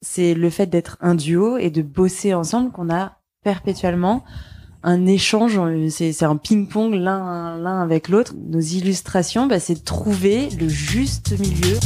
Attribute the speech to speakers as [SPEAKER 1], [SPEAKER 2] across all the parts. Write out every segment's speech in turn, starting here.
[SPEAKER 1] C'est le fait d'être un duo et de bosser ensemble qu'on a perpétuellement un échange, euh, c'est c'est un ping-pong l'un l'un avec l'autre. Nos illustrations, bah, c'est de trouver le juste milieu.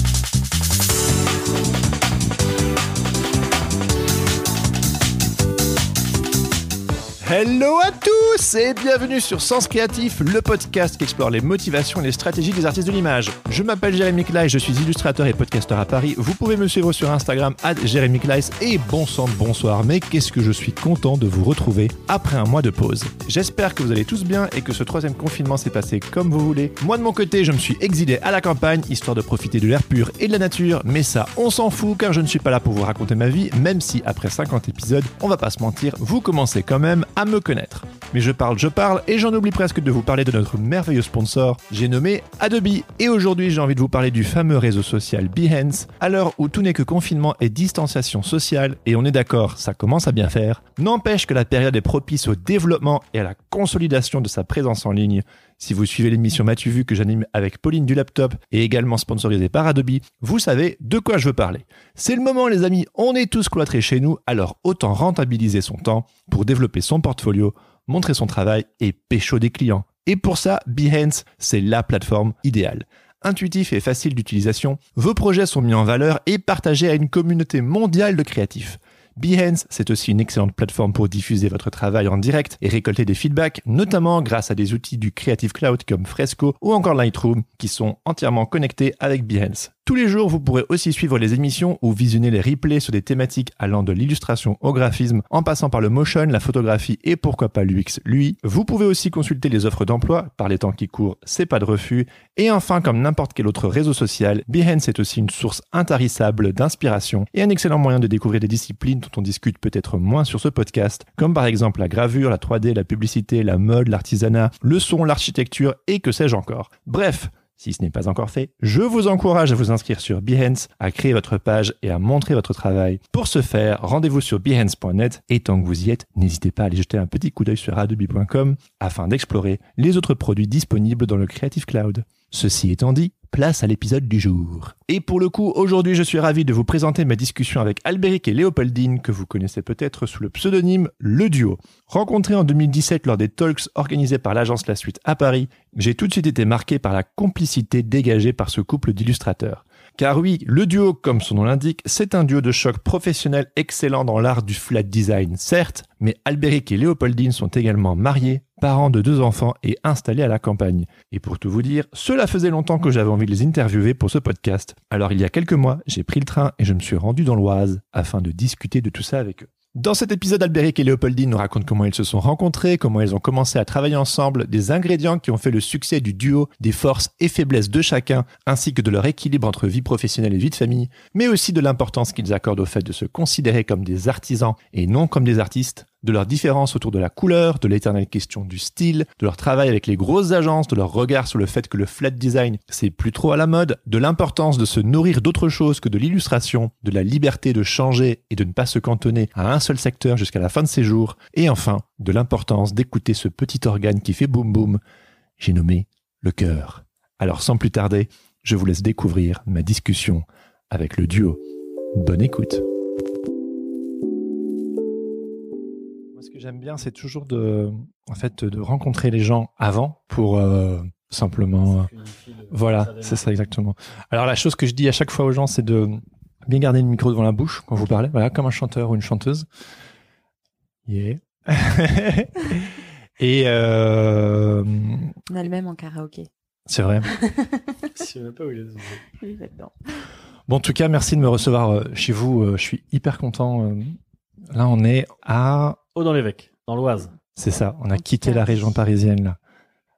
[SPEAKER 2] Hello à tous et bienvenue sur Sens Créatif, le podcast qui explore les motivations et les stratégies des artistes de l'image. Je m'appelle Jérémy Kleiss, je suis illustrateur et podcasteur à Paris. Vous pouvez me suivre sur Instagram Jérémy Kleiss et bon sang, bonsoir. Mais qu'est-ce que je suis content de vous retrouver après un mois de pause. J'espère que vous allez tous bien et que ce troisième confinement s'est passé comme vous voulez. Moi de mon côté, je me suis exilé à la campagne histoire de profiter de l'air pur et de la nature, mais ça, on s'en fout car je ne suis pas là pour vous raconter ma vie, même si après 50 épisodes, on va pas se mentir, vous commencez quand même à me connaître. Mais je parle, je parle, et j'en oublie presque de vous parler de notre merveilleux sponsor, j'ai nommé Adobe. Et aujourd'hui, j'ai envie de vous parler du fameux réseau social Behance, à l'heure où tout n'est que confinement et distanciation sociale, et on est d'accord, ça commence à bien faire. N'empêche que la période est propice au développement et à la consolidation de sa présence en ligne. Si vous suivez l'émission Mathieu Vu que j'anime avec Pauline du Laptop et également sponsorisée par Adobe, vous savez de quoi je veux parler. C'est le moment les amis, on est tous cloîtrés chez nous, alors autant rentabiliser son temps pour développer son portfolio, montrer son travail et pécho des clients. Et pour ça, Behance, c'est la plateforme idéale intuitif et facile d'utilisation, vos projets sont mis en valeur et partagés à une communauté mondiale de créatifs. Behance, c'est aussi une excellente plateforme pour diffuser votre travail en direct et récolter des feedbacks, notamment grâce à des outils du Creative Cloud comme Fresco ou encore Lightroom, qui sont entièrement connectés avec Behance. Tous les jours, vous pourrez aussi suivre les émissions ou visionner les replays sur des thématiques allant de l'illustration au graphisme, en passant par le motion, la photographie et pourquoi pas l'UX, lui. Vous pouvez aussi consulter les offres d'emploi, par les temps qui courent, c'est pas de refus. Et enfin, comme n'importe quel autre réseau social, Behance est aussi une source intarissable d'inspiration et un excellent moyen de découvrir des disciplines dont on discute peut-être moins sur ce podcast, comme par exemple la gravure, la 3D, la publicité, la mode, l'artisanat, le son, l'architecture et que sais-je encore. Bref, si ce n'est pas encore fait, je vous encourage à vous inscrire sur Behance, à créer votre page et à montrer votre travail. Pour ce faire, rendez-vous sur behance.net et tant que vous y êtes, n'hésitez pas à aller jeter un petit coup d'œil sur adobe.com afin d'explorer les autres produits disponibles dans le Creative Cloud. Ceci étant dit, place à l'épisode du jour. Et pour le coup, aujourd'hui, je suis ravi de vous présenter ma discussion avec Albéric et Léopoldine, que vous connaissez peut-être sous le pseudonyme Le Duo. Rencontrés en 2017 lors des talks organisés par l'agence La Suite à Paris, j'ai tout de suite été marqué par la complicité dégagée par ce couple d'illustrateurs. Car oui, le duo, comme son nom l'indique, c'est un duo de choc professionnel excellent dans l'art du flat design, certes, mais Albéric et Léopoldine sont également mariés, parents de deux enfants et installés à la campagne. Et pour tout vous dire, cela faisait longtemps que j'avais envie de les interviewer pour ce podcast. Alors il y a quelques mois, j'ai pris le train et je me suis rendu dans l'Oise afin de discuter de tout ça avec eux. Dans cet épisode, Albéric et Léopoldine nous racontent comment ils se sont rencontrés, comment ils ont commencé à travailler ensemble, des ingrédients qui ont fait le succès du duo, des forces et faiblesses de chacun, ainsi que de leur équilibre entre vie professionnelle et vie de famille, mais aussi de l'importance qu'ils accordent au fait de se considérer comme des artisans et non comme des artistes, de leurs différences autour de la couleur, de l'éternelle question du style, de leur travail avec les grosses agences, de leur regard sur le fait que le flat design c'est plus trop à la mode, de l'importance de se nourrir d'autre chose que de l'illustration, de la liberté de changer et de ne pas se cantonner à un seul secteur jusqu'à la fin de ses jours, et enfin de l'importance d'écouter ce petit organe qui fait boum boum, j'ai nommé le cœur. Alors sans plus tarder, je vous laisse découvrir ma discussion avec le duo. Bonne écoute. Moi, ce que j'aime bien, c'est toujours de, en fait, de rencontrer les gens avant pour euh, simplement. euh, voilà, c'est ça exactement. Alors la chose que je dis à chaque fois aux gens, c'est de bien garder le micro devant la bouche quand vous parlez, voilà, comme un chanteur ou une chanteuse. Yeah. Et euh,
[SPEAKER 1] On a le même en karaoké.
[SPEAKER 2] c'est vrai.
[SPEAKER 3] Je sais même pas où il est.
[SPEAKER 1] Oui, là-dedans.
[SPEAKER 2] Bon, en tout cas, merci de me recevoir euh, chez vous. Euh, je suis hyper content. euh. là, on est à.
[SPEAKER 3] Oh, dans l'évêque, dans l'Oise.
[SPEAKER 2] C'est ça, on a
[SPEAKER 1] En
[SPEAKER 2] quitté la
[SPEAKER 1] Picardie.
[SPEAKER 2] région parisienne là.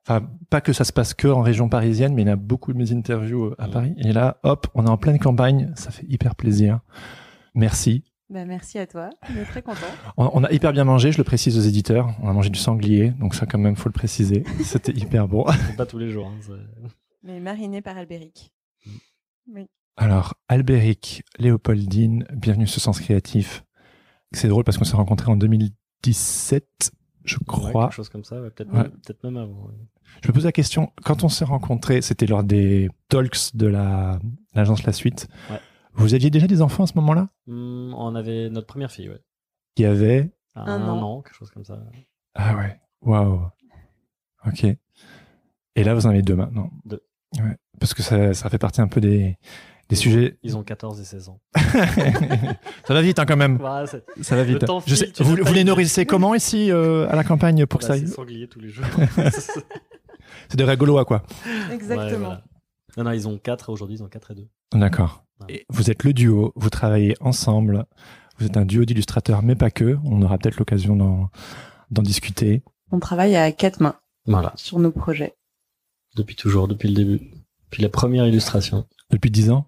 [SPEAKER 2] Enfin, pas que ça se passe que en région parisienne, mais il a beaucoup de mes interviews euh, à Paris. Et là, hop, on est en pleine campagne. Ça fait hyper plaisir. Merci.
[SPEAKER 1] Bah, merci à toi. On est très content.
[SPEAKER 2] On, on a hyper bien mangé, je le précise aux éditeurs. On a mangé du sanglier, donc ça, quand même, faut le préciser. C'était hyper bon.
[SPEAKER 3] C'est pas tous les jours. hein, c'est-
[SPEAKER 1] Mais mariné par Albéric. Oui.
[SPEAKER 2] Alors, Albéric, Léopoldine, bienvenue sur Sens Créatif. C'est drôle parce qu'on s'est rencontrés en 2017, je
[SPEAKER 3] Ouais,
[SPEAKER 2] crois.
[SPEAKER 3] quelque chose comme ça, ouais, peut-être
[SPEAKER 2] Ouais.
[SPEAKER 3] même, peut-être même avant. ouais.
[SPEAKER 2] je me pose la question, quand on s'est rencontrés, c'était lors des talks de la- l'agence La Suite.
[SPEAKER 3] Ouais.
[SPEAKER 2] Vous aviez déjà des enfants à ce moment-là
[SPEAKER 3] Hum, on avait notre première fille, ouais.
[SPEAKER 2] qui avaient...
[SPEAKER 3] À
[SPEAKER 1] Un an.
[SPEAKER 3] quelque chose comme ça.
[SPEAKER 2] Ah ouais, waouh. Ok. Et là, vous en avez deux maintenant.
[SPEAKER 3] Deux.
[SPEAKER 2] Ouais, parce que ça, ça fait partie un peu des, des sujets...
[SPEAKER 3] Ils ont 14 et 16 ans.
[SPEAKER 2] ça va vite hein, quand même.
[SPEAKER 3] Voilà, c'est
[SPEAKER 2] Ça va vite.
[SPEAKER 3] Le temps
[SPEAKER 2] Je
[SPEAKER 3] file,
[SPEAKER 2] sais-
[SPEAKER 3] tu
[SPEAKER 2] vous,
[SPEAKER 3] n'as pas
[SPEAKER 2] vous les
[SPEAKER 3] idée.
[SPEAKER 2] nourrissez comment ici euh, à la campagne pour que ça
[SPEAKER 3] bah, c'est
[SPEAKER 2] aille
[SPEAKER 3] sanglier tous les jours.
[SPEAKER 2] C'est des vrais gaulois quoi.
[SPEAKER 3] Ouais,
[SPEAKER 1] Exactement.
[SPEAKER 3] voilà. Non, non, ils ont 4 aujourd'hui, ils ont 4 et 2.
[SPEAKER 2] D'accord.
[SPEAKER 3] Ouais.
[SPEAKER 2] Et Vous êtes le duo, vous travaillez ensemble, vous êtes un duo d'illustrateurs, mais pas que. On aura peut-être l'occasion d'en, d'en discuter.
[SPEAKER 1] On travaille à quatre mains
[SPEAKER 3] Voilà.
[SPEAKER 1] sur nos projets.
[SPEAKER 3] Depuis toujours, depuis le début. Depuis la première illustration.
[SPEAKER 2] Depuis dix ans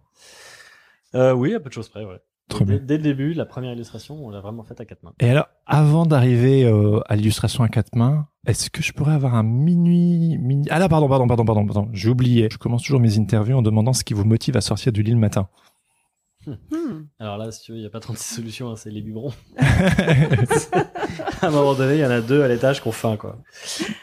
[SPEAKER 3] Euh, oui, à peu de choses près, ouais.
[SPEAKER 2] Trop
[SPEAKER 3] dès,
[SPEAKER 2] bien.
[SPEAKER 3] dès le début, la première illustration, on l'a vraiment faite à quatre mains.
[SPEAKER 2] Et alors, avant d'arriver euh, à l'illustration à quatre mains, est-ce que je pourrais avoir un mini, mini... Ah là, pardon, pardon, pardon, pardon, pardon. J'ai oublié. Je commence toujours mes interviews en demandant ce qui vous motive à sortir du lit le matin.
[SPEAKER 1] Hmm.
[SPEAKER 3] Alors là, si tu veux, il n'y a pas 36 solutions, hein, c'est les biberons. à un moment donné, il y en a deux à l'étage qu'on faim, quoi.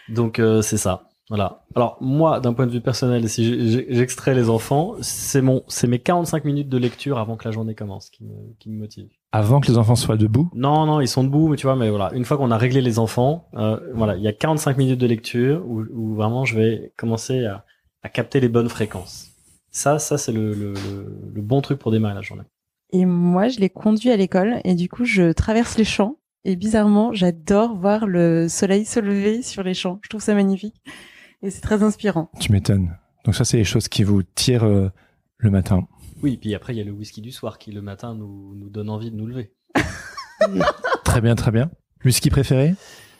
[SPEAKER 3] Donc, euh, c'est ça. Voilà. Alors, moi, d'un point de vue personnel, si j'ai- j'ai- j'extrais les enfants, c'est mon, c'est mes 45 minutes de lecture avant que la journée commence qui me, qui me motive.
[SPEAKER 2] Avant que les enfants soient debout
[SPEAKER 3] Non, non, ils sont debout, mais tu vois, mais voilà, une fois qu'on a réglé les enfants, euh, voilà, il y a 45 minutes de lecture où, où vraiment je vais commencer à, à capter les bonnes fréquences. Ça, ça c'est le, le, le- le bon truc pour démarrer la journée.
[SPEAKER 1] Et moi, je les conduis à l'école et du coup, je traverse les champs. Et bizarrement, j'adore voir le soleil se lever sur les champs. Je trouve ça magnifique. Et c'est très inspirant.
[SPEAKER 2] Tu m'étonnes. Donc ça, c'est les choses qui vous tirent euh, le matin.
[SPEAKER 3] Oui, et puis après il y a le whisky du soir qui le matin nous, nous donne envie de nous lever.
[SPEAKER 2] Très bien, très bien. Whisky préféré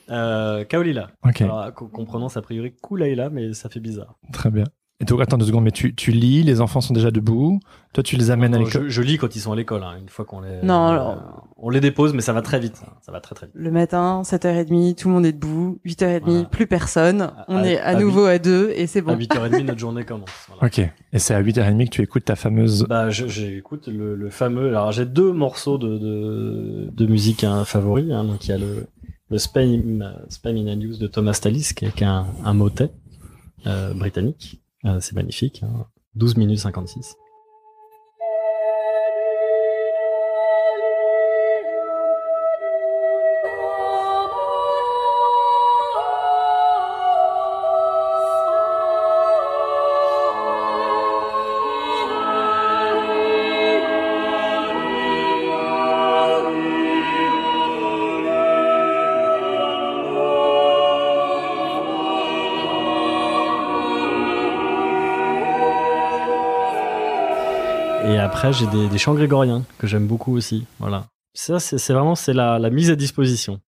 [SPEAKER 3] Euh, Kaolila.
[SPEAKER 2] Ok,
[SPEAKER 3] Alors qu'on qu'on prononce a priori Koulaïla, mais ça fait bizarre.
[SPEAKER 2] très bien. Et donc, attends deux secondes, mais tu, tu lis, les enfants sont déjà debout, toi tu Ben, les amènes à
[SPEAKER 3] Non,
[SPEAKER 2] l'école.
[SPEAKER 3] Euh, je, je lis quand ils sont à l'école, hein, une fois qu'on les,
[SPEAKER 1] Non,
[SPEAKER 3] euh,
[SPEAKER 1] alors-
[SPEAKER 3] on les dépose, mais ça va très vite. hein, ça va très très vite.
[SPEAKER 1] Le matin, 7h30, tout le monde est debout. 8h30,
[SPEAKER 3] Voilà.
[SPEAKER 1] plus personne. On
[SPEAKER 3] À-
[SPEAKER 1] est à,
[SPEAKER 3] à
[SPEAKER 1] nouveau à deux et c'est
[SPEAKER 3] À
[SPEAKER 1] bon.
[SPEAKER 3] 8h30, notre journée commence. Voilà.
[SPEAKER 2] Ok, et c'est à 8h30 que tu écoutes ta fameuse...
[SPEAKER 3] Bah, je- j'écoute le, le fameux. Alors, j'ai deux morceaux de, de, de musique hein, favoris. hein. donc, il y a le, le Spam, Spam in a News de Thomas Tallis, qui est, qui est un, un motet euh, britannique. Euh, C'est magnifique. hein. 12 minutes 56. Et après, j'ai des, des chants grégoriens que j'aime beaucoup aussi. Voilà. Ça, c'est c'est vraiment c'est la, la mise à disposition.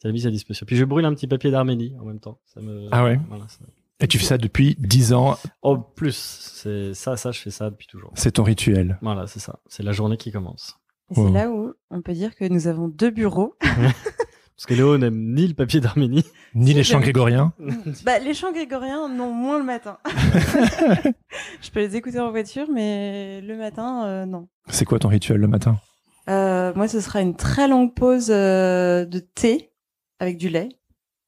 [SPEAKER 3] C'est la mise à disposition. Puis je brûle un petit papier d'Arménie en même temps. Ça me,
[SPEAKER 2] Ah ouais
[SPEAKER 3] voilà, ça-
[SPEAKER 2] Et tu fais ça depuis 10 ans,
[SPEAKER 3] Oh, plus. C'est ça, ça, je fais ça depuis toujours.
[SPEAKER 2] c'est ton rituel.
[SPEAKER 3] Voilà, c'est ça. C'est la journée qui commence.
[SPEAKER 1] Et c'est
[SPEAKER 2] Wow.
[SPEAKER 1] là où on peut dire que nous avons deux bureaux.
[SPEAKER 3] Parce que Léo n'aime ni le papier d'Arménie.
[SPEAKER 2] Ni les
[SPEAKER 1] C'est
[SPEAKER 2] chants
[SPEAKER 1] vrai.
[SPEAKER 2] grégoriens.
[SPEAKER 1] bah, les chants grégoriens, non, moins le matin. je peux les écouter en voiture, mais le matin, euh, non.
[SPEAKER 2] C'est quoi ton rituel le matin
[SPEAKER 1] Euh, moi, ce sera une très longue pause euh, de thé avec du lait,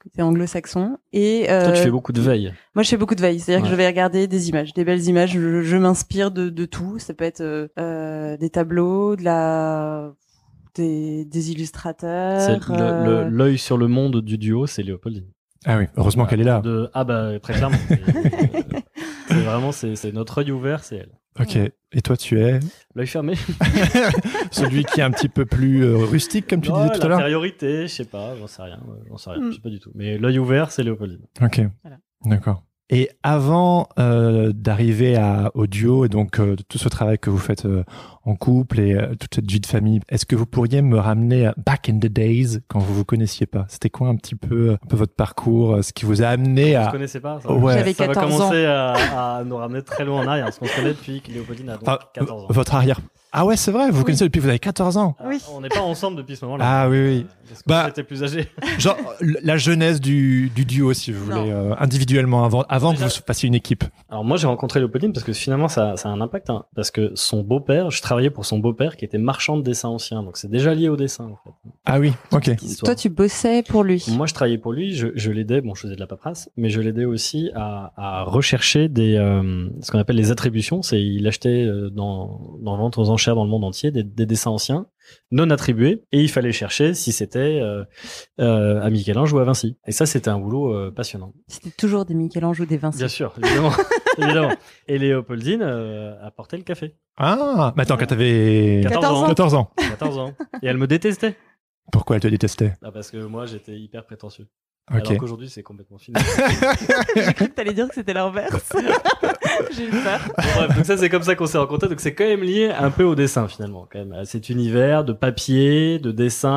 [SPEAKER 1] côté anglo-saxon. Et euh,
[SPEAKER 3] Toi, tu fais beaucoup de veille.
[SPEAKER 1] moi, je fais beaucoup de veille, c'est-à-dire que
[SPEAKER 3] Ouais.
[SPEAKER 1] je vais regarder des images, des belles images. Je, je m'inspire de, de tout. Ça peut être euh, euh, des tableaux, de la des, des
[SPEAKER 3] C'est
[SPEAKER 1] illustrateurs.
[SPEAKER 3] le-
[SPEAKER 1] euh,
[SPEAKER 3] le- l'œil sur le monde du duo, c'est Léopoldine.
[SPEAKER 2] Ah oui, heureusement qu'elle est là.
[SPEAKER 3] De, ah bah, très clairement. C'est euh, c'est vraiment, c'est c'est notre œil ouvert, c'est elle.
[SPEAKER 2] Ok, et toi tu es
[SPEAKER 3] L'œil fermé.
[SPEAKER 2] celui qui est un petit peu plus euh, rustique comme tu
[SPEAKER 3] Oh,
[SPEAKER 2] disais tout à l'heure
[SPEAKER 3] l'intériorité, je sais pas, j'en sais rien, ouais, j'en sais rien,
[SPEAKER 1] Mm.
[SPEAKER 3] je sais pas du tout. Mais l'œil ouvert, c'est Léopoldine.
[SPEAKER 2] Ok,
[SPEAKER 1] Voilà.
[SPEAKER 2] d'accord. Et avant euh, d'arriver à Audio et donc euh, tout ce travail que vous faites euh, en couple et euh, toute cette vie de famille, est-ce que vous pourriez me ramener à back in the days quand vous vous connaissiez pas C'était quoi un petit peu, euh, un peu votre parcours, euh, ce qui vous a amené
[SPEAKER 3] Je
[SPEAKER 2] à
[SPEAKER 3] connaissais pas ça.
[SPEAKER 2] Ouais.
[SPEAKER 1] J'avais
[SPEAKER 3] Ça va
[SPEAKER 1] 14 ans.
[SPEAKER 3] commencer à, à nous ramener très loin en arrière, parce qu'on se connaît depuis que Léopoldine a donc
[SPEAKER 2] Enfin,
[SPEAKER 3] 14 ans.
[SPEAKER 2] v- votre arrière Ah ouais, c'est vrai, vous vous
[SPEAKER 1] Oui.
[SPEAKER 2] connaissez depuis que vous avez 14 ans.
[SPEAKER 3] Ah,
[SPEAKER 1] Oui.
[SPEAKER 3] On n'est pas ensemble depuis ce moment-là. Euh,
[SPEAKER 2] Ah oui, oui.
[SPEAKER 3] Parce que
[SPEAKER 2] Bah-
[SPEAKER 3] j'étais plus âgé.
[SPEAKER 2] Genre l- la jeunesse du, du duo, si vous
[SPEAKER 1] Non.
[SPEAKER 2] voulez, euh, individuellement, avant, avant que
[SPEAKER 3] Déjà-
[SPEAKER 2] vous fassiez une équipe.
[SPEAKER 3] Alors moi j'ai rencontré Léopoldine parce que finalement ça, ça a un impact hein, parce que son beau-père, je travaillais pour son beau-père qui était marchand de dessins anciens donc c'est déjà lié au dessin en fait.
[SPEAKER 2] Ah oui, ok.
[SPEAKER 3] Petite histoire.
[SPEAKER 1] Toi, tu bossais pour lui.
[SPEAKER 3] Moi je travaillais pour lui, je, je l'aidais, bon je faisais de la paperasse, mais je l'aidais aussi à, à rechercher des euh, ce qu'on appelle les attributions, c'est il achetait euh, dans dans la vente aux enchères dans le monde entier des, des dessins anciens non attribués et il fallait chercher si c'était euh, euh, à Michel-Ange ou à Vinci. Et ça c'était un boulot euh, passionnant.
[SPEAKER 1] C'était toujours des Michel-Ange ou des Vinci.
[SPEAKER 3] Bien sûr, évidemment. évidemment. Et Léopoldine euh, apportait le café.
[SPEAKER 2] Ah, mais attends, quand t'avais
[SPEAKER 3] 14 ans.
[SPEAKER 2] 14 ans,
[SPEAKER 3] 14 ans. Et elle me détestait.
[SPEAKER 2] pourquoi elle te détestait
[SPEAKER 3] Ah, parce que moi, j'étais hyper prétentieux.
[SPEAKER 2] Ok.
[SPEAKER 3] Alors qu'aujourd'hui, c'est complètement fini.
[SPEAKER 1] J'ai cru que t'allais dire que c'était l'inverse. J'ai eu peur.
[SPEAKER 3] Bon, bref, donc ça, c'est comme ça qu'on s'est rencontrés. Donc c'est quand même lié un peu au dessin, finalement. Quand même, à cet univers de papier, de dessin,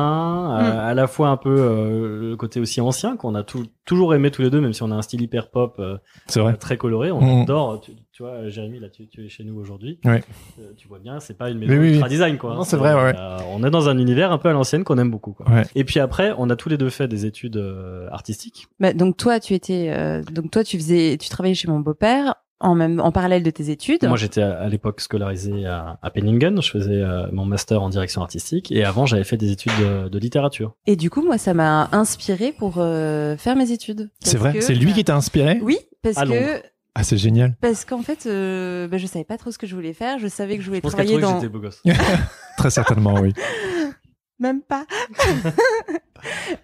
[SPEAKER 3] à-
[SPEAKER 1] Mm.
[SPEAKER 3] à, la fois un peu euh, le côté aussi ancien qu'on a tou- toujours aimé tous les deux, même si on a un style hyper pop euh,
[SPEAKER 2] C'est vrai.
[SPEAKER 3] très coloré. On
[SPEAKER 2] Mm.
[SPEAKER 3] adore. Tu, tu vois, Jérémy, là, tu, tu es chez nous aujourd'hui.
[SPEAKER 2] Ouais.
[SPEAKER 3] Euh, tu vois bien, c'est pas une
[SPEAKER 2] Oui,
[SPEAKER 3] maison
[SPEAKER 2] oui, oui.
[SPEAKER 3] ultra design, quoi.
[SPEAKER 2] Non, c'est vrai, ouais, ouais.
[SPEAKER 3] Euh, on est dans un univers un peu à l'ancienne qu'on aime beaucoup, quoi.
[SPEAKER 2] Ouais.
[SPEAKER 3] Et puis après, on a tous les deux fait des études euh, artistiques.
[SPEAKER 1] Bah, donc toi, tu étais, euh, donc toi, tu faisais, tu travaillais chez mon beau-père en même, en parallèle de tes études.
[SPEAKER 3] Moi, j'étais à, à l'époque scolarisé à, à Penningen. Je faisais euh, mon master en direction artistique. Et avant, j'avais fait des études de, de littérature.
[SPEAKER 1] Et du coup, moi, ça m'a inspiré pour euh, faire mes études.
[SPEAKER 2] C'est
[SPEAKER 1] Parce
[SPEAKER 2] vrai,
[SPEAKER 1] que- bah,
[SPEAKER 2] c'est lui qui t'a inspiré
[SPEAKER 1] Oui, parce
[SPEAKER 3] À
[SPEAKER 1] que
[SPEAKER 3] Londres.
[SPEAKER 2] Ah, c'est génial.
[SPEAKER 1] parce qu'en fait, euh, bah, je savais pas trop ce que je voulais faire. Je savais que je voulais
[SPEAKER 3] Je pense qu'elle
[SPEAKER 1] travailler
[SPEAKER 3] trouvait que
[SPEAKER 1] dans
[SPEAKER 3] j'étais beau gosse.
[SPEAKER 2] Très certainement, oui.
[SPEAKER 1] Même pas.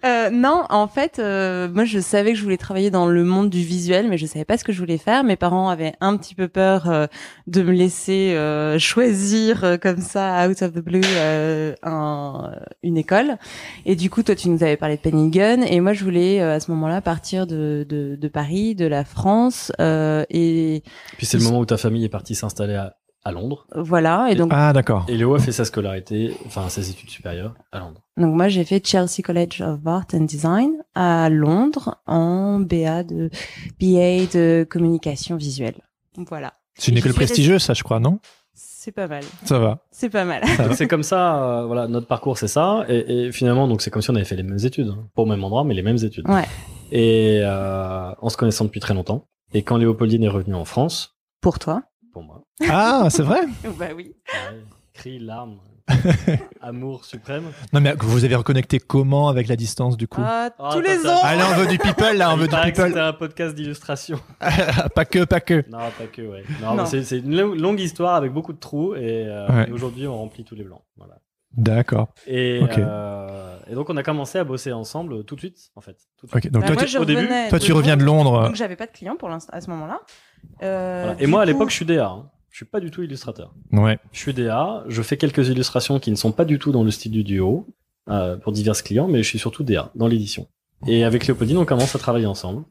[SPEAKER 1] Euh, non, en fait, euh, moi je savais que je voulais travailler dans le monde du visuel, mais je savais pas ce que je voulais faire. Mes parents avaient un petit peu peur euh, de me laisser euh, choisir euh, comme ça, out of the blue, euh, un- une école. Et du coup, toi, tu nous avais parlé de Penningen, et moi je voulais euh, à ce moment-là partir de, de, de Paris, de la France, euh, et
[SPEAKER 3] Puis c'est le moment où ta famille est partie s'installer à, à Londres.
[SPEAKER 1] voilà. Et donc,
[SPEAKER 2] Ah, d'accord.
[SPEAKER 3] Et Léo a fait sa scolarité, enfin ses études supérieures à Londres.
[SPEAKER 1] Donc moi j'ai fait Chelsea College of Art and Design à Londres en BA de BA de communication visuelle. Donc voilà,
[SPEAKER 2] C'est une
[SPEAKER 1] Je
[SPEAKER 2] école
[SPEAKER 1] suis restée-
[SPEAKER 2] prestigieuse, ça, je crois, non
[SPEAKER 1] c'est pas mal,
[SPEAKER 2] Ça va.
[SPEAKER 1] c'est pas mal.
[SPEAKER 3] Donc c'est comme ça, euh, voilà, notre parcours c'est ça. Et, et finalement, donc c'est comme si on avait fait les mêmes études, hein. pas au même endroit, mais les mêmes études.
[SPEAKER 1] Ouais.
[SPEAKER 3] Et euh, en se connaissant depuis très longtemps. Et quand Léopoldine est revenue en France,
[SPEAKER 1] Pour toi
[SPEAKER 3] pour moi,
[SPEAKER 2] Ah, c'est vrai
[SPEAKER 1] Bah oui.
[SPEAKER 3] ouais, cri, larmes, amour suprême.
[SPEAKER 2] Non, mais vous avez reconnecté comment avec la distance, du coup
[SPEAKER 1] Ah,
[SPEAKER 3] Ah,
[SPEAKER 1] tous
[SPEAKER 3] t'as-
[SPEAKER 1] les
[SPEAKER 3] t'as-
[SPEAKER 1] ans.
[SPEAKER 2] Ah, là, on veut du people, là, on
[SPEAKER 3] Il
[SPEAKER 2] veut du
[SPEAKER 3] paraît que C'était
[SPEAKER 2] people. Ah,
[SPEAKER 3] un podcast d'illustration.
[SPEAKER 2] pas que, pas que.
[SPEAKER 3] Non, pas que, ouais. Non,
[SPEAKER 1] Non.
[SPEAKER 3] c'est c'est une lo- longue histoire avec beaucoup de trous et, euh,
[SPEAKER 2] Ouais.
[SPEAKER 3] et aujourd'hui on remplit tous les blancs. Voilà.
[SPEAKER 2] D'accord.
[SPEAKER 3] Et,
[SPEAKER 2] Ok.
[SPEAKER 3] euh, et donc on a commencé à bosser ensemble euh, tout de suite, en fait. Tout de suite.
[SPEAKER 2] Ok, donc
[SPEAKER 1] Bah,
[SPEAKER 2] toi,
[SPEAKER 1] moi,
[SPEAKER 2] tu,
[SPEAKER 1] je
[SPEAKER 3] au début,
[SPEAKER 1] revenais
[SPEAKER 2] toi, tu reviens de Londres. euh.
[SPEAKER 1] Donc j'avais pas de clients pour l'instant à ce moment-là. Euh,
[SPEAKER 3] Voilà.
[SPEAKER 1] du
[SPEAKER 3] Et moi à
[SPEAKER 1] coup-
[SPEAKER 3] l'époque je suis DA. hein. Je suis pas du tout illustrateur.
[SPEAKER 2] Ouais.
[SPEAKER 3] Je suis DA. Je fais quelques illustrations qui ne sont pas du tout dans le style du duo euh, pour divers clients, mais je suis surtout DA dans l'édition. Et avec Léopoldine, on commence à travailler ensemble.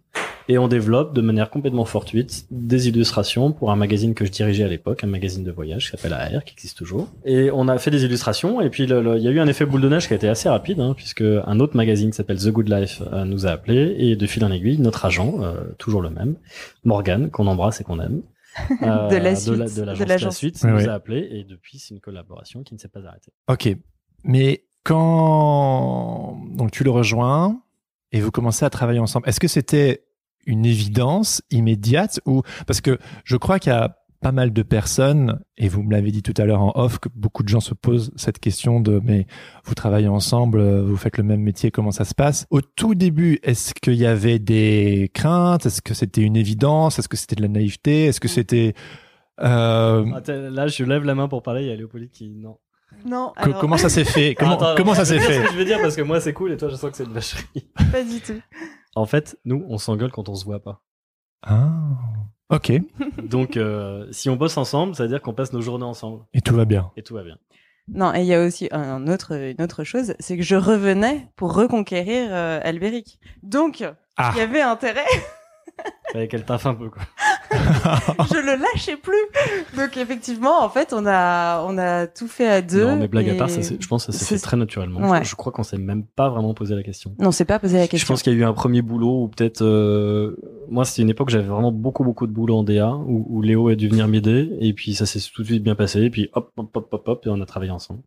[SPEAKER 3] Et on développe de manière complètement fortuite des illustrations pour un magazine que je dirigeais à l'époque, un magazine de voyage qui s'appelle AR, qui existe toujours. Et on a fait des illustrations, et puis le- le- il y a eu un effet boule de neige qui a été assez rapide, hein, puisque un autre magazine qui s'appelle The Good Life euh, nous a appelés, et de fil en aiguille, notre agent, euh, toujours le même, Morgan, qu'on embrasse et qu'on aime, euh,
[SPEAKER 1] De la
[SPEAKER 3] de
[SPEAKER 1] suite,
[SPEAKER 3] la, de
[SPEAKER 1] de
[SPEAKER 3] l'agence
[SPEAKER 1] l'agence.
[SPEAKER 3] La Suite,
[SPEAKER 2] Oui,
[SPEAKER 3] nous
[SPEAKER 2] oui.
[SPEAKER 3] a appelés, et depuis, c'est une collaboration qui ne s'est pas arrêtée.
[SPEAKER 2] Ok. Mais quand donc tu le rejoins et vous commencez à travailler ensemble, est-ce que c'était une évidence immédiate ou parce que je crois qu'il y a pas mal de personnes et vous me l'avez dit tout à l'heure en off que beaucoup de gens se posent cette question de mais vous travaillez ensemble, euh, vous faites le même métier, comment ça se passe Au tout début, est-ce qu'il y avait des craintes Est-ce que c'était une évidence Est-ce que c'était de la naïveté Est-ce que c'était euh,
[SPEAKER 3] Attends, Ah, là, je lève la main pour parler, il y a Léopoldine qui... Non.
[SPEAKER 1] Non,
[SPEAKER 2] co-
[SPEAKER 1] alors,
[SPEAKER 2] comment ça s'est fait Comment,
[SPEAKER 3] Attends,
[SPEAKER 2] comment ça
[SPEAKER 3] je vais
[SPEAKER 2] s'est
[SPEAKER 3] dire
[SPEAKER 2] fait
[SPEAKER 3] ce que Je vais dire parce que moi c'est cool et toi je sens que c'est une vacherie.
[SPEAKER 1] pas du tout.
[SPEAKER 3] En fait, nous on s'engueule quand on se voit pas.
[SPEAKER 2] Ah, ok.
[SPEAKER 3] Donc euh, si on bosse ensemble, ça veut dire qu'on passe nos journées ensemble
[SPEAKER 2] Et tout va bien.
[SPEAKER 3] et tout va bien.
[SPEAKER 1] Non, et il y a aussi un autre, une autre chose, c'est que je revenais pour reconquérir euh, Albéric. Donc,
[SPEAKER 2] Ah,
[SPEAKER 1] il y avait intérêt
[SPEAKER 3] fallait qu'elle taffe un peu, quoi.
[SPEAKER 1] je le lâchais plus. Donc effectivement, en fait, on a on a tout fait à deux.
[SPEAKER 3] Non, mais blague à
[SPEAKER 1] et-
[SPEAKER 3] part, ça, s'est- je pense que ça s'est
[SPEAKER 1] c'est-
[SPEAKER 3] fait très naturellement.
[SPEAKER 1] Ouais.
[SPEAKER 3] Je, je crois qu'on s'est même pas vraiment posé la question.
[SPEAKER 1] Non, c'est pas posé la
[SPEAKER 3] Je
[SPEAKER 1] question.
[SPEAKER 3] pense qu'il y a eu un premier boulot où peut-être euh, moi c'était une époque où j'avais vraiment beaucoup beaucoup de boulot en DA où, où Léo est dû venir m'aider et puis ça s'est tout de suite bien passé et puis hop hop hop hop hop et on a travaillé ensemble.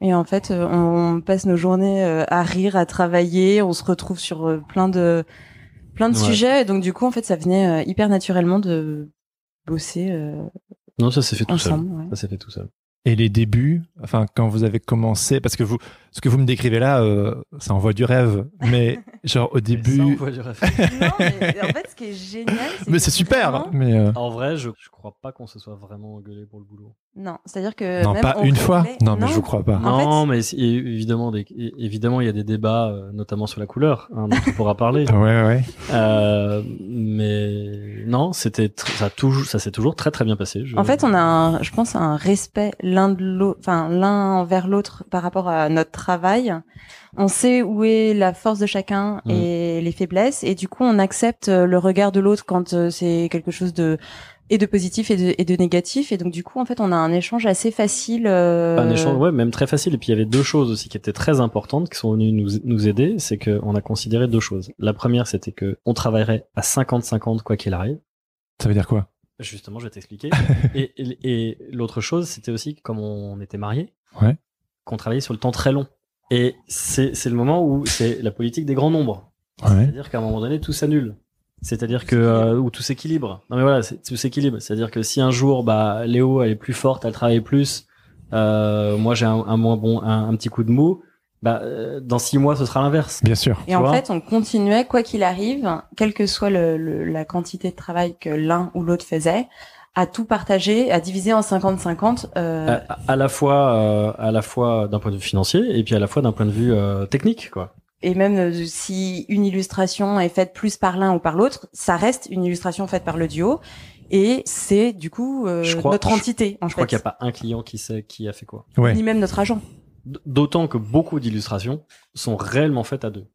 [SPEAKER 1] Et en fait, euh, on passe nos journées euh, à rire, à travailler. On se retrouve sur euh, plein de plein de
[SPEAKER 3] Ouais.
[SPEAKER 1] sujets. Et donc du coup, en fait, ça venait euh, hyper naturellement de bosser euh,
[SPEAKER 3] Non ça s'est fait tout
[SPEAKER 1] ensemble. ouais.
[SPEAKER 3] seul. Ça s'est fait tout seul.
[SPEAKER 2] Et les débuts, enfin quand vous avez commencé, parce que vous, ce que vous me décrivez là, euh, ça envoie du rêve, mais genre au début,
[SPEAKER 1] Non, mais en fait, ce qui est génial, c'est
[SPEAKER 2] mais
[SPEAKER 1] que
[SPEAKER 2] c'est super.
[SPEAKER 1] vraiment-
[SPEAKER 2] Mais euh,
[SPEAKER 3] en vrai je, je crois pas qu'on se soit vraiment engueulé pour le boulot.
[SPEAKER 1] Non, c'est-à-dire que
[SPEAKER 2] non,
[SPEAKER 1] Euh, même
[SPEAKER 2] pas
[SPEAKER 1] on
[SPEAKER 2] une fois.
[SPEAKER 1] rigolait.
[SPEAKER 2] Non, mais je vous crois pas.
[SPEAKER 1] En
[SPEAKER 3] non mais c'est- é- évidemment des- é- évidemment il y a des débats euh, notamment sur la couleur hein, dont on pourra parler.
[SPEAKER 2] Ouais, ouais, ouais.
[SPEAKER 3] Euh, mais non c'était tr- ça a toujours ça s'est toujours très très bien passé. Je-
[SPEAKER 1] En fait, on a, un, je pense, un respect l'un de l'autre, enfin l'un envers l'autre par rapport à notre travail. On sait où est la force de chacun
[SPEAKER 3] Mhm.
[SPEAKER 1] et les faiblesses, et du coup, on accepte euh, le regard de l'autre quand euh, c'est quelque chose de et de positif et de, et de négatif. Et donc, du coup, en fait, on a un échange assez facile. euh,
[SPEAKER 3] Un échange, ouais, même très facile. Et puis il y avait deux choses aussi qui étaient très importantes, qui sont venues nous, nous aider. C'est qu'on a considéré deux choses. La première, c'était que on travaillerait à 50-50 quoi qu'il arrive.
[SPEAKER 2] Ça veut dire quoi
[SPEAKER 3] Justement, je vais t'expliquer. et et- et l'autre chose, c'était aussi que comme on était mariés,
[SPEAKER 2] Ouais.
[SPEAKER 3] qu'on travaillait sur le temps très long. Et c'est c'est le moment où c'est la politique des grands nombres.
[SPEAKER 2] Ouais.
[SPEAKER 3] C'est-à-dire qu'à un moment donné, tout s'annule. C'est-à-dire que euh, où tout s'équilibre. Non mais voilà, c'est- tout s'équilibre. C'est-à-dire que si un jour, bah, Léo, elle est plus forte, elle travaille plus, euh, moi j'ai un, un moins bon, un, un petit coup de mou. Bah, euh, dans six mois, ce sera l'inverse.
[SPEAKER 2] Bien sûr.
[SPEAKER 1] Et
[SPEAKER 3] tu
[SPEAKER 1] en
[SPEAKER 3] vois.
[SPEAKER 1] fait, on continuait, quoi qu'il arrive, quelle que soit le- le- la quantité de travail que l'un ou l'autre faisait, à tout partager, à diviser en 50-50. euh,
[SPEAKER 3] À, à la fois, euh, à la fois d'un point de vue financier et puis à la fois d'un point de vue euh, technique, quoi.
[SPEAKER 1] et même euh, si une illustration est faite plus par l'un ou par l'autre, ça reste une illustration faite par le duo. Et c'est du coup euh,
[SPEAKER 3] Je crois-
[SPEAKER 1] notre
[SPEAKER 3] je-
[SPEAKER 1] entité, en
[SPEAKER 3] Je
[SPEAKER 1] fait.
[SPEAKER 3] crois qu'il n'y a pas un client qui sait qui a fait quoi.
[SPEAKER 2] Ouais.
[SPEAKER 1] Ni même notre agent.
[SPEAKER 3] D- D'autant que beaucoup d'illustrations sont réellement faites à deux.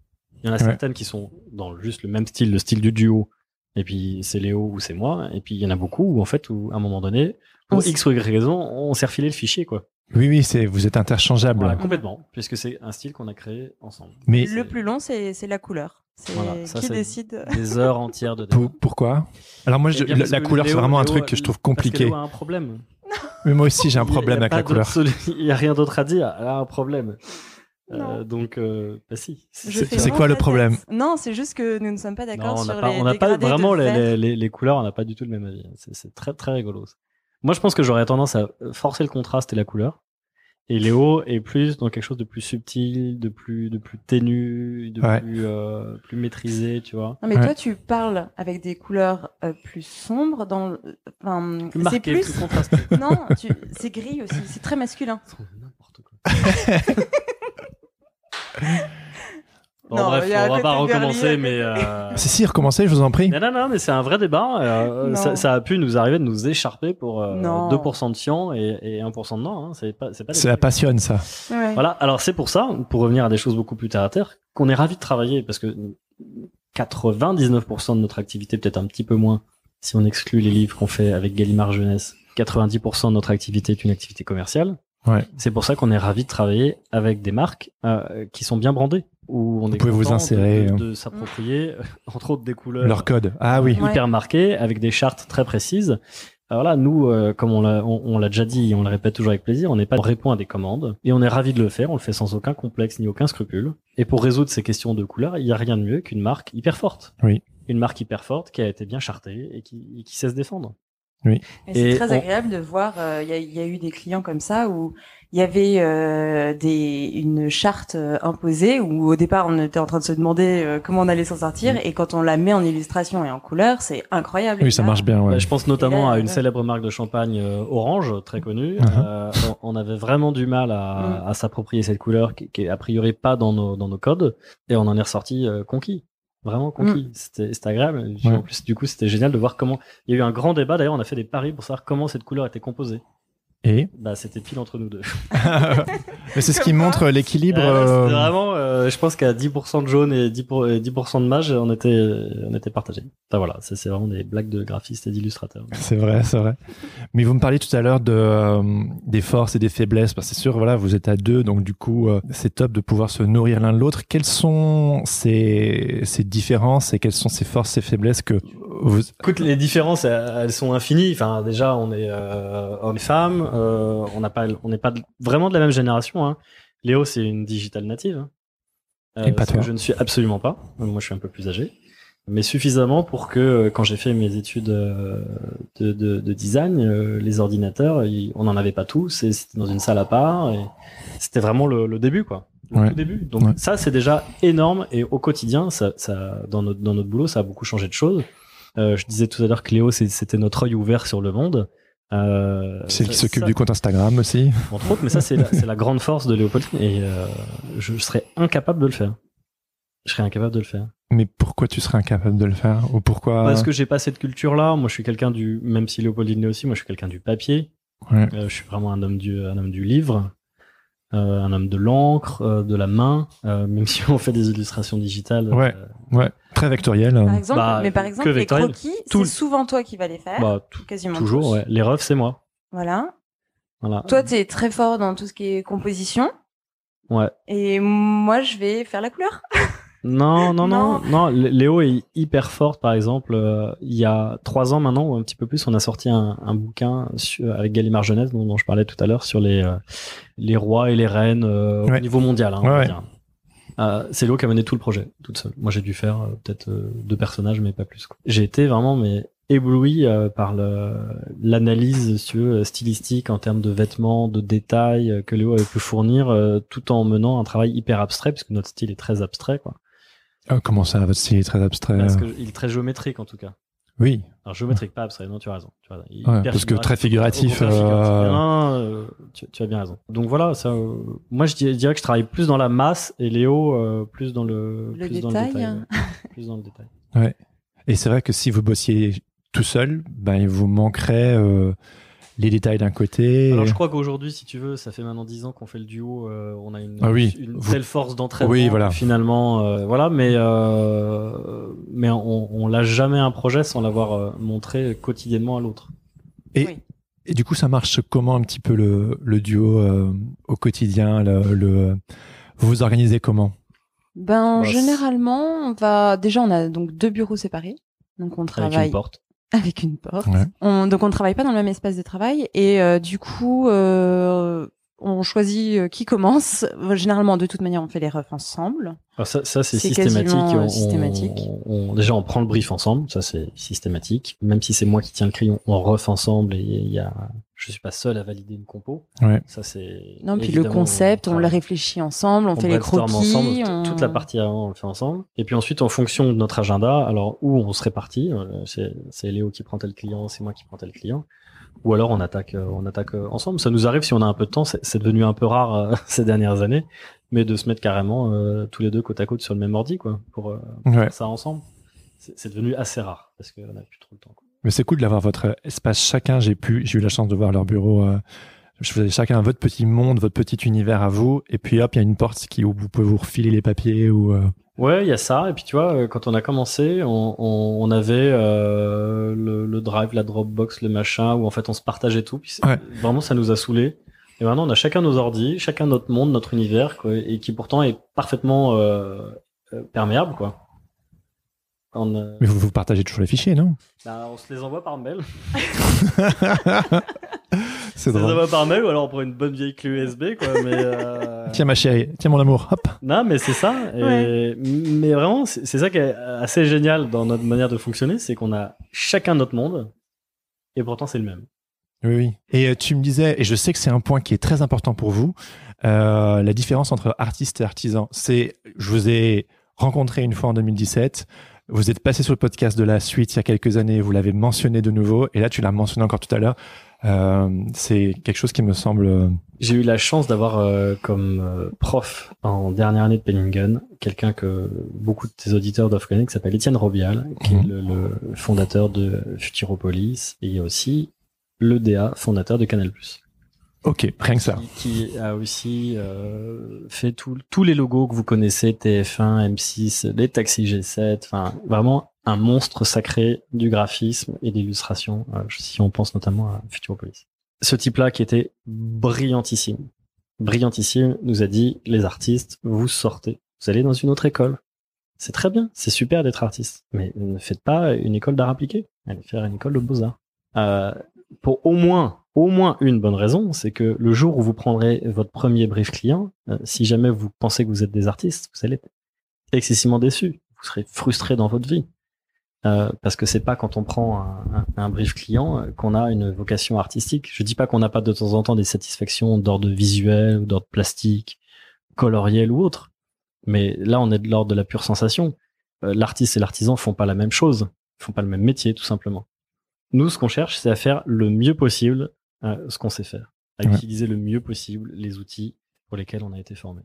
[SPEAKER 3] Il y en a
[SPEAKER 2] Ouais.
[SPEAKER 3] certaines qui sont dans juste le même style, le style du duo. Et puis c'est Léo ou c'est moi. Et puis il y en a beaucoup où en fait, où, à un moment donné,
[SPEAKER 1] On
[SPEAKER 3] pour
[SPEAKER 1] s-
[SPEAKER 3] X ou Y raison, on s'est refilé le fichier quoi.
[SPEAKER 2] Oui, oui, c'est vous êtes interchangeables.
[SPEAKER 3] Voilà, complètement, puisque c'est un style qu'on a créé ensemble.
[SPEAKER 2] Mais
[SPEAKER 1] Le plus long, c'est c'est la couleur. C'est
[SPEAKER 3] Voilà, ça,
[SPEAKER 1] qui
[SPEAKER 3] c'est-
[SPEAKER 1] décide.
[SPEAKER 3] Des heures entières de.
[SPEAKER 2] pour- pourquoi Alors moi, je-
[SPEAKER 3] Eh bien,
[SPEAKER 2] la,
[SPEAKER 3] parce
[SPEAKER 2] la
[SPEAKER 3] que
[SPEAKER 2] couleur, c'est
[SPEAKER 3] Léo-
[SPEAKER 2] vraiment un
[SPEAKER 3] Léo
[SPEAKER 2] truc
[SPEAKER 3] a-
[SPEAKER 2] que je trouve
[SPEAKER 3] Parce que
[SPEAKER 2] compliqué.
[SPEAKER 3] Léo a un problème.
[SPEAKER 2] Mais moi aussi, j'ai un
[SPEAKER 3] Il y a-
[SPEAKER 2] problème
[SPEAKER 3] il y a
[SPEAKER 2] avec
[SPEAKER 3] pas
[SPEAKER 2] la couleur.
[SPEAKER 3] d'autre solu- Il n'y a rien d'autre à dire. Elle a un problème. Euh,
[SPEAKER 1] Non.
[SPEAKER 3] donc, euh, bah si.
[SPEAKER 1] Je
[SPEAKER 3] C'est-
[SPEAKER 1] fais
[SPEAKER 2] c'est
[SPEAKER 1] vraiment
[SPEAKER 2] quoi le
[SPEAKER 1] la tête.
[SPEAKER 2] problème
[SPEAKER 1] Non, c'est juste que nous ne sommes pas
[SPEAKER 3] Non,
[SPEAKER 1] d'accord
[SPEAKER 3] on n'a
[SPEAKER 1] sur
[SPEAKER 3] pas,
[SPEAKER 1] les
[SPEAKER 3] on n'a pas
[SPEAKER 1] dégradés de
[SPEAKER 3] vraiment les,
[SPEAKER 1] vert.
[SPEAKER 3] les, les- les couleurs, on n'a pas du tout le même avis. C'est- C'est très très rigolo. ça. Moi, je pense que j'aurais tendance à euh, forcer le contraste et la couleur. Et Léo est plus dans quelque chose de plus subtil, de plus de plus ténu, de
[SPEAKER 2] Ouais.
[SPEAKER 3] plus euh, plus maîtrisé, tu vois.
[SPEAKER 1] Non, mais
[SPEAKER 2] Ouais.
[SPEAKER 1] toi, tu parles avec des couleurs euh, plus sombres. Dans, le- enfin,
[SPEAKER 3] Plus
[SPEAKER 1] c'est
[SPEAKER 3] marqué,
[SPEAKER 1] plus.
[SPEAKER 3] plus contrasté.
[SPEAKER 1] non, tu- c'est gris aussi. C'est très masculin.
[SPEAKER 3] N'importe quoi. Bon,
[SPEAKER 1] Non,
[SPEAKER 3] bref,
[SPEAKER 1] il y a un
[SPEAKER 3] on
[SPEAKER 1] côté
[SPEAKER 3] va pas
[SPEAKER 1] girly,
[SPEAKER 3] recommencer,
[SPEAKER 1] un
[SPEAKER 3] mais euh,
[SPEAKER 2] Si, si, recommencez, je vous en prie.
[SPEAKER 3] Non, non, non, mais c'est un vrai débat. euh,
[SPEAKER 1] Non.
[SPEAKER 3] ça, ça a pu nous arriver de nous écharper pour euh,
[SPEAKER 1] Non.
[SPEAKER 3] 2% de scients et, et 1% de non. hein. C'est pas, c'est pas des-
[SPEAKER 2] C'est la passionne, ça.
[SPEAKER 1] Ouais.
[SPEAKER 3] Voilà. Alors, c'est pour ça, pour revenir à des choses beaucoup plus terre à terre, qu'on est ravi de travailler parce que 99% de notre activité, peut-être un petit peu moins, si on exclut les livres qu'on fait avec Gallimard Jeunesse, 90% de notre activité est une activité commerciale.
[SPEAKER 2] Ouais.
[SPEAKER 3] C'est pour ça qu'on est ravi de travailler avec des marques euh, qui sont bien brandées, où on est
[SPEAKER 2] pouvez vous
[SPEAKER 3] content de-
[SPEAKER 2] insérer,
[SPEAKER 3] de,
[SPEAKER 2] hein.
[SPEAKER 3] de s'approprier, euh, entre autres, des couleurs
[SPEAKER 2] Leur code. Ah oui.
[SPEAKER 1] Ouais.
[SPEAKER 3] hyper marqué, avec des chartes très précises. Alors là, nous, euh, comme on l'a on, on l'a déjà dit, et on le répète toujours avec plaisir, on n'est pas on répond à des commandes et on est ravi de le faire. On le fait sans aucun complexe ni aucun scrupule. Et pour résoudre ces questions de couleur, il n'y a rien de mieux qu'une marque hyper forte.
[SPEAKER 2] Oui.
[SPEAKER 3] Une marque hyper forte qui a été bien chartée et qui, et qui sait se défendre.
[SPEAKER 1] Et c'est
[SPEAKER 3] Et
[SPEAKER 1] très
[SPEAKER 3] on-
[SPEAKER 1] agréable de voir. euh, Il y, a- il y a eu des clients comme ça où il y avait euh, des, une charte euh, imposée où au départ on était en train de se demander euh, comment on allait s'en sortir
[SPEAKER 3] Mm.
[SPEAKER 1] et quand on la met en illustration et en couleur, c'est incroyable. Et
[SPEAKER 2] Oui, ça
[SPEAKER 1] là,
[SPEAKER 2] marche bien.
[SPEAKER 3] Bah,
[SPEAKER 2] Ouais.
[SPEAKER 3] je pense notamment
[SPEAKER 1] là,
[SPEAKER 3] à une
[SPEAKER 1] là.
[SPEAKER 3] célèbre marque de champagne euh, orange, très connue.
[SPEAKER 2] Mhm.
[SPEAKER 3] Euh, on, on avait vraiment du mal à, à s'approprier cette couleur qui, qui est a priori pas dans nos, dans nos codes. Et on en est ressorti euh, conquis. Vraiment conquis. C'était c'était agréable. Et puis,
[SPEAKER 2] Ouais.
[SPEAKER 3] En plus, du coup, c'était génial de voir comment. Il y a eu un grand débat. D'ailleurs, on a fait des paris pour savoir comment cette couleur était composée.
[SPEAKER 2] Et
[SPEAKER 3] Bah, c'était pile entre nous deux.
[SPEAKER 2] Mais c'est ce qui
[SPEAKER 1] Comme
[SPEAKER 2] montre l'équilibre.
[SPEAKER 3] Ah ouais,
[SPEAKER 2] euh,
[SPEAKER 3] c'était vraiment, euh, je pense qu'à 10% de jaune et 10%, pour- et 10 de mage, on était, euh, on était partagés. Enfin voilà, ça, c'est vraiment des blagues de graphistes et d'illustrateurs.
[SPEAKER 2] C'est vrai, c'est vrai. Mais vous me parliez tout à l'heure de, euh, des forces et des faiblesses. Parce que c'est sûr, voilà, vous êtes à deux, donc du coup, euh, c'est top de pouvoir se nourrir l'un de l'autre. Quelles sont ces, ces différences et quelles sont ces forces et faiblesses que vous...
[SPEAKER 3] Écoute, les différences, elles elles sont infinies. Enfin, déjà, on est euh, homme-femme, euh, on n'a pas, on n'est pas de- vraiment de la même génération. Hein. Léo, c'est une digital native. hein. Euh,
[SPEAKER 2] Et pas
[SPEAKER 3] ce
[SPEAKER 2] toi.
[SPEAKER 3] que Je ne suis absolument pas. Moi, je suis un peu plus âgé, mais suffisamment pour que euh, quand j'ai fait mes études euh, de, de- de design, euh, les ordinateurs, ils- on n'en avait pas tous. et C'était dans une salle à part. et C'était vraiment le, le début, quoi. Le
[SPEAKER 2] Ouais.
[SPEAKER 3] tout début. Donc
[SPEAKER 2] Ouais.
[SPEAKER 3] ça, c'est déjà énorme. Et au quotidien, ça, ça, dans notre dans notre boulot, ça a beaucoup changé de choses. Euh, je disais tout à l'heure que Léo, c'est- c'était notre œil ouvert sur le monde. Euh,
[SPEAKER 2] Celle qui
[SPEAKER 3] ça-
[SPEAKER 2] s'occupe
[SPEAKER 3] ça,
[SPEAKER 2] du compte Instagram aussi.
[SPEAKER 3] Entre autres, mais ça, c'est la, c'est la grande force de Léopoldine. Et euh, je, je serais incapable de le faire. Je serais incapable de le faire.
[SPEAKER 2] Mais pourquoi tu serais incapable de le faire Ou pourquoi...
[SPEAKER 3] Parce que j'ai pas cette culture-là. Moi, je suis quelqu'un du. Même si Léopoldine l'est aussi, moi, je suis quelqu'un du papier.
[SPEAKER 2] Ouais.
[SPEAKER 3] Euh, je suis vraiment un homme du, un homme du livre. euh, un homme de l'encre, euh, de la main, euh, même si on fait des illustrations digitales.
[SPEAKER 2] Ouais.
[SPEAKER 3] euh,
[SPEAKER 2] Ouais, très vectoriel.
[SPEAKER 1] Par exemple,
[SPEAKER 3] Bah,
[SPEAKER 1] mais par
[SPEAKER 3] que
[SPEAKER 1] exemple, les
[SPEAKER 3] vectoriel.
[SPEAKER 1] croquis,
[SPEAKER 3] Tout-
[SPEAKER 1] c'est souvent toi qui vas les faire.
[SPEAKER 3] bah, tou-
[SPEAKER 1] quasiment.
[SPEAKER 3] toujours,
[SPEAKER 1] tous.
[SPEAKER 3] ouais. Les refs, c'est moi.
[SPEAKER 1] Voilà.
[SPEAKER 3] Voilà.
[SPEAKER 1] Toi, t'es très fort dans tout ce qui est composition.
[SPEAKER 3] Ouais.
[SPEAKER 1] Et moi, je vais faire la couleur.
[SPEAKER 3] Non, non, non,
[SPEAKER 1] Non.
[SPEAKER 3] non. Lé- Léo est hyper forte, par exemple. euh, il y a trois ans maintenant, ou un petit peu plus, on a sorti un, un bouquin sur- avec Gallimard Jeunesse, dont, dont je parlais tout à l'heure, sur les, euh, les rois et les reines euh,
[SPEAKER 2] Ouais.
[SPEAKER 3] au niveau mondial. hein, on
[SPEAKER 2] Ouais,
[SPEAKER 3] va
[SPEAKER 2] ouais.
[SPEAKER 3] dire. Euh, c'est Léo qui a mené tout le projet, toute seule. Moi, j'ai dû faire euh, peut-être euh, deux personnages, mais pas plus. quoi. J'ai été vraiment mais ébloui euh, par le- l'analyse si tu veux, stylistique en termes de vêtements, de détails euh, que Léo avait pu fournir, euh, tout en menant un travail hyper abstrait, puisque notre style est très abstrait. Quoi.
[SPEAKER 2] Ah, comment ça, votre style est très abstrait
[SPEAKER 3] Parce
[SPEAKER 2] euh,
[SPEAKER 3] que il est très géométrique en tout cas.
[SPEAKER 2] Oui,
[SPEAKER 3] Alors géométrique, pas abstrait, non, tu as raison. Tu as raison. Il-
[SPEAKER 2] Ouais,
[SPEAKER 3] hyper
[SPEAKER 2] parce que très figuratif,
[SPEAKER 3] au contraire, figuratif.
[SPEAKER 2] euh,
[SPEAKER 3] Non, non, non, euh, tu, tu as bien raison. Donc voilà, ça, euh, moi je dirais, je dirais que je travaille plus dans la masse et Léo euh, plus dans le,
[SPEAKER 1] Le
[SPEAKER 3] plus Dans le
[SPEAKER 1] détail.
[SPEAKER 3] détail ouais. plus dans le détail.
[SPEAKER 2] Et c'est vrai que si vous bossiez tout seul, ben, il vous manquerait euh, les détails d'un côté.
[SPEAKER 3] Alors je crois qu'aujourd'hui, si tu veux, ça fait maintenant 10 ans qu'on fait le duo, euh, on a une,
[SPEAKER 2] Ah oui,
[SPEAKER 3] une
[SPEAKER 2] vous-
[SPEAKER 3] telle force d'entraînement
[SPEAKER 2] Oui, voilà.
[SPEAKER 3] finalement, euh, voilà, mais euh, mais on, on lâche jamais un projet sans l'avoir euh, montré quotidiennement à l'autre.
[SPEAKER 2] Et,
[SPEAKER 1] Oui.
[SPEAKER 2] et du coup, ça marche comment un petit peu le, le duo euh, au quotidien le, le- Vous vous organisez comment
[SPEAKER 1] Ben,
[SPEAKER 3] Bah, c'est-
[SPEAKER 1] généralement, on va. Déjà, on a donc deux bureaux séparés. Donc, on travaille
[SPEAKER 3] Avec une porte.
[SPEAKER 1] avec une porte.
[SPEAKER 2] Ouais.
[SPEAKER 1] On- donc on ne travaille pas dans le même espace de travail et euh, du coup euh, on choisit euh, qui commence. Euh, Généralement de toute manière on fait les refs ensemble.
[SPEAKER 3] Alors ça, ça, c'est
[SPEAKER 1] C'est
[SPEAKER 3] systématique.
[SPEAKER 1] quasiment,
[SPEAKER 3] On-
[SPEAKER 1] euh, systématique.
[SPEAKER 3] on- on- déjà, on prend le brief ensemble, ça c'est systématique. Même si c'est moi qui tiens le crayon, on ref ensemble et il y a, je suis pas seul à valider une compo.
[SPEAKER 2] Ouais.
[SPEAKER 3] Ça c'est.
[SPEAKER 1] Non puis le
[SPEAKER 3] évidemment,
[SPEAKER 1] concept, on, le
[SPEAKER 3] travaille.
[SPEAKER 1] réfléchit ensemble, on, fait les
[SPEAKER 3] brainstorm
[SPEAKER 1] croquis,
[SPEAKER 3] ensemble,
[SPEAKER 1] on-
[SPEAKER 3] t- toute la partie avant, on le fait ensemble. Et puis ensuite, en fonction de notre agenda, alors où on se répartit, euh, c'est c'est Léo qui prend tel client, c'est moi qui prends tel client, ou alors on attaque, euh, on attaque euh, ensemble. Ça nous arrive si on a un peu de temps, c'est c'est devenu un peu rare euh, ces dernières années, mais de se mettre carrément euh, tous les deux côte à côte sur le même ordi, quoi, pour euh,
[SPEAKER 2] Ouais.
[SPEAKER 3] faire ça ensemble. C'est c'est devenu assez rare parce qu'on n'a plus trop le temps. quoi.
[SPEAKER 2] Mais c'est cool d'avoir votre euh, espace chacun. J'ai pu, j'ai eu la chance de voir leur bureau. euh, je faisais chacun votre petit monde, votre petit univers à vous. Et puis hop, il y a une porte qui où vous pouvez vous refiler les papiers ou. euh,
[SPEAKER 3] Ouais, il y a ça. Et puis tu vois, euh, quand on a commencé, on, on, on avait euh, le, le drive, la Dropbox, le machin, où en fait on se partageait tout. Puis c'est-
[SPEAKER 2] Ouais.
[SPEAKER 3] Vraiment, ça nous a saoulés. Et maintenant, on a chacun nos ordis, chacun notre monde, notre univers, quoi, et qui pourtant est parfaitement euh, euh, perméable, quoi. On, euh,
[SPEAKER 2] Mais vous vous partagez toujours les fichiers, non
[SPEAKER 3] bah, on se les envoie par mail.
[SPEAKER 2] C'est
[SPEAKER 3] on se les
[SPEAKER 2] drôle.
[SPEAKER 3] envoie par mail, ou alors on prend une bonne vieille clé USB, quoi. Mais euh,
[SPEAKER 2] Tiens ma chérie, tiens mon amour, hop.
[SPEAKER 3] Non, mais c'est ça. Et-
[SPEAKER 1] Ouais.
[SPEAKER 3] Mais vraiment, c'est c'est ça qui est assez génial dans notre manière de fonctionner, c'est qu'on a chacun notre monde, et pourtant c'est le même.
[SPEAKER 2] Oui, oui. Et euh, tu me disais, et je sais que c'est un point qui est très important pour vous, euh, la différence entre artiste et artisan. C'est, je vous ai rencontré une fois en 2017, vous êtes passé sur le podcast de la suite il y a quelques années, vous l'avez mentionné de nouveau, et là tu l'as mentionné encore tout à l'heure. Euh, c'est quelque chose qui me semble. euh,
[SPEAKER 3] J'ai eu la chance d'avoir euh, comme euh, prof en dernière année de Penningen quelqu'un que beaucoup de tes auditeurs doivent connaître qui s'appelle Étienne Robial, qui est le, le fondateur de Futuropolis et aussi le DA, fondateur de Canal+.
[SPEAKER 2] Ok, rien que ça.
[SPEAKER 3] qui, qui a aussi euh, fait tout- tous les logos que vous connaissez, TF1, M6, les taxis G7, enfin vraiment un monstre sacré du graphisme et d'illustration, euh, si on pense notamment à Futuropolis. Ce type-là qui était brillantissime, brillantissime, nous a dit, les artistes, vous sortez, vous allez dans une autre école. C'est très bien, c'est super d'être artiste, mais ne faites pas une école d'art appliqué, allez faire une école de beaux-arts. Euh, pour au moins, au moins une bonne raison, c'est que le jour où vous prendrez votre premier brief client, euh, si jamais vous pensez que vous êtes des artistes, vous allez être excessivement déçu. Vous serez frustré dans votre vie. Euh, parce que c'est pas quand on prend un, un- un brief client euh, qu'on a une vocation artistique. Je dis pas qu'on n'a pas de temps en temps des satisfactions d'ordre visuel ou d'ordre plastique, coloriel ou autre. Mais là, on est de l'ordre de la pure sensation. Euh, L'artiste et l'artisan font pas la même chose. Ils font pas le même métier, tout simplement. Nous, ce qu'on cherche, c'est à faire le mieux possible euh, ce qu'on sait faire, à
[SPEAKER 2] Ouais.
[SPEAKER 3] utiliser le mieux possible les outils pour lesquels on a été formé.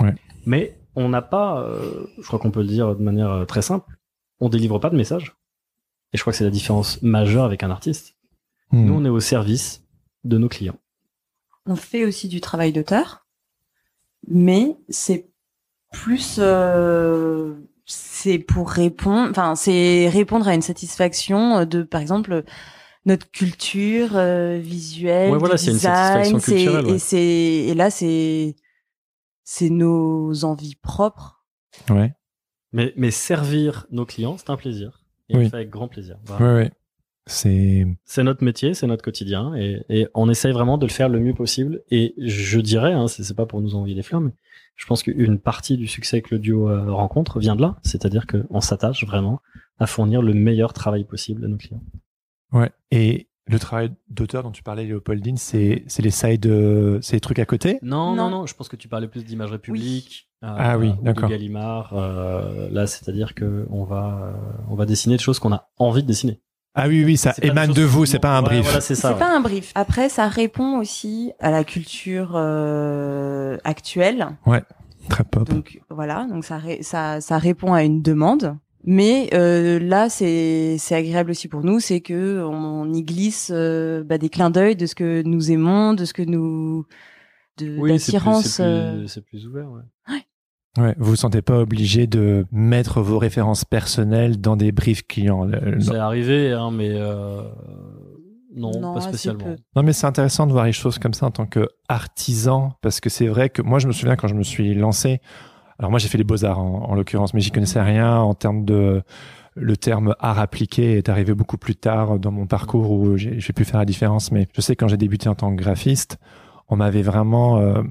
[SPEAKER 2] Ouais.
[SPEAKER 3] Mais on n'a pas, euh, je crois qu'on peut le dire de manière euh, très simple, on délivre pas de message. Et je crois que c'est la différence majeure avec un artiste.
[SPEAKER 2] Hmm.
[SPEAKER 3] Nous, on est au service de nos clients.
[SPEAKER 1] on fait aussi du travail d'auteur, mais c'est plus euh, c'est pour répondre, enfin c'est répondre à une satisfaction euh, de par exemple notre culture euh, visuelle,
[SPEAKER 3] Ouais,
[SPEAKER 1] du
[SPEAKER 3] voilà, c'est une
[SPEAKER 1] design,
[SPEAKER 3] satisfaction
[SPEAKER 1] c'est-
[SPEAKER 3] culturelle, ouais.
[SPEAKER 1] et c'est et là c'est c'est nos envies propres.
[SPEAKER 2] Ouais.
[SPEAKER 3] Mais, mais servir nos clients, c'est un plaisir. Et on
[SPEAKER 2] Oui.
[SPEAKER 3] le fait avec grand plaisir. Voilà.
[SPEAKER 2] Ouais, ouais. C'est.
[SPEAKER 3] c'est notre métier, c'est notre quotidien, et, et on essaye vraiment de le faire le mieux possible. Et je dirais, hein, c'est c'est pas pour nous envoyer des flammes, mais je pense qu'une partie du succès que le duo euh, rencontre vient de là, c'est-à-dire qu'on s'attache vraiment à fournir le meilleur travail possible à nos clients.
[SPEAKER 2] Ouais. Et le travail d'auteur dont tu parlais, Léopoldine, c'est c'est les sides, euh, c'est les trucs à côté.
[SPEAKER 3] Non, non,
[SPEAKER 1] Non.
[SPEAKER 3] non, je pense que tu parlais plus d'imagerie publique. euh,
[SPEAKER 2] Ah oui,
[SPEAKER 3] ou de
[SPEAKER 2] d'accord.
[SPEAKER 3] Gallimard, euh, là, c'est-à-dire que on va, euh, on va dessiner des choses qu'on a envie de dessiner.
[SPEAKER 2] Ah oui, oui, ça
[SPEAKER 3] C'est pas des
[SPEAKER 2] émane
[SPEAKER 3] choses
[SPEAKER 2] de
[SPEAKER 3] que tout
[SPEAKER 2] vous,
[SPEAKER 3] le
[SPEAKER 2] c'est
[SPEAKER 3] monde-
[SPEAKER 2] pas un
[SPEAKER 3] Ouais,
[SPEAKER 2] brief.
[SPEAKER 3] voilà, c'est
[SPEAKER 1] C'est
[SPEAKER 3] ça. ouais.
[SPEAKER 1] pas un brief. Après, ça répond aussi à la culture euh, actuelle.
[SPEAKER 2] Très pop.
[SPEAKER 1] Donc voilà, donc ça, ré- ça, ça répond à une demande. Mais euh, là, c'est c'est agréable aussi pour nous, c'est que on, y glisse euh, bah, des clins d'œil de ce que nous aimons, de ce que nous de euh.
[SPEAKER 3] Oui, c'est plus,
[SPEAKER 1] l'attirance.
[SPEAKER 3] c'est plus- c'est plus ouvert. ouais.
[SPEAKER 2] Ouais, vous vous sentez pas obligé de mettre vos références personnelles dans des briefs clients. Le- le-
[SPEAKER 3] C'est arrivé, hein, mais euh, non,
[SPEAKER 1] Non,
[SPEAKER 3] pas
[SPEAKER 1] assez
[SPEAKER 3] spécialement.
[SPEAKER 1] peu.
[SPEAKER 2] Non, mais c'est intéressant de voir les choses comme ça en tant qu'artisan, parce que c'est vrai que moi, je me souviens quand je me suis lancé. Alors, moi, j'ai fait les beaux-arts en, en l'occurrence, mais j'y connaissais rien en termes de. Le terme art appliqué est arrivé beaucoup plus tard dans mon parcours où j'ai j'ai pu faire la différence. Mais je sais, que quand j'ai débuté en tant que graphiste, on m'avait vraiment. euh,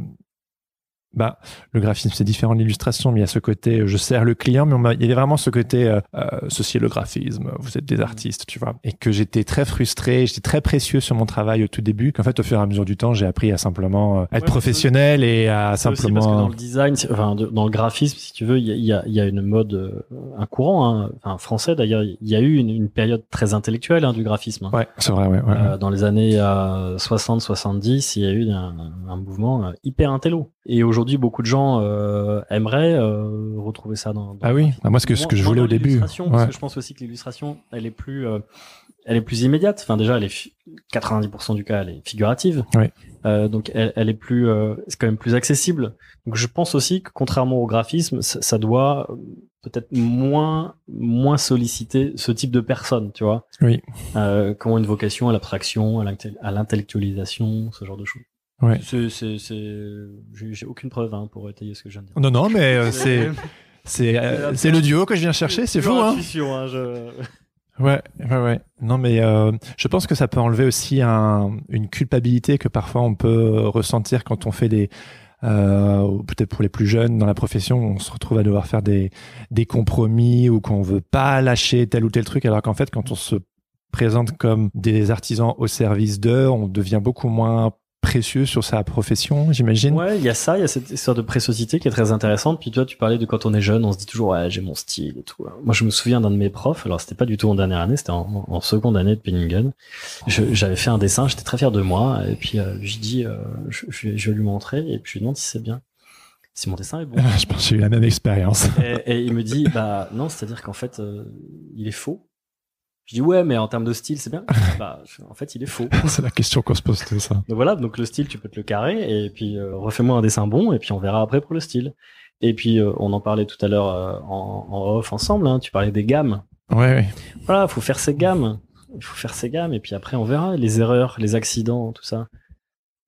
[SPEAKER 2] bah, le graphisme, c'est différent de l'illustration, mais il y a ce côté, euh, je sers le client, mais on m'a- il y avait vraiment ce côté, euh, euh, ceci est le graphisme, vous êtes des
[SPEAKER 3] Mmh.
[SPEAKER 2] artistes, tu vois. Et que j'étais très frustré, j'étais très précieux sur mon travail au tout début, qu'en fait, au fur et à mesure du temps, j'ai appris à simplement euh, être
[SPEAKER 3] Ouais,
[SPEAKER 2] professionnel et à
[SPEAKER 3] C'est aussi parce que
[SPEAKER 2] simplement. euh,
[SPEAKER 3] dans le design, c'est- enfin, de- dans le graphisme, si tu veux, il y a, il y a- il y a une mode, euh, un courant, hein, enfin, français d'ailleurs, il y a eu une, une période très intellectuelle hein, du graphisme. hein.
[SPEAKER 2] Ouais, c'est vrai, ouais, ouais.
[SPEAKER 3] Euh, dans les années 60-70, il y a eu un, un mouvement euh, hyper intello. Et aujourd'hui, beaucoup de gens euh, aimeraient euh, retrouver ça dans, dans
[SPEAKER 2] ah oui, Ah, moi, ce que, ce que je
[SPEAKER 3] Moins-
[SPEAKER 2] voulais
[SPEAKER 3] moins
[SPEAKER 2] au
[SPEAKER 3] bah, dans
[SPEAKER 2] début.
[SPEAKER 3] l'illustration, Parce
[SPEAKER 2] Ouais.
[SPEAKER 3] que je pense aussi que l'illustration, elle est plus, euh, elle est plus immédiate. Enfin, déjà, elle est fi- 90% du cas, elle est figurative.
[SPEAKER 2] Oui.
[SPEAKER 3] Euh, donc, elle, elle est plus, euh, c'est quand même plus accessible. Donc, je pense aussi que contrairement au graphisme, ça, ça doit euh, peut-être moins, moins solliciter ce type de personnes, tu vois.
[SPEAKER 2] Oui.
[SPEAKER 3] Euh, qui ont une vocation à l'abstraction, à l'intell- à l'intellectualisation, ce genre de choses.
[SPEAKER 2] Ouais.
[SPEAKER 3] C'est, c'est, c'est- j'ai j'ai aucune preuve hein, pour étayer ce que je viens de dire.
[SPEAKER 2] Non, non, mais euh, c'est. C'est euh, c'est le duo que je viens chercher, c'est
[SPEAKER 3] Pure
[SPEAKER 2] fou, hein
[SPEAKER 3] intuition, hein, je...
[SPEAKER 2] Ouais, ouais, ouais. Non, mais euh, je pense que ça peut enlever aussi un, une culpabilité que parfois on peut ressentir quand on fait des, euh, ou peut-être pour les plus jeunes dans la profession, on se retrouve à devoir faire des, des compromis ou qu'on veut pas lâcher tel ou tel truc, alors qu'en fait, quand on se présente comme des artisans au service d'eux, on devient beaucoup moins précieux sur sa profession, j'imagine.
[SPEAKER 3] Ouais, il y a ça, il y a cette histoire de préciosité qui est très intéressante. Puis toi, tu parlais de quand on est jeune, on se dit toujours, ouais, j'ai mon style et tout. Moi, je me souviens d'un de mes profs, alors c'était pas du tout en dernière année, c'était en, en seconde année de Penningen. Je- J'avais fait un dessin, j'étais très fier de moi, et puis euh, je dis, euh, je, je- je vais lui montrer, et puis je lui demande si c'est bien, si mon dessin est bon.
[SPEAKER 2] Ah, Je pense que j'ai eu la même expérience.
[SPEAKER 3] et, et il me dit, bah non, c'est-à-dire qu'en fait, euh, il est faux. Je dis ouais, mais en termes de style, c'est bien. bah, je- en fait, il est faux.
[SPEAKER 2] C'est la question qu'on se pose, c'est ça.
[SPEAKER 3] Donc voilà, donc le style, tu peux te le carrer, et puis euh, refais-moi un dessin bon, et puis on verra après pour le style. Et puis, euh, on en parlait tout à l'heure euh, en, en off ensemble, hein, tu parlais des gammes.
[SPEAKER 2] Ouais, ouais.
[SPEAKER 3] Voilà, faut faire ses gammes. Il faut faire ses gammes, et puis après, on verra les erreurs, les accidents, tout ça.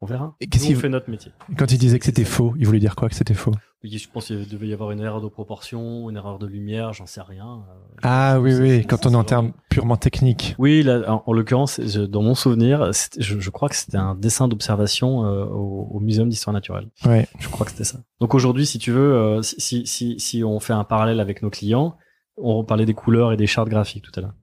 [SPEAKER 3] On verra.
[SPEAKER 2] Et qu'est-ce
[SPEAKER 3] Nous,
[SPEAKER 2] qu'il-
[SPEAKER 3] on fait notre métier.
[SPEAKER 2] Quand il disait que c'était faux, il voulait dire quoi que c'était faux
[SPEAKER 3] Oui, je pense qu'il devait y avoir une erreur de proportion, une erreur de lumière, j'en sais rien. euh.
[SPEAKER 2] Ah oui,
[SPEAKER 3] C'est-
[SPEAKER 2] oui,
[SPEAKER 3] c'est-
[SPEAKER 2] quand
[SPEAKER 3] c'est
[SPEAKER 2] on est en
[SPEAKER 3] genre-
[SPEAKER 2] termes purement techniques.
[SPEAKER 3] Oui, là, en, en l'occurrence, je- dans mon souvenir, c'était- je, je crois que c'était un dessin d'observation euh, au, au Muséum d'histoire naturelle.
[SPEAKER 2] Ouais.
[SPEAKER 3] Je crois que c'était ça. Donc aujourd'hui, si tu veux, euh, si, si, si, si on fait un parallèle avec nos clients, on parlait des couleurs et des chartes graphiques tout à l'heure.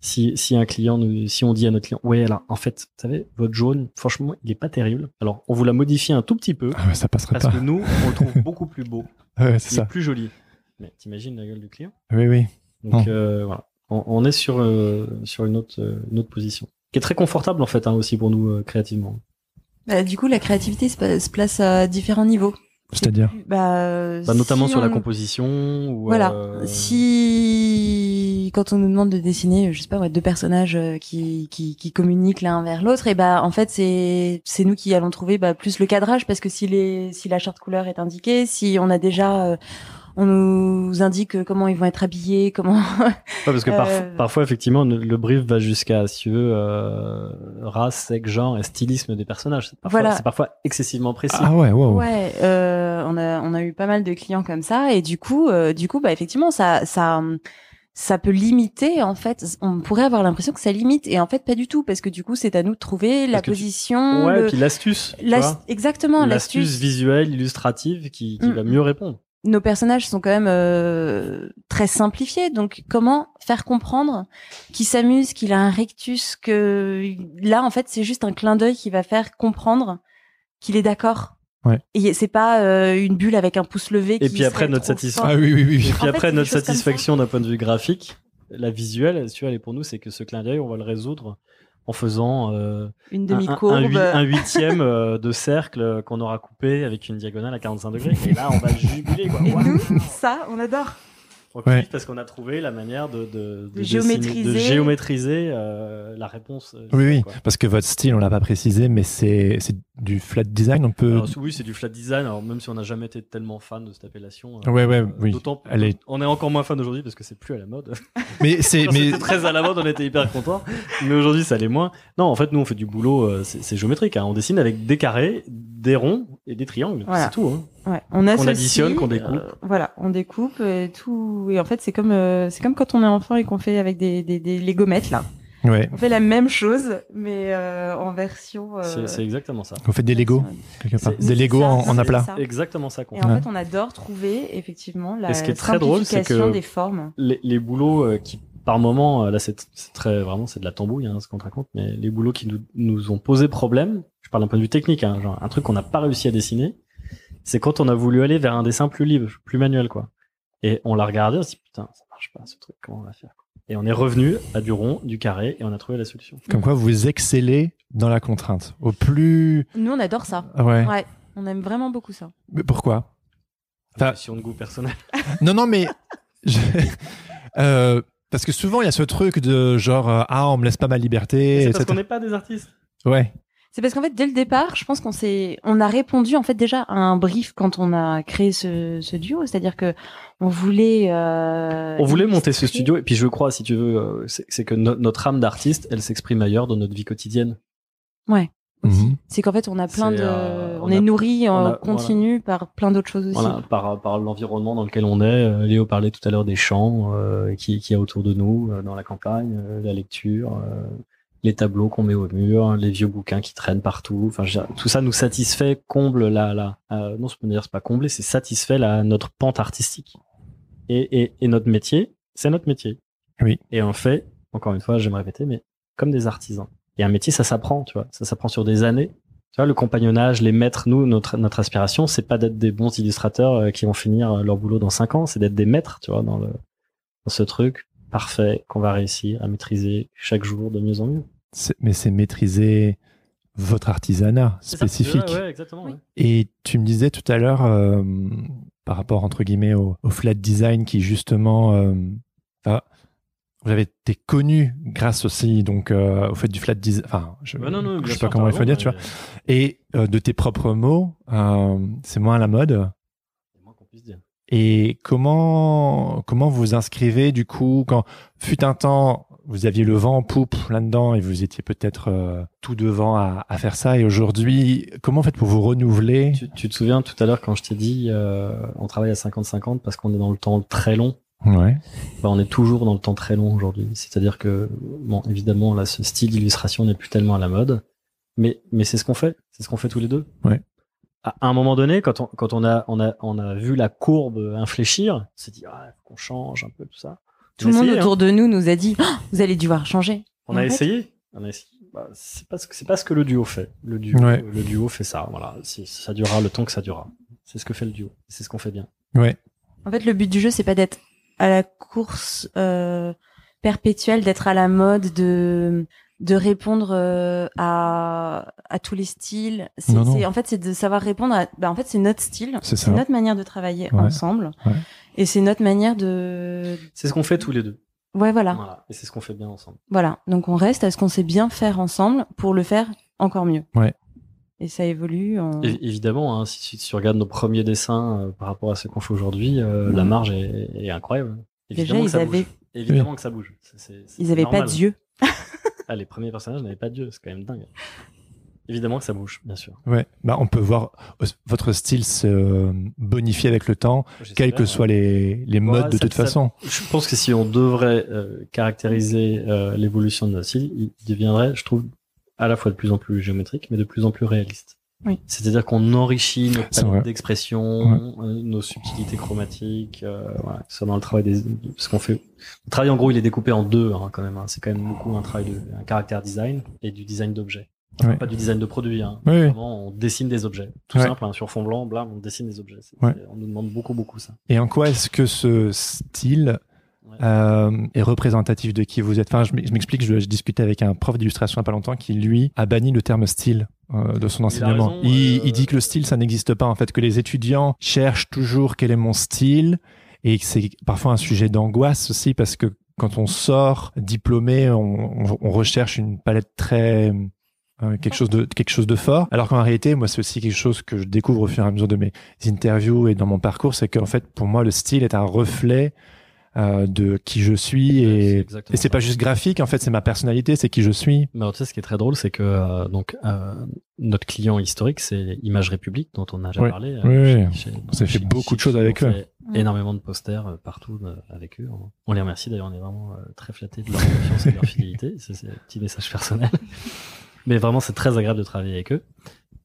[SPEAKER 3] Si, si un client, nous, si on dit à notre client, ouais, alors en fait, vous savez, votre jaune, franchement, il est pas terrible. Alors, on vous l'a modifié un tout petit peu
[SPEAKER 2] Ah ouais, ça passerait
[SPEAKER 3] parce
[SPEAKER 2] pas.
[SPEAKER 3] que nous, on le trouve beaucoup plus beau,
[SPEAKER 2] Ouais, c'est
[SPEAKER 3] il est
[SPEAKER 2] ça.
[SPEAKER 3] plus joli. Mais t'imagines la gueule du client
[SPEAKER 2] Oui, oui.
[SPEAKER 3] donc euh, voilà, on, on est sur euh, sur une autre euh, une autre position qui est très confortable en fait hein, aussi pour nous euh, créativement.
[SPEAKER 1] Bah, du coup, la créativité se, pa- se place à différents niveaux.
[SPEAKER 2] C'est-à-dire
[SPEAKER 1] Bah, euh,
[SPEAKER 3] Bah, notamment
[SPEAKER 1] si
[SPEAKER 3] sur la
[SPEAKER 1] on-
[SPEAKER 3] composition ou
[SPEAKER 1] Voilà.
[SPEAKER 3] euh,
[SPEAKER 1] Si quand on nous demande de dessiner, je sais pas, ouais, deux personnages euh, qui, qui, qui communiquent l'un vers l'autre, et bah en fait c'est c'est nous qui allons trouver bah, plus le cadrage parce que si les si la charte couleur est indiquée, si on a déjà euh, on nous indique comment ils vont être habillés, comment
[SPEAKER 3] ouais, parce que parf-
[SPEAKER 1] euh,
[SPEAKER 3] parfois effectivement ne- le brief va jusqu'à si tu veux euh, race, sexe, genre et stylisme des personnages. C'est parfois,
[SPEAKER 1] Voilà.
[SPEAKER 3] c'est parfois excessivement précis.
[SPEAKER 2] Ah ouais, wow.
[SPEAKER 1] Ouais, euh, on a on a eu pas mal de clients comme ça et du coup euh, du coup bah effectivement ça ça hum, ça peut limiter en fait on pourrait avoir l'impression que ça limite et en fait pas du tout parce que du coup c'est à nous de trouver la
[SPEAKER 3] que tu-
[SPEAKER 1] position
[SPEAKER 3] ouais,
[SPEAKER 1] Mmh, le-
[SPEAKER 3] et puis l'astuce. tu
[SPEAKER 1] l'as-
[SPEAKER 3] vois.
[SPEAKER 1] exactement
[SPEAKER 3] L'astuce
[SPEAKER 1] l'astuce
[SPEAKER 3] visuelle, illustrative, qui, qui
[SPEAKER 1] Mm.
[SPEAKER 3] va mieux répondre.
[SPEAKER 1] nos personnages sont quand même euh, très simplifiés donc comment faire comprendre qu'il s'amuse qu'il a un rectus que là en fait c'est juste un clin d'œil qui va faire comprendre qu'il est d'accord
[SPEAKER 2] Ouais.
[SPEAKER 1] et c'est pas euh, une bulle avec un pouce levé
[SPEAKER 3] Et
[SPEAKER 1] qui
[SPEAKER 3] puis après,
[SPEAKER 1] serait
[SPEAKER 3] notre
[SPEAKER 1] trop
[SPEAKER 3] satisfa-
[SPEAKER 1] fort.
[SPEAKER 2] Ah oui, oui,
[SPEAKER 3] Et
[SPEAKER 2] oui.
[SPEAKER 3] puis
[SPEAKER 1] En fait, c'est
[SPEAKER 3] après,
[SPEAKER 1] des
[SPEAKER 3] notre
[SPEAKER 1] choses comme ça.
[SPEAKER 3] satisfaction d'un point de vue graphique, la visuelle, tu vois, elle est pour nous, c'est que ce clin d'œil, on va le résoudre en faisant euh,
[SPEAKER 1] une
[SPEAKER 3] un, un- un
[SPEAKER 1] demi-courbe.
[SPEAKER 3] hui- un huitième euh, de cercle euh, qu'on aura coupé avec une diagonale à 45 degrés. Et là, on va jubiler. Quoi.
[SPEAKER 1] Et
[SPEAKER 3] Waouh
[SPEAKER 1] nous, ça, on adore.
[SPEAKER 3] On kiffe
[SPEAKER 2] Ouais.
[SPEAKER 3] Parce qu'on a trouvé la manière de, de, de
[SPEAKER 1] De
[SPEAKER 3] dessiner- de
[SPEAKER 1] géométriser.
[SPEAKER 3] géométriser euh, la réponse. euh,
[SPEAKER 2] Oui, oui,
[SPEAKER 3] quoi.
[SPEAKER 2] parce que votre style, on l'a pas précisé, mais c'est c'est du flat design, on peut...
[SPEAKER 3] Alors, oui, c'est du flat design, alors même si on n'a jamais été tellement fan de cette appellation. euh,
[SPEAKER 2] Ouais, ouais,
[SPEAKER 3] euh,
[SPEAKER 2] Ah oui.
[SPEAKER 3] D'autant,
[SPEAKER 2] Elle est-
[SPEAKER 3] on est encore moins fan aujourd'hui parce que c'est plus à la mode.
[SPEAKER 2] Mais c'est...
[SPEAKER 3] Quand
[SPEAKER 2] mais...
[SPEAKER 3] C'était très à la mode, on était hyper contents. Mais aujourd'hui, ça l'est moins. Non, en fait, nous, on fait du boulot, euh, c'est c'est géométrique. hein. On dessine avec des carrés, des ronds et des triangles.
[SPEAKER 1] Voilà.
[SPEAKER 3] C'est tout. hein.
[SPEAKER 1] Ouais, on associe,
[SPEAKER 3] additionne, qu'on
[SPEAKER 1] euh,
[SPEAKER 3] découpe.
[SPEAKER 1] voilà, on découpe et tout. Et en fait, c'est comme euh, c'est comme quand on est enfant et qu'on fait avec des, des, des les gommettes là.
[SPEAKER 2] Ouais,
[SPEAKER 1] On fait la même chose, mais euh, en version. euh,
[SPEAKER 3] C'est- C'est exactement ça.
[SPEAKER 2] vous faites des Lego, quelque part.
[SPEAKER 3] C'est-
[SPEAKER 2] Des Lego
[SPEAKER 1] c'est ça,
[SPEAKER 2] en, en
[SPEAKER 1] c'est
[SPEAKER 2] aplat.
[SPEAKER 1] ça.
[SPEAKER 3] Exactement ça qu'on
[SPEAKER 1] Et
[SPEAKER 3] fait.
[SPEAKER 1] en
[SPEAKER 2] Ouais.
[SPEAKER 1] fait, on adore trouver effectivement la
[SPEAKER 3] Et ce qui est très drôle, c'est que-
[SPEAKER 1] simplification des formes.
[SPEAKER 3] Les, les boulots euh, qui, par moment, euh, là, c'est c'est très, vraiment, c'est de la tambouille, hein, ce qu'on te raconte, mais les boulots qui nous, nous ont posé problème, je parle d'un point de vue technique, hein, genre, un truc qu'on n'a pas réussi à dessiner, c'est quand on a voulu aller vers un dessin plus libre, plus manuel, quoi. Et on l'a regardé, on s'est dit, putain, ça marche pas, ce truc, comment on va faire? quoi Et on est revenu à du rond, du carré, et on a trouvé la solution.
[SPEAKER 2] Comme quoi, vous excellez dans la contrainte. Au plus...
[SPEAKER 1] Nous, on adore ça.
[SPEAKER 2] Ah Ouais.
[SPEAKER 1] Ouais, on aime vraiment beaucoup ça.
[SPEAKER 2] Mais pourquoi Enfin-
[SPEAKER 3] Question de goût personnel.
[SPEAKER 2] Non, non, mais... je- euh, parce que souvent, il y a ce truc de genre, euh, ah, on me laisse pas ma liberté,
[SPEAKER 3] C'est
[SPEAKER 2] etc.
[SPEAKER 3] parce qu'on n'est pas des artistes.
[SPEAKER 2] Ouais,
[SPEAKER 1] C'est parce qu'en fait, dès le départ, je pense qu'on s'est, on a répondu en fait déjà à un brief quand on a créé ce, ce duo, c'est-à-dire que on voulait. euh,
[SPEAKER 3] On voulait monter ce
[SPEAKER 1] illustrer-
[SPEAKER 3] studio, et puis je crois, si tu veux, euh, c'est c'est que no- notre âme d'artiste, elle s'exprime ailleurs dans notre vie quotidienne.
[SPEAKER 2] Mhm.
[SPEAKER 1] C'est qu'en fait, on a plein
[SPEAKER 3] C'est,
[SPEAKER 1] de,
[SPEAKER 3] euh,
[SPEAKER 1] on,
[SPEAKER 3] on a-
[SPEAKER 1] est nourri
[SPEAKER 3] on
[SPEAKER 1] en
[SPEAKER 3] a-
[SPEAKER 1] continu par plein d'autres choses aussi.
[SPEAKER 3] Voilà, par, par l'environnement dans lequel on est. Euh, Léo parlait tout à l'heure des champs euh, qui, qui y a autour de nous, euh, dans la campagne, euh, la lecture, euh, les tableaux qu'on met au mur, les vieux bouquins qui traînent partout. Enfin, je veux dire, tout ça nous satisfait, comble la, la euh, non, c'est pas- d'ailleurs, c'est pas combler, c'est satisfait la, notre pente artistique. Et, et, et notre métier, c'est notre métier.
[SPEAKER 2] Oui.
[SPEAKER 3] Et on le fait, encore une fois, j'aime répéter, mais comme des artisans. Et un métier, ça s'apprend, tu vois. Ça s'apprend sur des années. Tu vois, le compagnonnage, les maîtres, nous, notre, notre aspiration, c'est pas d'être des bons illustrateurs euh, qui vont finir euh, leur boulot dans 5 ans, c'est d'être des maîtres, tu vois, dans, le, dans ce truc parfait qu'on va réussir à maîtriser chaque jour de mieux en mieux.
[SPEAKER 2] C'est- Mais c'est maîtriser votre artisanat spécifique.
[SPEAKER 3] exactement.
[SPEAKER 1] Oui.
[SPEAKER 2] Et tu me disais tout à l'heure, euh, par rapport entre guillemets au, au flat design qui justement, euh, enfin, vous avez été connu grâce aussi donc euh, au fait du flat design. Enfin, je,
[SPEAKER 3] Bah non, non,
[SPEAKER 2] je
[SPEAKER 3] bien
[SPEAKER 2] sais pas
[SPEAKER 3] sûr,
[SPEAKER 2] comment il faut
[SPEAKER 3] pardon,
[SPEAKER 2] dire, tu vois.
[SPEAKER 3] mais
[SPEAKER 2] Et euh, de tes propres mots, euh, c'est moins à la mode.
[SPEAKER 3] c'est le moins qu'on puisse dire.
[SPEAKER 2] Et comment comment vous inscrivez du coup quand fut un temps vous aviez le vent en poupe là-dedans et vous étiez peut-être euh, tout devant à, à faire ça et aujourd'hui comment faites pour vous renouveler
[SPEAKER 3] Tu, tu te souviens tout à l'heure quand je t'ai dit euh, on travaille à 50-50 parce qu'on est dans le temps très long.
[SPEAKER 2] Ouais.
[SPEAKER 3] Bah, on est toujours dans le temps très long aujourd'hui. C'est-à-dire que, bon, évidemment, là, ce style d'illustration n'est plus tellement à la mode, mais, mais c'est ce qu'on fait. C'est ce qu'on fait tous les deux.
[SPEAKER 2] Ouais.
[SPEAKER 3] À un moment donné, quand on, quand on, a, on, a, on a vu la courbe infléchir, on s'est dit, ah, faut qu'on change un peu tout ça.
[SPEAKER 1] Tout
[SPEAKER 3] On a
[SPEAKER 1] le monde
[SPEAKER 3] essayé, hein.
[SPEAKER 1] autour de nous nous a dit Ah, vous allez devoir changer.
[SPEAKER 3] On a
[SPEAKER 1] En fait-
[SPEAKER 3] essayé. On a essayé. Bah, c'est pas ce que c'est pas ce que le duo fait. Le duo,
[SPEAKER 2] Ouais.
[SPEAKER 3] le duo fait ça. Voilà. Si- Ça durera le temps que ça durera. C'est ce que fait le duo. C'est ce qu'on fait bien.
[SPEAKER 2] Ouais.
[SPEAKER 1] En fait, le but du jeu, c'est pas d'être à la course euh, perpétuelle, d'être à la mode, de de répondre euh, à à tous les styles. C'est,
[SPEAKER 2] Non, non.
[SPEAKER 1] c'est- en fait, c'est de savoir répondre à. Bah, en fait, c'est notre style,
[SPEAKER 2] C'est
[SPEAKER 1] c'est
[SPEAKER 2] ça.
[SPEAKER 1] notre manière de travailler
[SPEAKER 2] Ouais.
[SPEAKER 1] ensemble,
[SPEAKER 2] Ouais.
[SPEAKER 1] et c'est notre manière de.
[SPEAKER 3] C'est ce qu'on fait tous les deux.
[SPEAKER 1] Ouais, voilà,
[SPEAKER 3] Voilà. Et c'est ce qu'on fait bien ensemble.
[SPEAKER 1] voilà. Donc, on reste à ce qu'on sait bien faire ensemble pour le faire encore mieux.
[SPEAKER 2] Ouais.
[SPEAKER 1] Et ça évolue. En...
[SPEAKER 3] É- évidemment, hein, si, si tu regardes nos premiers dessins euh, par rapport à ce qu'on fait aujourd'hui, euh, la marge est, est incroyable.
[SPEAKER 1] Déjà,
[SPEAKER 3] Évidemment que
[SPEAKER 1] ils
[SPEAKER 3] ça bouge.
[SPEAKER 1] avaient
[SPEAKER 3] Évidemment que ça bouge. C'est- c'est- c'est
[SPEAKER 1] ils avaient pas
[SPEAKER 3] normal.
[SPEAKER 1] d'yeux.
[SPEAKER 3] Ah, les premiers personnages n'avaient pas d'yeux. C'est quand même dingue. Évidemment que ça bouge, bien sûr.
[SPEAKER 2] Ouais. Bah on peut voir euh, votre style se bonifier avec le temps, quels que soient les les modes
[SPEAKER 3] hein. Ouais,
[SPEAKER 2] de
[SPEAKER 3] ça-
[SPEAKER 2] toute
[SPEAKER 3] ça-
[SPEAKER 2] façon.
[SPEAKER 3] Je pense que si on devrait euh, caractériser euh, l'évolution de notre style, il deviendrait, je trouve, à la fois de plus en plus géométrique, mais de plus en plus réaliste.
[SPEAKER 1] Oui.
[SPEAKER 3] C'est-à-dire qu'on enrichit nos
[SPEAKER 2] C'est vrai.
[SPEAKER 3] palettes d'expression, euh, nos subtilités chromatiques, euh, voilà, que ce soit dans le travail des, de ce qu'on fait. Le travail, en gros, il est découpé en deux, hein, quand même. hein. C'est quand même beaucoup un travail de, un caractère design et du design d'objets. Enfin,
[SPEAKER 2] Ouais.
[SPEAKER 3] Pas du design de produits, hein.
[SPEAKER 2] Oui, oui.
[SPEAKER 3] Vraiment, on dessine des objets. Tout
[SPEAKER 2] Ouais.
[SPEAKER 3] simple, hein, sur fond blanc, blam, on dessine des objets. C'est-
[SPEAKER 2] Ouais.
[SPEAKER 3] c'est- On nous demande beaucoup, beaucoup ça.
[SPEAKER 2] Et en quoi est-ce que ce style
[SPEAKER 3] Ouais.
[SPEAKER 2] euh, est représentatif de qui vous êtes Enfin, je m- je m'explique, je, je discutais avec un prof d'illustration il n'y a pas longtemps qui, lui, a banni le terme style euh, de son
[SPEAKER 3] a
[SPEAKER 2] enseignement.
[SPEAKER 3] raison,
[SPEAKER 2] il,
[SPEAKER 3] euh,
[SPEAKER 2] il dit que le style, ça n'existe pas, en fait, que les étudiants cherchent toujours quel est mon style et que c'est parfois un sujet d'angoisse aussi parce que quand on sort diplômé, on, on- on recherche une palette très euh, quelque chose de quelque chose de fort alors qu'en réalité moi c'est aussi quelque chose que je découvre au fur et à mesure de mes interviews et dans mon parcours c'est qu'en fait pour moi le style est un reflet euh, de qui je suis
[SPEAKER 3] Euh, C'est
[SPEAKER 2] et
[SPEAKER 3] exactement
[SPEAKER 2] et c'est
[SPEAKER 3] ça.
[SPEAKER 2] pas juste graphique en fait c'est ma personnalité c'est qui je suis
[SPEAKER 3] Mais alors, tu sais, ce qui est très drôle, c'est que euh, donc euh, notre client historique, c'est Image République, dont on a déjà
[SPEAKER 2] Oui.
[SPEAKER 3] parlé. euh,
[SPEAKER 2] Oui, oui.
[SPEAKER 3] chez-
[SPEAKER 2] On s'est fait beaucoup de choses
[SPEAKER 3] on
[SPEAKER 2] avec
[SPEAKER 3] fait
[SPEAKER 2] eux.
[SPEAKER 1] Mm.
[SPEAKER 3] Énormément de posters euh, partout euh, avec eux. On- On les remercie d'ailleurs, on est vraiment euh, très flattés de leur confiance et de leur fidélité. C'est c'est un petit message personnel. Mais vraiment, c'est très agréable de travailler avec eux.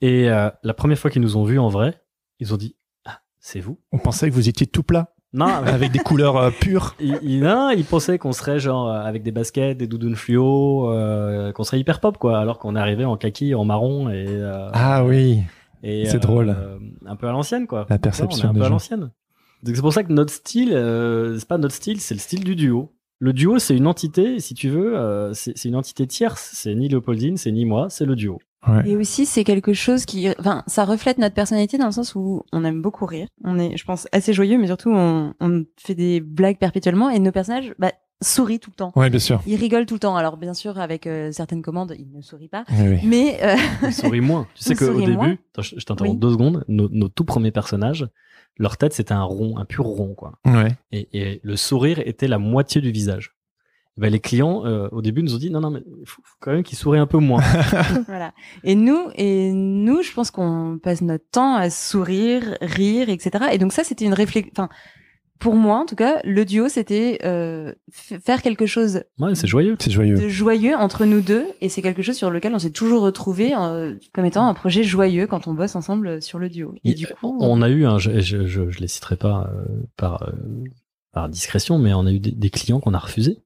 [SPEAKER 3] Et euh, la première fois qu'ils nous ont vus en vrai, ils ont dit Ah, c'est vous
[SPEAKER 2] on pensait que vous étiez tout plat
[SPEAKER 3] Non,
[SPEAKER 2] avec des couleurs euh, pures
[SPEAKER 3] il, il, non, il pensait qu'on serait genre euh, avec des baskets, des doudounes fluo, euh, qu'on serait hyper pop quoi, alors qu'on arrivait en kaki, en marron et, euh,
[SPEAKER 2] ah oui
[SPEAKER 3] et,
[SPEAKER 2] c'est drôle.
[SPEAKER 3] euh, un peu à l'ancienne quoi.
[SPEAKER 2] La perception
[SPEAKER 3] Ouais, on est un
[SPEAKER 2] des
[SPEAKER 3] peu à
[SPEAKER 2] gens.
[SPEAKER 3] l'ancienne. Donc c'est pour ça que notre style, euh, c'est pas notre style, c'est le style du duo. Le duo, c'est une entité, si tu veux, euh, c'est c'est une entité tierce. C'est ni Léopoldine, c'est ni moi, c'est le duo.
[SPEAKER 1] Et aussi, c'est quelque chose qui, enfin, ça reflète notre personnalité dans le sens où on aime beaucoup rire. On est, je pense, assez joyeux, mais surtout, on, on fait des blagues perpétuellement et nos personnages, bah, sourient tout le temps.
[SPEAKER 2] ouais bien sûr
[SPEAKER 1] Ils rigolent tout le temps. Alors, bien sûr, avec euh, certaines commandes, ils ne sourient pas.
[SPEAKER 2] oui, oui.
[SPEAKER 1] Mais, euh,
[SPEAKER 3] On sourit moins. Tu sais
[SPEAKER 1] On
[SPEAKER 3] qu'au
[SPEAKER 1] sourit moins.
[SPEAKER 3] début, Attends, je, je t'interromps
[SPEAKER 1] Oui.
[SPEAKER 3] deux secondes, nos, nos tout premiers personnages, leur tête c'était un rond, un pur rond quoi.
[SPEAKER 2] Ouais.
[SPEAKER 3] et, et le sourire était la moitié du visage. Eh ben, les clients, euh, au début, nous ont dit non, non, mais il faut, faut quand même qu'ils sourient un peu moins.
[SPEAKER 1] voilà. Et nous, et nous, je pense qu'on passe notre temps à sourire, rire, etc. Et donc ça, c'était une réflexion, enfin, pour moi, en tout cas, le duo, c'était euh, f- faire quelque chose
[SPEAKER 3] ouais, c'est joyeux.
[SPEAKER 2] c'est joyeux
[SPEAKER 1] de joyeux entre nous deux et c'est quelque chose sur lequel on s'est toujours retrouvé comme étant un projet joyeux quand on bosse ensemble euh, sur le duo. Et,
[SPEAKER 3] Et
[SPEAKER 1] du coup,
[SPEAKER 3] On a eu, un, je, je, je, je les citerai pas euh, par, euh, par discrétion, mais on a eu des, des clients qu'on a refusés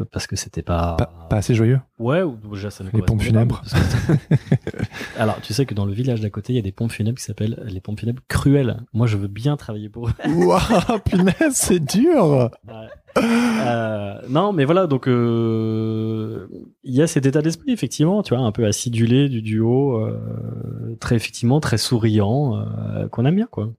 [SPEAKER 3] euh, parce que c'était pas.
[SPEAKER 2] pas, pas assez joyeux
[SPEAKER 3] Ouais, ou déjà ça nous
[SPEAKER 2] Les pompes
[SPEAKER 3] correspondait pas,
[SPEAKER 2] funèbres.
[SPEAKER 3] parce que- Alors, tu sais que dans le village d'à côté, il y a des pompes funèbres qui s'appellent les pompes funèbres cruelles. Moi, je veux bien travailler pour eux.
[SPEAKER 2] waouh punaise c'est dur
[SPEAKER 3] Ouais. Euh, non, mais voilà, donc euh, il y a cet état d'esprit, effectivement, tu vois, un peu acidulé du duo, euh, très effectivement, très souriant, euh, qu'on aime bien, quoi.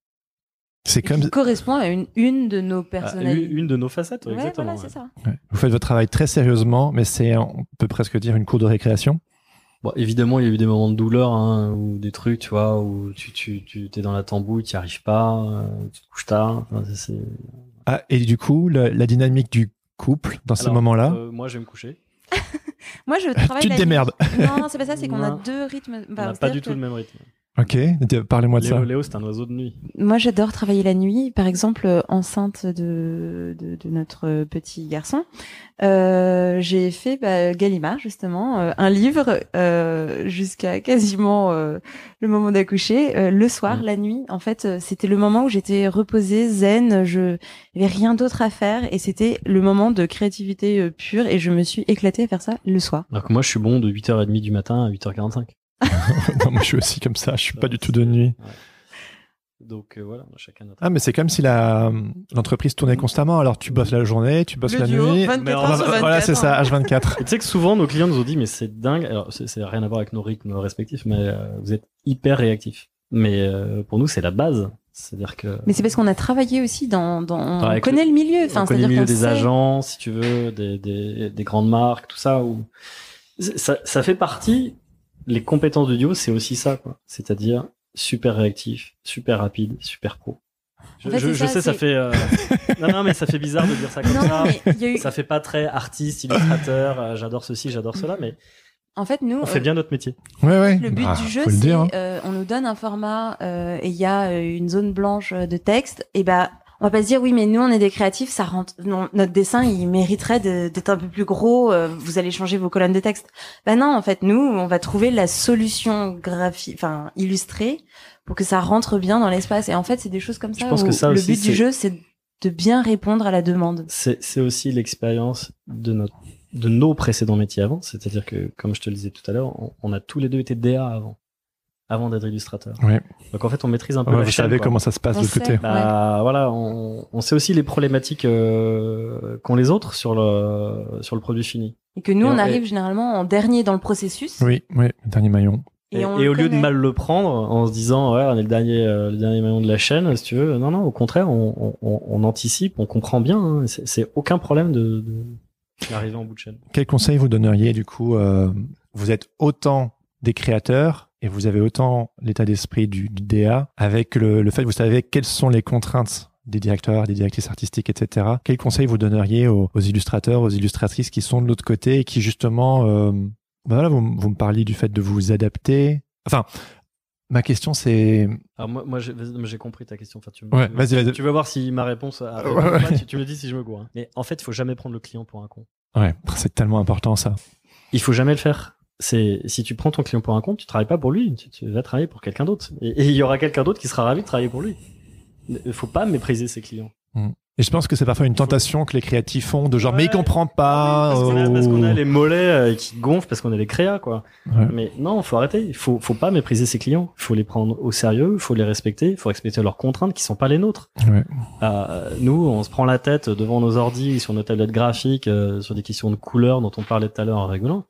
[SPEAKER 2] C'est comme
[SPEAKER 1] qui correspond à une, une de nos
[SPEAKER 3] Ah,
[SPEAKER 1] personnalités.
[SPEAKER 3] une, une de nos facettes, ouais,
[SPEAKER 1] ouais,
[SPEAKER 3] exactement.
[SPEAKER 1] voilà, c'est ça.
[SPEAKER 2] Ouais. Vous faites votre travail très sérieusement, mais c'est, on peut presque dire, une cour de récréation.
[SPEAKER 3] Bon, évidemment, il y a eu des moments de douleur hein, ou des trucs, tu vois, où tu, tu, tu t'es dans la tambouille, tu n'y arrives pas, euh, tu te couches tard. Enfin, c'est- c'est-
[SPEAKER 2] Ah, et du coup, la, la dynamique du couple dans ces
[SPEAKER 3] Alors,
[SPEAKER 2] moments-là.
[SPEAKER 3] euh, moi, je vais me coucher.
[SPEAKER 1] Moi, je travaille.
[SPEAKER 2] Ah, tu te
[SPEAKER 1] la
[SPEAKER 2] démerdes.
[SPEAKER 1] nuit. Non, non, c'est pas ça. C'est qu'on a
[SPEAKER 3] Non.
[SPEAKER 1] deux rythmes.
[SPEAKER 3] On
[SPEAKER 1] Enfin,
[SPEAKER 3] n'a pas
[SPEAKER 1] c'est-à-dire
[SPEAKER 3] du tout
[SPEAKER 1] que
[SPEAKER 3] le même rythme.
[SPEAKER 2] Ok. de- Parlez-moi de ça.
[SPEAKER 3] Léo, Léo, c'est un oiseau de nuit.
[SPEAKER 1] Moi, j'adore travailler la nuit. Par exemple, euh, enceinte de, de, de notre petit garçon, euh, j'ai fait bah, Gallimard, justement, euh, un livre euh, jusqu'à quasiment euh, le moment d'accoucher. euh, le soir,
[SPEAKER 3] Mm.
[SPEAKER 1] la nuit, en fait, euh, c'était le moment où j'étais reposée, zen, je n'avais rien d'autre à faire. Et c'était le moment de créativité euh, pure. Et je me suis éclatée à faire ça le soir.
[SPEAKER 3] Alors que moi, je suis bon de 8h30 du matin à 8h45.
[SPEAKER 2] non, moi, je suis aussi comme ça. Je suis pas du tout de nuit.
[SPEAKER 3] Donc euh, voilà, on a chacun notre.
[SPEAKER 2] Ah, mais c'est comme si la, euh, l'entreprise tournait constamment. Alors, tu bosses la journée, tu bosses
[SPEAKER 1] Le
[SPEAKER 2] la
[SPEAKER 1] duo,
[SPEAKER 2] nuit.
[SPEAKER 1] 24
[SPEAKER 3] heures
[SPEAKER 2] On va-
[SPEAKER 3] sur
[SPEAKER 2] voilà, c'est ça, H24.
[SPEAKER 3] Et tu sais que souvent, nos clients nous ont dit, mais c'est dingue. Alors, c'est c'est rien à voir avec nos rythmes respectifs, mais euh, vous êtes hyper réactifs. Mais euh, pour nous, c'est la base. C'est-à-dire que.
[SPEAKER 1] Mais c'est parce qu'on a travaillé aussi dans, dans on
[SPEAKER 3] Avec
[SPEAKER 1] connaît le milieu. Enfin,
[SPEAKER 3] on connaît
[SPEAKER 1] c'est-à-dire
[SPEAKER 3] le milieu
[SPEAKER 1] qu'on
[SPEAKER 3] des
[SPEAKER 1] sait-
[SPEAKER 3] agents, si tu veux, des, des, des grandes marques, tout ça. Où... Ça, ça fait partie. Les compétences de duo, c'est aussi ça, quoi. C'est-à-dire super réactif, super rapide, super pro. Je,
[SPEAKER 1] En fait,
[SPEAKER 3] je-
[SPEAKER 1] c'est
[SPEAKER 3] je
[SPEAKER 1] ça,
[SPEAKER 3] sais, ça
[SPEAKER 1] c'est-
[SPEAKER 3] fait. euh, non, non, mais ça fait bizarre de dire ça comme ça.
[SPEAKER 1] Non, mais il y a eu.
[SPEAKER 3] Ça fait pas très artiste, illustrateur. euh, j'adore ceci, j'adore cela, mais
[SPEAKER 1] En fait, nous,
[SPEAKER 3] on fait
[SPEAKER 1] euh,
[SPEAKER 3] bien notre métier.
[SPEAKER 2] Ouais, ouais.
[SPEAKER 1] Le but
[SPEAKER 2] Bah,
[SPEAKER 1] du jeu,
[SPEAKER 2] faut le
[SPEAKER 1] c'est
[SPEAKER 2] dire, hein.
[SPEAKER 1] euh, on nous donne un format euh, et il y a euh, une zone blanche euh, de texte. Et bah, on va pas se dire oui, mais nous on est des créatifs, ça rentre. non, notre dessin, il mériterait de- d'être un peu plus gros. euh, vous allez changer vos colonnes de texte. Bah non, en fait, nous, on va trouver la solution graphique, enfin illustrée, pour que ça rentre bien dans l'espace. Et en fait, c'est des choses comme
[SPEAKER 3] Je
[SPEAKER 1] ça.
[SPEAKER 3] pense
[SPEAKER 1] où
[SPEAKER 3] que ça
[SPEAKER 1] le
[SPEAKER 3] aussi,
[SPEAKER 1] but du
[SPEAKER 3] c'est-
[SPEAKER 1] jeu, c'est de bien répondre à la demande.
[SPEAKER 3] C'est, c'est aussi l'expérience de notre de nos précédents métiers avant, c'est-à-dire que, comme je te le disais tout à l'heure, on, on a tous les deux été DA avant, avant d'être illustrateur.
[SPEAKER 2] Ouais.
[SPEAKER 3] Donc en fait, on maîtrise un peu.
[SPEAKER 2] Ouais,
[SPEAKER 3] la
[SPEAKER 2] vous
[SPEAKER 3] chaîne,
[SPEAKER 2] savez
[SPEAKER 3] quoi.
[SPEAKER 2] comment ça se passe
[SPEAKER 1] euh, On
[SPEAKER 2] de l'autre côté.
[SPEAKER 1] sait.
[SPEAKER 3] Bah, voilà, on, on sait aussi les problématiques euh, qu'ont les autres sur le sur le produit fini.
[SPEAKER 1] Et que nous,
[SPEAKER 3] Et
[SPEAKER 1] on
[SPEAKER 3] on-
[SPEAKER 1] arrive généralement en dernier dans le processus.
[SPEAKER 2] Oui, oui, le dernier maillon.
[SPEAKER 3] Et,
[SPEAKER 1] on
[SPEAKER 3] et
[SPEAKER 1] le
[SPEAKER 3] au lieu de
[SPEAKER 1] connaît.
[SPEAKER 3] mal le prendre en se disant ouais on est le dernier euh, le dernier maillon de la chaîne si tu veux non non au contraire on, on, on anticipe on comprend bien hein. c'est, c'est aucun problème de, de- d'arriver en bout de chaîne
[SPEAKER 2] Quel conseil vous donneriez du coup euh, Vous êtes autant des créateurs et vous avez autant l'état d'esprit du, du DA avec le, le fait que vous savez quelles sont les contraintes des directeurs, des directrices artistiques, etc. Quel conseil vous donneriez aux, aux illustrateurs, aux illustratrices qui sont de l'autre côté et qui justement, euh, ben voilà, vous, m- vous me parliez du fait de vous adapter. Enfin, ma question c'est,
[SPEAKER 3] alors moi, moi j'ai, vas-y, j'ai compris ta question enfin tu me-
[SPEAKER 2] ouais,
[SPEAKER 3] tu me-
[SPEAKER 2] vas-y, vas-y.
[SPEAKER 3] tu veux voir si ma réponse a-
[SPEAKER 2] Ouais, ouais.
[SPEAKER 3] Ouais, tu, tu me dis si je me gourre hein. mais en fait il faut jamais prendre le client pour un con
[SPEAKER 2] Ouais, c'est tellement important ça.
[SPEAKER 3] il faut jamais le faire. C'est si tu prends ton client pour un compte, tu travailles pas pour lui, tu, tu vas travailler pour quelqu'un d'autre. Et et il y aura quelqu'un d'autre qui sera ravi de travailler pour lui. Il faut pas mépriser ses clients.
[SPEAKER 2] Et je pense que c'est parfois une tentation que les créatifs font de genre, mais il
[SPEAKER 3] Ouais.
[SPEAKER 2] comprend pas.
[SPEAKER 3] Ah parce, qu'on a,
[SPEAKER 2] oh.
[SPEAKER 3] parce qu'on a les mollets euh, qui gonflent, parce qu'on a les créas, quoi.
[SPEAKER 2] Ouais.
[SPEAKER 3] Mais non, faut arrêter. Il faut, faut pas mépriser ses clients. Il faut les prendre au sérieux, il faut les respecter, il faut respecter leurs contraintes qui sont pas les nôtres.
[SPEAKER 2] Ouais.
[SPEAKER 3] Euh, nous, on se prend la tête devant nos ordi, sur nos tablettes graphiques, euh, sur des questions de couleurs dont on parlait tout à l'heure en rigolant.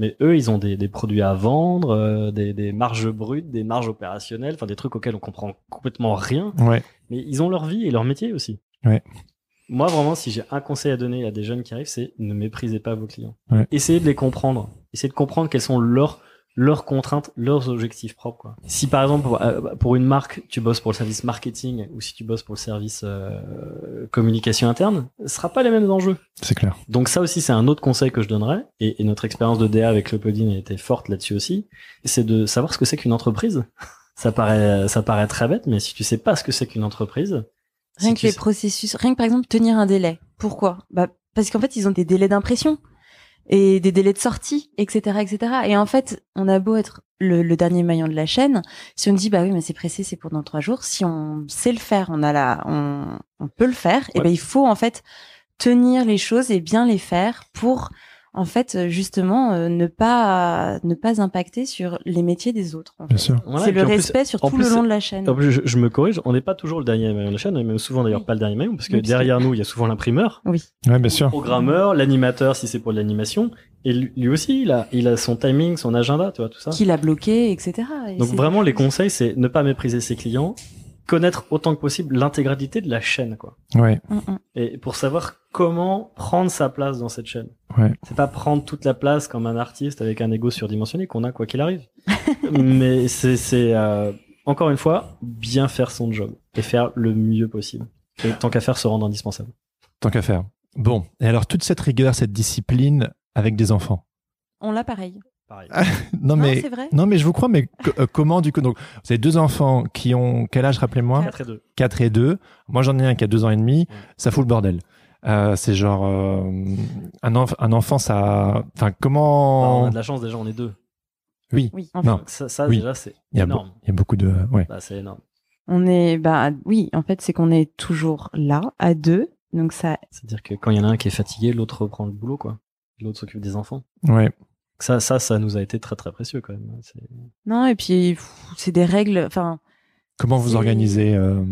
[SPEAKER 3] Mais eux, ils ont des, des produits à vendre, euh, des, des marges brutes, des marges opérationnelles, enfin des trucs auxquels on comprend complètement rien.
[SPEAKER 2] Ouais.
[SPEAKER 3] Mais ils ont leur vie et leur métier aussi.
[SPEAKER 2] Ouais.
[SPEAKER 3] Moi, vraiment, si j'ai un conseil à donner à des jeunes qui arrivent, c'est ne méprisez pas vos clients.
[SPEAKER 2] Ouais.
[SPEAKER 3] Essayez de les comprendre. Essayez de comprendre quelles sont leurs leurs contraintes, leurs objectifs propres. quoi. Si par exemple pour- euh, pour une marque, tu bosses pour le service marketing ou si tu bosses pour le service euh, communication interne, ce sera pas les mêmes enjeux.
[SPEAKER 2] C'est clair.
[SPEAKER 3] Donc ça aussi, c'est un autre conseil que je donnerais, et, et notre expérience de DA avec le Podin a été forte là-dessus aussi, c'est de savoir ce que c'est qu'une entreprise. Ça paraît, ça paraît très bête, mais si tu sais pas ce que c'est qu'une entreprise,
[SPEAKER 1] Rien
[SPEAKER 3] si
[SPEAKER 1] que
[SPEAKER 3] tu
[SPEAKER 1] les
[SPEAKER 3] sais-
[SPEAKER 1] processus, rien que par exemple tenir un délai. Pourquoi bah, Parce qu'en fait, ils ont des délais d'impression et des délais de sortie, etc., etc. Et en fait, on a beau être le, le dernier maillon de la chaîne, si on dit bah oui, mais c'est pressé, c'est pour dans trois jours. Si on sait le faire, on a la, on, on peut le faire. Et
[SPEAKER 3] Ouais.
[SPEAKER 1] ben il faut en fait tenir les choses et bien les faire pour en fait justement euh, ne pas ne pas impacter sur les métiers des autres. en fait.
[SPEAKER 2] Bien sûr.
[SPEAKER 3] Voilà,
[SPEAKER 1] c'est le
[SPEAKER 3] et puis en plus-
[SPEAKER 1] respect sur
[SPEAKER 3] en
[SPEAKER 1] tout le
[SPEAKER 3] plus,
[SPEAKER 1] long de la chaîne.
[SPEAKER 3] en plus, je, je me corrige, on n'est pas toujours le dernier maillon de la chaîne, et même souvent d'ailleurs
[SPEAKER 1] Oui.
[SPEAKER 3] pas le dernier maillon, parce que
[SPEAKER 1] Oui, parce que-
[SPEAKER 3] derrière nous, il y a souvent l'imprimeur,
[SPEAKER 1] Oui.
[SPEAKER 2] Ouais, bien
[SPEAKER 3] le
[SPEAKER 2] sûr.
[SPEAKER 3] programmeur, l'animateur si c'est pour de l'animation, et lui, lui aussi, il a, il a son timing, son agenda, tu vois, tout ça.
[SPEAKER 1] Qui l'a bloqué, etc. Et
[SPEAKER 3] Donc
[SPEAKER 1] c'est-
[SPEAKER 3] vraiment, les conseils, c'est ne pas mépriser ses clients, connaître autant que possible l'intégralité de la chaîne, quoi.
[SPEAKER 2] Ouais.
[SPEAKER 1] Mm,
[SPEAKER 3] Et pour savoir comment prendre sa place dans cette chaîne.
[SPEAKER 2] Ouais.
[SPEAKER 3] C'est pas prendre toute la place comme un artiste avec un ego surdimensionné qu'on a quoi qu'il arrive. Mais c'est, c'est euh, encore une fois, bien faire son job et faire le mieux possible. Et tant qu'à faire, se rendre indispensable.
[SPEAKER 2] Tant qu'à faire. Bon. Et alors, toute cette rigueur, cette discipline avec des enfants.
[SPEAKER 1] On l'a pareil.
[SPEAKER 3] Pareil.
[SPEAKER 2] Ah.
[SPEAKER 1] Non,
[SPEAKER 2] Non, mais.
[SPEAKER 1] c'est vrai.
[SPEAKER 2] Non, mais je vous crois, mais co- euh, comment du coup Donc, vous avez deux enfants qui ont. Quel âge, rappelez-moi
[SPEAKER 3] Quatre et deux.
[SPEAKER 2] 4 et 2. Moi, j'en ai un qui a 2 ans et demi.
[SPEAKER 3] Ouais.
[SPEAKER 2] Ça fout le bordel. Euh, c'est genre euh, un, enf- un enfant, ça. Enfin,
[SPEAKER 3] Bah, on
[SPEAKER 2] comment
[SPEAKER 3] a de la chance déjà, on est deux.
[SPEAKER 2] Oui,
[SPEAKER 1] Oui, en
[SPEAKER 2] Non.
[SPEAKER 3] Donc ça, ça,
[SPEAKER 2] Oui.
[SPEAKER 3] déjà, c'est
[SPEAKER 2] il y, a beau-
[SPEAKER 3] énorme.
[SPEAKER 2] il y a beaucoup de. Ouais.
[SPEAKER 3] Bah, c'est énorme.
[SPEAKER 1] On est, bah oui, en fait, c'est qu'on est toujours là, à deux. Donc ça,
[SPEAKER 3] C'est-à-dire que quand il y en a un qui est fatigué, l'autre reprend le boulot, quoi. L'autre s'occupe des enfants.
[SPEAKER 2] Ouais.
[SPEAKER 3] Ça, ça, ça nous a été très très précieux quand même. C'est-
[SPEAKER 1] non, et puis pff, c'est des règles, enfin.
[SPEAKER 2] Comment vous
[SPEAKER 1] C'est-
[SPEAKER 2] organisez euh,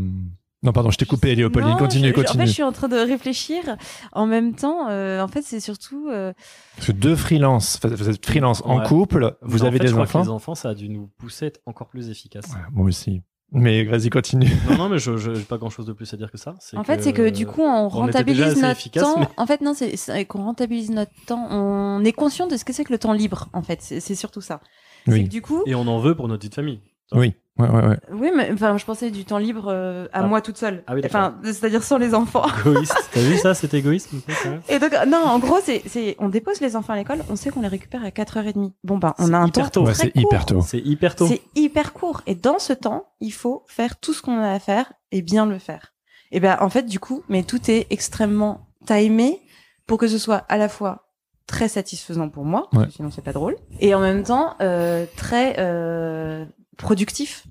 [SPEAKER 2] Non, pardon, je t'ai coupé, Léopoldine.
[SPEAKER 1] Non,
[SPEAKER 2] continue,
[SPEAKER 1] je- je- En
[SPEAKER 2] continue.
[SPEAKER 1] fait, je suis en train de réfléchir. En même temps, euh, en fait, c'est surtout, euh,
[SPEAKER 2] Parce que deux freelances, enfin, vous êtes freelance en
[SPEAKER 3] Ouais.
[SPEAKER 2] couple, vous
[SPEAKER 3] Mais en
[SPEAKER 2] avez
[SPEAKER 3] fait,
[SPEAKER 2] des
[SPEAKER 3] je crois que
[SPEAKER 2] enfants
[SPEAKER 3] Les enfants, ça a dû nous pousser à être encore plus efficaces.
[SPEAKER 2] Ouais, Moi aussi. Mais vas-y, continue.
[SPEAKER 3] non, non, mais je je- j'ai pas grand chose de plus à dire que ça.
[SPEAKER 1] en fait, c'est que du coup, on
[SPEAKER 3] on était déjà
[SPEAKER 1] rentabilise
[SPEAKER 3] assez
[SPEAKER 1] notre
[SPEAKER 3] efficace,
[SPEAKER 1] temps.
[SPEAKER 3] mais-
[SPEAKER 1] En fait, non, c'est- c'est qu'on rentabilise notre temps. On est conscient de ce que c'est que le temps libre. En fait, c'est c'est surtout ça. C'est que
[SPEAKER 2] Oui.
[SPEAKER 1] du coup,
[SPEAKER 3] Et on en veut pour notre petite famille.
[SPEAKER 2] Oui. Ouais, ouais, ouais.
[SPEAKER 1] oui, mais enfin, je pensais du temps libre euh, à
[SPEAKER 3] Ah.
[SPEAKER 1] moi toute seule.
[SPEAKER 3] Ah oui, d'accord.
[SPEAKER 1] enfin, c'est-à-dire sans les enfants.
[SPEAKER 3] Égoïste. T'as vu ça C'est égoïste du coup, quand même
[SPEAKER 1] Et donc, non, en gros, c'est, c'est, on dépose les enfants à l'école, on sait qu'on les récupère à 4h30. Bon, bah, on
[SPEAKER 3] C'est
[SPEAKER 1] a un temps
[SPEAKER 3] hyper tôt.
[SPEAKER 1] très
[SPEAKER 2] Ouais, c'est
[SPEAKER 1] court.
[SPEAKER 2] hyper tôt.
[SPEAKER 3] C'est hyper tôt.
[SPEAKER 1] C'est hyper court. Et dans ce temps, il faut faire tout ce qu'on a à faire et bien le faire. Et ben, en fait, du coup, mais tout est extrêmement timé pour que ce soit à la fois très satisfaisant pour moi, parce que sinon c'est pas drôle, et en même temps, euh, très, euh, productif.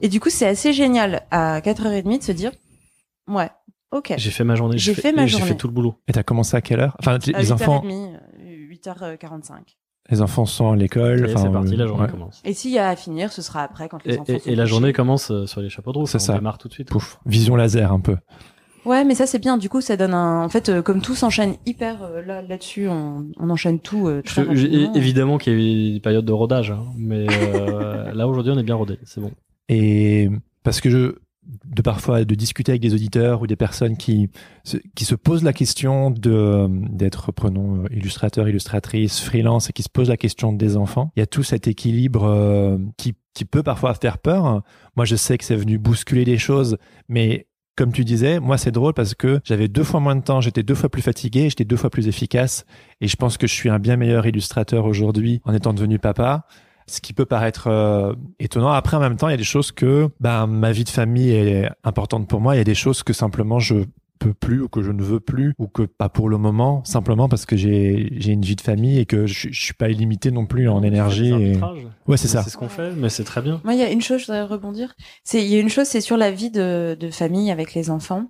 [SPEAKER 1] Et du coup, c'est assez génial à 4h30 de se dire, ouais, ok.
[SPEAKER 3] J'ai fait ma journée.
[SPEAKER 1] J'ai fait ma
[SPEAKER 3] J'ai
[SPEAKER 1] journée.
[SPEAKER 3] fait tout le boulot.
[SPEAKER 2] Et t'as commencé à quelle heure Enfin, les,
[SPEAKER 1] À
[SPEAKER 3] Ah,
[SPEAKER 2] les enfants,
[SPEAKER 1] 8h30, euh, 8h45.
[SPEAKER 2] les enfants sont à l'école.
[SPEAKER 3] Et
[SPEAKER 2] enfin, euh,
[SPEAKER 3] c'est parti, la journée
[SPEAKER 2] ouais.
[SPEAKER 3] commence.
[SPEAKER 1] Et s'il y a à finir, ce sera après quand les
[SPEAKER 3] Et,
[SPEAKER 1] enfants
[SPEAKER 3] et-
[SPEAKER 1] sont
[SPEAKER 3] et la
[SPEAKER 1] couchés.
[SPEAKER 3] journée commence euh, sur les chapeaux de roue.
[SPEAKER 2] C'est
[SPEAKER 3] quoi.
[SPEAKER 2] ça.
[SPEAKER 3] On démarre tout de suite. quoi.
[SPEAKER 2] Pouf, vision laser un peu.
[SPEAKER 1] Ouais, mais ça c'est bien. Du coup, ça donne un. En fait, euh, comme tout s'enchaîne hyper euh, là là-dessus, on, on enchaîne tout euh,
[SPEAKER 3] Je-
[SPEAKER 1] très
[SPEAKER 3] j'ai-
[SPEAKER 1] rapidement.
[SPEAKER 3] évidemment qu'il y a eu des périodes de rodage, hein, mais euh, là aujourd'hui on est bien rodé, c'est bon.
[SPEAKER 2] Et parce que je, de parfois de discuter avec des auditeurs ou des personnes qui se, qui se posent la question de d'être prenons euh, illustrateur, illustratrice, freelance et qui se posent la question des enfants, il y a tout cet équilibre euh, qui qui peut parfois faire peur. Moi, je sais que c'est venu bousculer les choses, mais comme tu disais, moi c'est drôle parce que j'avais deux fois moins de temps, j'étais deux fois plus fatigué, j'étais deux fois plus efficace et je pense que je suis un bien meilleur illustrateur aujourd'hui en étant devenu papa ce qui peut paraître euh, étonnant. Après, en même temps, il y a des choses que ben, ma vie de famille est importante pour moi. Il y a des choses que simplement je peux plus ou que je ne veux plus ou que pas pour le moment, simplement parce que j'ai j'ai une vie de famille et que je, je suis pas illimité non plus en
[SPEAKER 3] Tu fais des
[SPEAKER 2] énergie. et-
[SPEAKER 3] arbitrages.
[SPEAKER 2] Ouais, c'est ça.
[SPEAKER 3] C'est ce qu'on fait, mais c'est très bien.
[SPEAKER 1] Moi, il y a une chose, je voudrais rebondir. C'est il y a une chose, c'est sur la vie de, de famille avec les enfants.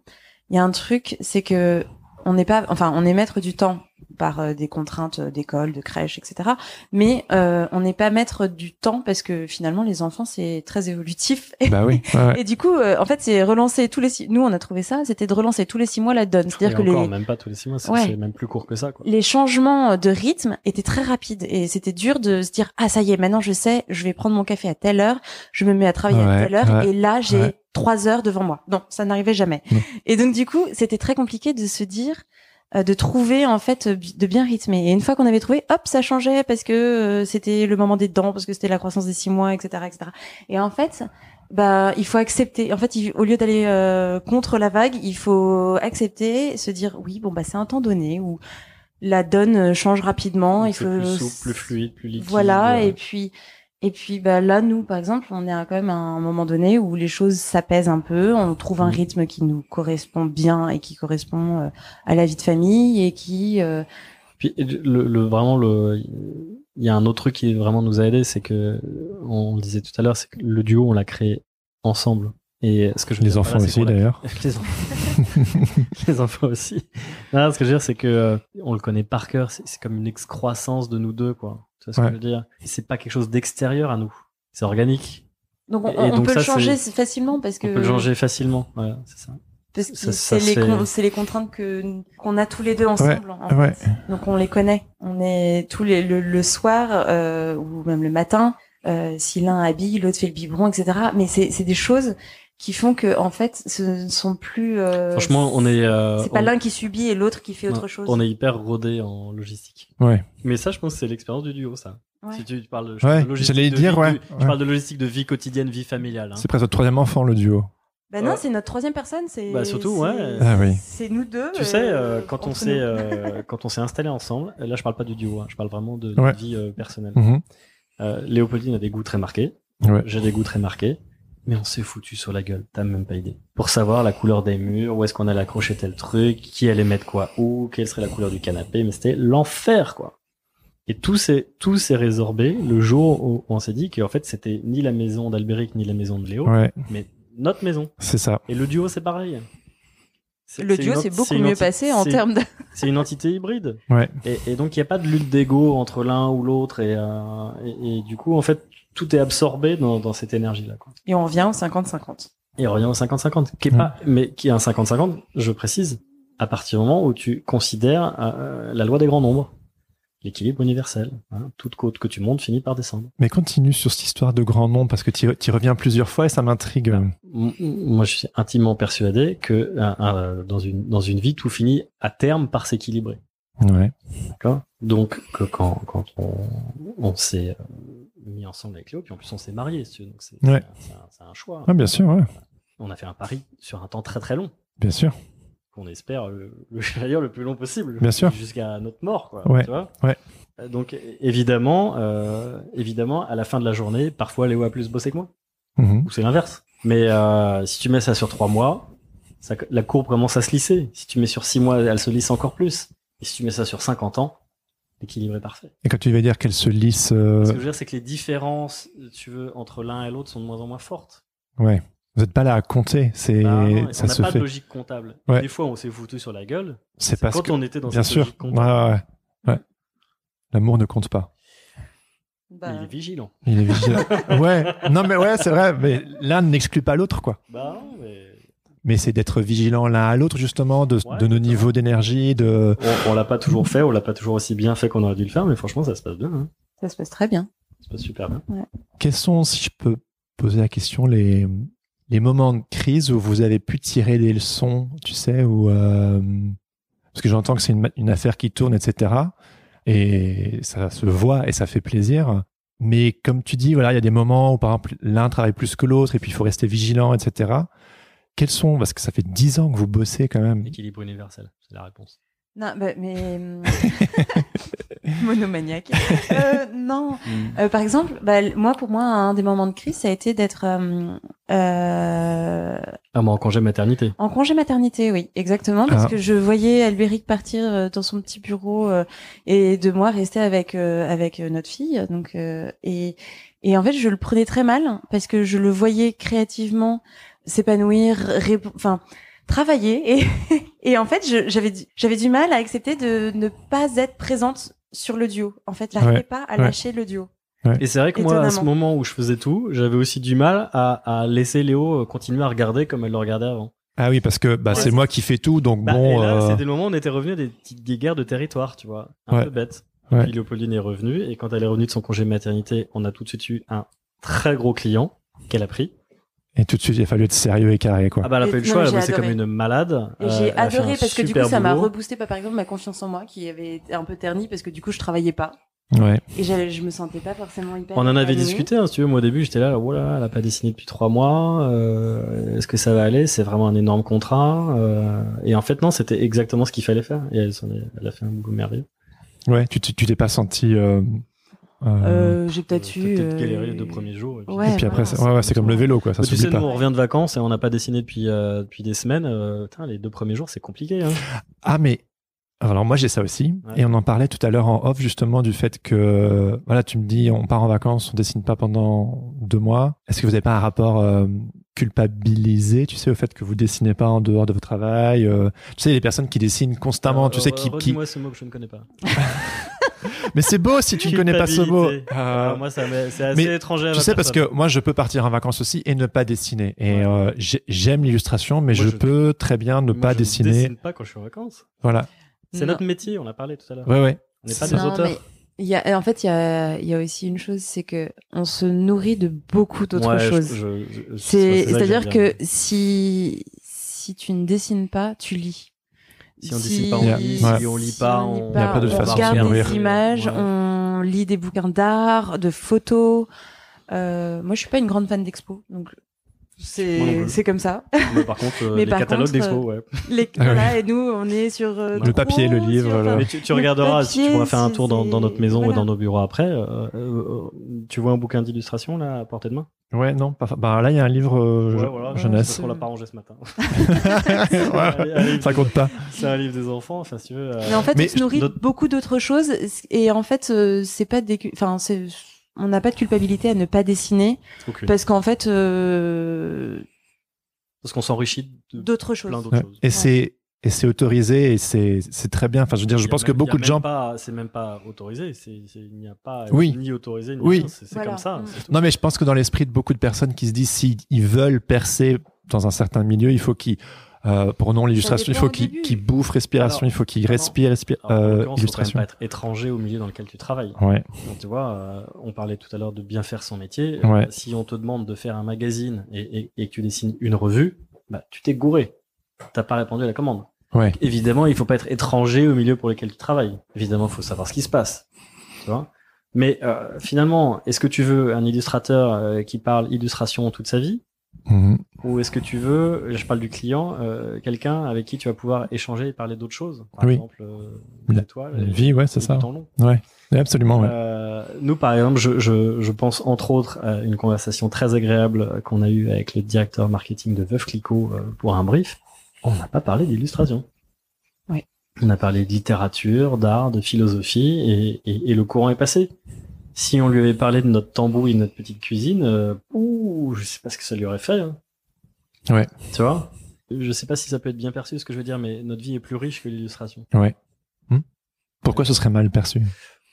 [SPEAKER 1] Il y a un truc, c'est que on n'est pas, enfin, on est maître du temps par euh, des contraintes euh, d'école, de crèche, etc. Mais euh, on n'est pas maître du temps parce que finalement, les enfants, c'est très évolutif
[SPEAKER 2] Bah oui. ouais, ouais.
[SPEAKER 1] Et du coup, euh, en fait, c'est relancer tous les six. Nous, on a trouvé ça. C'était de relancer tous les six mois la donne. C'est-à-dire que
[SPEAKER 3] Et encore,
[SPEAKER 1] les,
[SPEAKER 3] même pas tous les six mois, c'est
[SPEAKER 1] Ouais.
[SPEAKER 3] c'est même plus court que ça. Quoi.
[SPEAKER 1] les changements de rythme étaient très rapides et c'était dur de se dire ah ça y est, maintenant je sais, je vais prendre mon café à telle heure, je me mets à travailler
[SPEAKER 2] Ouais,
[SPEAKER 1] à telle heure
[SPEAKER 2] ouais,
[SPEAKER 1] et là j'ai
[SPEAKER 2] ouais.
[SPEAKER 1] trois heures devant moi. Non, ça n'arrivait jamais.
[SPEAKER 2] Non.
[SPEAKER 1] Et donc du coup, c'était très compliqué de se dire euh, de trouver en fait euh, bi- de bien rythmer et une fois qu'on avait trouvé hop ça changeait parce que euh, c'était le moment des dents parce que c'était la croissance des six mois etc etc et en fait bah il faut accepter en fait il- au lieu d'aller euh, contre la vague il faut accepter se dire oui bon bah c'est un temps donné où la donne euh, change rapidement il
[SPEAKER 3] C'est
[SPEAKER 1] faut
[SPEAKER 3] plus souple, plus fluide, plus liquide.
[SPEAKER 1] voilà
[SPEAKER 3] euh,
[SPEAKER 1] et puis et puis bah là nous par exemple on est à quand même à un moment donné où les choses s'apaisent un peu on trouve un
[SPEAKER 3] Mhm.
[SPEAKER 1] rythme qui nous correspond bien et qui correspond euh, à la vie de famille et qui euh,
[SPEAKER 3] Puis et le, le- vraiment le, il y a un autre truc qui vraiment nous a aidé, c'est que on le disait tout à l'heure, c'est que le duo on l'a créé ensemble. Et ce que je veux
[SPEAKER 2] Les
[SPEAKER 3] dire par là,
[SPEAKER 2] enfants
[SPEAKER 3] c'est qu'on
[SPEAKER 2] aussi
[SPEAKER 3] l'a
[SPEAKER 2] d'ailleurs.
[SPEAKER 3] les, enfants. les enfants aussi. Non, ce que je veux dire, c'est que euh, on le connaît par cœur. C'est c'est comme une excroissance de nous deux, quoi. Tu vois ce
[SPEAKER 2] Ouais.
[SPEAKER 3] que je veux dire Et C'est pas quelque chose d'extérieur à nous. C'est organique.
[SPEAKER 1] donc
[SPEAKER 3] Et
[SPEAKER 1] on, on
[SPEAKER 3] donc
[SPEAKER 1] peut
[SPEAKER 3] ça,
[SPEAKER 1] le changer
[SPEAKER 3] c'est-
[SPEAKER 1] facilement parce que
[SPEAKER 3] On peut le changer facilement. Voilà, c'est ça.
[SPEAKER 1] parce que
[SPEAKER 3] Ça- ça
[SPEAKER 1] c'est les
[SPEAKER 3] se fait-
[SPEAKER 1] con- c'est les contraintes que qu'on a tous les deux ensemble en fait.
[SPEAKER 2] Ah ouais.
[SPEAKER 1] donc on les connaît on est tous les le, le soir euh, ou même le matin euh, si l'un habille l'autre fait le biberon etc mais c'est c'est des choses qui font que en fait ce ne sont plus euh,
[SPEAKER 3] Franchement, on est. euh,
[SPEAKER 1] c'est pas
[SPEAKER 3] on-
[SPEAKER 1] l'un qui subit et l'autre qui fait
[SPEAKER 3] on-
[SPEAKER 1] autre chose.
[SPEAKER 3] On est hyper rodé en logistique.
[SPEAKER 2] Ouais.
[SPEAKER 3] Mais ça, je pense, que c'est l'expérience du duo, ça.
[SPEAKER 1] Ouais.
[SPEAKER 3] Si tu parles, je
[SPEAKER 2] Ouais,
[SPEAKER 3] parle de logistique
[SPEAKER 2] j'allais
[SPEAKER 3] de
[SPEAKER 2] dire,
[SPEAKER 3] vie-
[SPEAKER 2] ouais,
[SPEAKER 3] de-
[SPEAKER 2] ouais.
[SPEAKER 3] Je parle de logistique de vie quotidienne, vie familiale. hein.
[SPEAKER 2] Ah, C'est presque notre troisième enfant, le duo.
[SPEAKER 1] Bah non,
[SPEAKER 3] Ouais.
[SPEAKER 1] c'est notre troisième personne, c'est.
[SPEAKER 3] euh, Bah, surtout,
[SPEAKER 1] c'est-
[SPEAKER 3] ouais.
[SPEAKER 2] Ah oui.
[SPEAKER 1] C'est nous deux.
[SPEAKER 3] Tu sais, euh, quand on
[SPEAKER 1] entre
[SPEAKER 3] s'est
[SPEAKER 1] nous.
[SPEAKER 3] euh, quand on s'est installé ensemble, là, je parle pas du duo, hein, je parle vraiment de, de
[SPEAKER 2] Ouais.
[SPEAKER 3] vie euh, personnelle.
[SPEAKER 2] Mhm.
[SPEAKER 3] Euh, Léopoldine a des goûts très marqués.
[SPEAKER 2] Ouais.
[SPEAKER 3] J'ai des goûts très marqués. Mais on s'est foutu sur la gueule. T'as même pas idée. Pour savoir la couleur des murs, où est-ce qu'on allait accrocher tel truc, qui allait mettre quoi où, quelle serait la couleur du canapé. Mais c'était l'enfer, quoi. Et tout s'est, tout s'est résorbé le jour où on s'est dit qu'en fait, c'était ni la maison d'Albéric, ni la maison de Léo,
[SPEAKER 2] Ouais,
[SPEAKER 3] mais notre maison.
[SPEAKER 2] c'est ça.
[SPEAKER 3] Et le duo, c'est pareil. C'est-
[SPEAKER 1] Le
[SPEAKER 3] c'est
[SPEAKER 1] duo
[SPEAKER 3] une
[SPEAKER 1] s'est
[SPEAKER 3] enti-
[SPEAKER 1] beaucoup
[SPEAKER 3] une
[SPEAKER 1] mieux
[SPEAKER 3] enti-
[SPEAKER 1] passé en
[SPEAKER 3] c'est-
[SPEAKER 1] termes de.
[SPEAKER 3] c'est une entité hybride.
[SPEAKER 2] Ouais.
[SPEAKER 3] Et, et donc, il n'y a pas de lutte d'ego entre l'un ou l'autre. Et, euh, et, et du coup, en fait, tout est absorbé dans, dans cette énergie-là. quoi.
[SPEAKER 1] Et on revient au 50-50.
[SPEAKER 3] Et on revient au 50-50, qui est
[SPEAKER 2] Ouais.
[SPEAKER 3] pas, mais qui est un 50-50, je précise, à partir du moment où tu considères euh, la loi des grands nombres, l'équilibre universel. hein. toute côte que tu montes finit par descendre.
[SPEAKER 2] Mais continue sur cette histoire de grand nom parce que tu y reviens plusieurs fois et ça m'intrigue.
[SPEAKER 3] M- Moi, je suis intimement persuadé que euh, euh, dans, une, dans une vie, tout finit à terme par s'équilibrer.
[SPEAKER 2] Ouais.
[SPEAKER 3] D'accord Donc, que quand, quand on, on s'est euh, mis ensemble avec Léo, puis en plus on s'est mariés, si tu veux, donc c'est
[SPEAKER 2] Ouais.
[SPEAKER 3] c'est un, c'est un choix.
[SPEAKER 2] Ah, bien sûr, ouais.
[SPEAKER 3] On a fait un pari sur un temps très très long,
[SPEAKER 2] Bien sûr.
[SPEAKER 3] qu'on espère le, le, j'allais dire le plus long possible.
[SPEAKER 2] Bien sûr.
[SPEAKER 3] Jusqu'à notre mort, quoi.
[SPEAKER 2] Ouais.
[SPEAKER 3] Tu vois
[SPEAKER 2] Ouais.
[SPEAKER 3] Euh, Donc, é- évidemment, euh, évidemment, à la fin de la journée, parfois Léo a plus bossé que moi,
[SPEAKER 2] Mhm.
[SPEAKER 3] ou c'est l'inverse. Mais euh, si tu mets ça sur trois mois, ça- la courbe commence à se lisser. Si tu mets sur six mois, elle se lisse encore plus. Et si tu mets ça sur 50 ans, l'équilibre est parfait.
[SPEAKER 2] Et quand tu vas dire qu'elle se lisse. euh,
[SPEAKER 3] Ce que je veux dire, c'est que les différences, tu veux, entre l'un et l'autre sont de moins en moins fortes.
[SPEAKER 2] Ouais. Vous n'êtes pas là à compter. C'est...
[SPEAKER 3] Ah, non,
[SPEAKER 2] ça
[SPEAKER 3] on n'a
[SPEAKER 2] se
[SPEAKER 3] pas
[SPEAKER 2] fait.
[SPEAKER 3] de logique comptable.
[SPEAKER 2] Ouais.
[SPEAKER 3] Des fois, on s'est foutu sur la gueule.
[SPEAKER 2] C'est
[SPEAKER 3] C'est
[SPEAKER 2] parce
[SPEAKER 3] quand
[SPEAKER 2] que.
[SPEAKER 3] on était dans
[SPEAKER 2] Bien
[SPEAKER 3] cette
[SPEAKER 2] sûr.
[SPEAKER 3] logique
[SPEAKER 2] Ouais,
[SPEAKER 3] comptable.
[SPEAKER 2] ouais, ouais. Ouais. L'amour ne compte pas.
[SPEAKER 1] Bah.
[SPEAKER 3] Mais Il est vigilant.
[SPEAKER 2] Il est vigilant. ouais. Non, mais ouais, c'est vrai. Mais l'un n'exclut pas l'autre, quoi.
[SPEAKER 3] Bah, non, mais
[SPEAKER 2] Mais c'est d'être vigilant l'un à l'autre, justement, de,
[SPEAKER 3] Ouais,
[SPEAKER 2] de nos
[SPEAKER 3] exactement.
[SPEAKER 2] niveaux d'énergie, de.
[SPEAKER 3] on, on l'a pas toujours fait, on l'a pas toujours aussi bien fait qu'on aurait dû le faire, mais franchement, ça se passe bien. hein.
[SPEAKER 1] Ça se passe très bien.
[SPEAKER 3] Ça se passe super bien.
[SPEAKER 2] Quels sont, si je peux poser la question, les, les moments de crise où vous avez pu tirer des leçons, tu sais, ou euh, parce que j'entends que c'est une, ma- une affaire qui tourne, etc. Et ça se voit et ça fait plaisir. Mais comme tu dis, voilà, il y a des moments où par exemple l'un travaille plus que l'autre et puis il faut rester vigilant, etc. Quels sont, parce que ça fait dix ans que vous bossez quand même.
[SPEAKER 3] L'équilibre Mmh. universel, c'est la réponse.
[SPEAKER 1] Non, bah, mais hum, monomaniaque. Euh, non. Euh, par exemple, bah, l- moi, pour moi, un des moments de crise, ça a été d'être euh, euh,
[SPEAKER 3] Ah, moi, en congé maternité.
[SPEAKER 1] en congé maternité. Oui, exactement, parce
[SPEAKER 2] Ah.
[SPEAKER 1] que je voyais Albéric partir euh, dans son petit bureau euh, et de moi rester avec euh, avec euh, notre fille. Donc euh, et et en fait, je le prenais très mal parce que je le voyais créativement s'épanouir, rép- enfin travailler et et en fait je- j'avais du- j'avais du mal à accepter de ne pas être présente sur le duo. En fait, j'arrivais
[SPEAKER 2] Ouais,
[SPEAKER 1] pas à
[SPEAKER 2] ouais.
[SPEAKER 1] lâcher le duo.
[SPEAKER 3] Et c'est vrai que moi, à ce
[SPEAKER 1] Étonnamment.
[SPEAKER 3] moment où je faisais tout, j'avais aussi du mal à, à laisser Léo euh, continuer à regarder comme elle le regardait avant.
[SPEAKER 2] Ah oui, parce que bah,
[SPEAKER 3] Ouais.
[SPEAKER 2] c'est moi qui fais tout, donc
[SPEAKER 3] Bah,
[SPEAKER 2] bon.
[SPEAKER 3] et là,
[SPEAKER 2] euh,
[SPEAKER 3] c'était le moment où on était revenu à des petites guéguerres de territoire, tu vois. Un
[SPEAKER 2] Ouais.
[SPEAKER 3] peu bête.
[SPEAKER 2] Ouais.
[SPEAKER 3] Puis Léopoldine est revenue, et quand elle est revenue de son congé maternité, on a tout de suite eu un très gros client qu'elle a pris.
[SPEAKER 2] Et tout de suite, il a fallu être sérieux et carré, quoi.
[SPEAKER 3] Ah bah, elle a
[SPEAKER 1] Et-
[SPEAKER 3] pas eu le
[SPEAKER 1] non,
[SPEAKER 3] choix,
[SPEAKER 1] mais
[SPEAKER 3] elle a
[SPEAKER 1] j'ai
[SPEAKER 3] bossé comme
[SPEAKER 1] adoré.
[SPEAKER 3] une malade.
[SPEAKER 1] Et
[SPEAKER 3] Euh,
[SPEAKER 1] j'ai
[SPEAKER 3] elle a fait
[SPEAKER 1] adoré
[SPEAKER 3] un
[SPEAKER 1] parce que du coup
[SPEAKER 3] super
[SPEAKER 1] ça m'a
[SPEAKER 3] boulot.
[SPEAKER 1] reboosté par exemple ma confiance en moi qui avait été un peu ternie parce que du coup je travaillais pas
[SPEAKER 3] bah.
[SPEAKER 2] Ouais.
[SPEAKER 1] et j'avais- je me sentais pas forcément hyper
[SPEAKER 3] On en avait
[SPEAKER 1] épanouie.
[SPEAKER 3] discuté, hein, si tu veux. Moi, au début, j'étais là, voilà, elle a pas dessiné depuis trois mois. euh, Est-ce que ça va aller C'est vraiment un énorme contrat. euh, et en fait, non, c'était exactement ce qu'il fallait faire. Et elle, s'en est- elle a fait un boulot merveilleux.
[SPEAKER 2] Ouais, tu tu- tu t'es pas senti. euh, euh,
[SPEAKER 1] Euh, j'ai peut-être eu
[SPEAKER 3] peut-être
[SPEAKER 1] euh,
[SPEAKER 3] galéré les deux premiers jours. et puis-
[SPEAKER 1] Ouais,
[SPEAKER 2] et puis après,
[SPEAKER 1] voilà,
[SPEAKER 2] c'est- ouais, ouais, c'est comme le vélo, quoi. Ça
[SPEAKER 3] Mais Bah, tu
[SPEAKER 2] s'oublie
[SPEAKER 3] sais, nous,
[SPEAKER 2] pas.
[SPEAKER 3] on revient de vacances et on n'a pas dessiné depuis, euh, depuis des semaines. Euh, putain, les deux premiers jours, c'est compliqué. Hein.
[SPEAKER 2] Ah, mais alors moi j'ai ça aussi.
[SPEAKER 3] Ouais.
[SPEAKER 2] Et on en parlait tout à l'heure en off justement du fait que voilà, tu me dis on part en vacances, on dessine pas pendant deux mois. Est-ce que vous n'avez pas un rapport euh, culpabilisé, tu sais, au fait que vous dessinez pas en dehors de votre travail euh, Tu sais, il y a des personnes qui dessinent constamment, tu
[SPEAKER 3] Euh,
[SPEAKER 2] sais,
[SPEAKER 3] re-
[SPEAKER 2] qui, qui...
[SPEAKER 3] redis-moi ce mot que je ne connais pas.
[SPEAKER 2] Mais c'est beau si tu ne connais pas ce mot.
[SPEAKER 3] Culpabilité.
[SPEAKER 2] Euh,
[SPEAKER 3] Ah, moi, ça m'est- c'est assez
[SPEAKER 2] mais
[SPEAKER 3] étranger à
[SPEAKER 2] tu
[SPEAKER 3] ma
[SPEAKER 2] sais, parce
[SPEAKER 3] personne.
[SPEAKER 2] que moi, je peux partir en vacances aussi et ne pas dessiner. Et
[SPEAKER 3] Ouais.
[SPEAKER 2] euh, j'ai- j'aime l'illustration, mais
[SPEAKER 3] Moi,
[SPEAKER 2] je,
[SPEAKER 3] je-
[SPEAKER 2] peux très bien ne
[SPEAKER 3] Moi,
[SPEAKER 2] pas
[SPEAKER 3] je
[SPEAKER 2] dessiner.
[SPEAKER 3] dessine pas quand je suis en vacances.
[SPEAKER 2] Voilà.
[SPEAKER 3] C'est
[SPEAKER 1] Non.
[SPEAKER 3] notre métier, on a parlé tout à l'heure.
[SPEAKER 2] Ouais, ouais.
[SPEAKER 3] On n'est pas
[SPEAKER 2] C'est
[SPEAKER 3] des
[SPEAKER 2] ça.
[SPEAKER 1] Non,
[SPEAKER 3] auteurs.
[SPEAKER 1] mais Il y a, en fait, il y a, il y a aussi une chose, c'est que on se nourrit de beaucoup d'autres
[SPEAKER 3] Ouais, je-
[SPEAKER 1] choses.
[SPEAKER 3] je- je-
[SPEAKER 1] C'est,
[SPEAKER 3] ça
[SPEAKER 1] c'est-à-dire que
[SPEAKER 3] j'aime
[SPEAKER 1] si si tu ne dessines pas, tu lis.
[SPEAKER 3] bien. si on dessine pas, on lit.
[SPEAKER 2] Ouais.
[SPEAKER 3] Si on lit
[SPEAKER 1] si
[SPEAKER 3] pas,
[SPEAKER 1] on lit
[SPEAKER 3] on.
[SPEAKER 2] Il y a pas de
[SPEAKER 1] on
[SPEAKER 2] façon de
[SPEAKER 1] regarde
[SPEAKER 2] se
[SPEAKER 1] des
[SPEAKER 2] nourrir.
[SPEAKER 1] images,
[SPEAKER 3] Ouais.
[SPEAKER 1] on lit des bouquins d'art, de photos. Euh, moi, je suis pas une grande fan d'expo, donc
[SPEAKER 3] Moi non
[SPEAKER 1] c'est
[SPEAKER 3] plus.
[SPEAKER 1] c'est comme ça.
[SPEAKER 3] Mais par contre, euh,
[SPEAKER 1] Mais
[SPEAKER 3] les
[SPEAKER 1] par
[SPEAKER 3] catalogues
[SPEAKER 1] contre,
[SPEAKER 3] d'expo, ouais.
[SPEAKER 1] Les, voilà, et nous, on est sur euh,
[SPEAKER 3] Ah Le
[SPEAKER 2] papier, le
[SPEAKER 1] Drouot,
[SPEAKER 2] livre,
[SPEAKER 1] sur-
[SPEAKER 2] le-
[SPEAKER 3] Mais tu, tu
[SPEAKER 1] Le
[SPEAKER 3] regarderas, si tu
[SPEAKER 1] euh, papier,
[SPEAKER 3] pourras faire un
[SPEAKER 1] c'est-
[SPEAKER 3] tour dans, dans notre maison
[SPEAKER 1] voilà.
[SPEAKER 3] ou dans nos bureaux après. euh, euh, euh, tu vois un bouquin d'illustration là à portée de main
[SPEAKER 2] Ouais, non. pas- bah, là, il y a un livre euh, je- jeunesse.
[SPEAKER 3] On l'a pas rangé ce matin.
[SPEAKER 2] Ouais,
[SPEAKER 3] Allez, allez,
[SPEAKER 2] Ça compte pas.
[SPEAKER 3] C'est un livre des enfants, enfin si tu veux. euh,
[SPEAKER 1] Mais en fait,
[SPEAKER 2] Mais
[SPEAKER 1] on se nourrit de
[SPEAKER 3] notre-
[SPEAKER 1] beaucoup d'autres choses. Et en fait, euh, c'est pas des, cul- enfin, c'est, on n'a pas de culpabilité à ne pas dessiner
[SPEAKER 3] aucune.
[SPEAKER 1] parce qu'en fait, euh,
[SPEAKER 3] Parce qu'on s'enrichit de
[SPEAKER 1] d'autres choses.
[SPEAKER 3] plein d'autres
[SPEAKER 2] Ouais.
[SPEAKER 3] choses.
[SPEAKER 2] Et c'est et c'est autorisé et c'est c'est très bien. Enfin, je veux dire, je
[SPEAKER 3] Il y a
[SPEAKER 2] pense
[SPEAKER 3] même-
[SPEAKER 2] que
[SPEAKER 3] il y a
[SPEAKER 2] beaucoup de
[SPEAKER 3] même
[SPEAKER 2] gens.
[SPEAKER 3] pas- C'est même pas autorisé, c'est- c'est- il n'y a pas
[SPEAKER 2] Oui.
[SPEAKER 3] ni autorisé ni
[SPEAKER 2] Oui.
[SPEAKER 3] rien, c'est c'est
[SPEAKER 1] Voilà.
[SPEAKER 3] comme ça.
[SPEAKER 1] Mm.
[SPEAKER 3] c'est tout.
[SPEAKER 2] Non, mais je pense que dans l'esprit de beaucoup de personnes qui se disent s'ils ils veulent percer dans un certain milieu, il faut qu'ils euh, pour non l'illustration, il
[SPEAKER 1] dépend
[SPEAKER 2] faut
[SPEAKER 1] au
[SPEAKER 2] qu'ils
[SPEAKER 1] début.
[SPEAKER 2] qu'ils bouffent respiration,
[SPEAKER 3] Alors,
[SPEAKER 2] il faut qu'ils
[SPEAKER 3] non.
[SPEAKER 2] respirent respire,
[SPEAKER 3] Alors, en
[SPEAKER 2] euh,
[SPEAKER 3] l'occurrence, faut quand même
[SPEAKER 2] illustration.
[SPEAKER 3] pas être étranger au milieu dans lequel tu travailles.
[SPEAKER 2] Ouais,
[SPEAKER 3] Donc, tu vois, euh, on parlait tout à l'heure de bien faire son métier.
[SPEAKER 2] Ouais.
[SPEAKER 3] Euh, si on te demande de faire un magazine et, et- et que tu dessines une revue, bah, tu t'es gouré. T'as pas répondu à la commande.
[SPEAKER 2] ouais.
[SPEAKER 3] Évidemment, il faut pas être étranger au milieu pour lequel tu travailles. Évidemment, il faut savoir ce qui se passe. Tu vois Mais euh, finalement, est-ce que tu veux un illustrateur euh, qui parle illustration toute sa vie
[SPEAKER 2] Mhm.
[SPEAKER 3] ou est-ce que tu veux, je parle du client, euh, quelqu'un avec qui tu vas pouvoir échanger et parler d'autres choses Par
[SPEAKER 2] Oui.
[SPEAKER 3] exemple, euh,
[SPEAKER 2] La-
[SPEAKER 3] la toile,
[SPEAKER 2] La vie, ouais, c'est
[SPEAKER 3] le
[SPEAKER 2] ça.
[SPEAKER 3] temps long.
[SPEAKER 2] Ouais, Absolument, ouais.
[SPEAKER 3] Euh, nous, par exemple, je, je, je pense entre autres à une conversation très agréable euh, qu'on a eue avec le directeur marketing de Veuve Clicquot euh, pour un brief. On n'a pas parlé d'illustration.
[SPEAKER 1] Oui.
[SPEAKER 3] On a parlé de littérature, d'art, de philosophie, et, et- et le courant est passé. Si on lui avait parlé de notre tambour et de notre petite cuisine, euh, ouh, je sais pas ce que ça lui aurait fait. hein.
[SPEAKER 2] Ouais.
[SPEAKER 3] Tu vois Je sais pas si ça peut être bien perçu ce que je veux dire, mais notre vie est plus riche que l'illustration.
[SPEAKER 2] Pourquoi ce serait mal perçu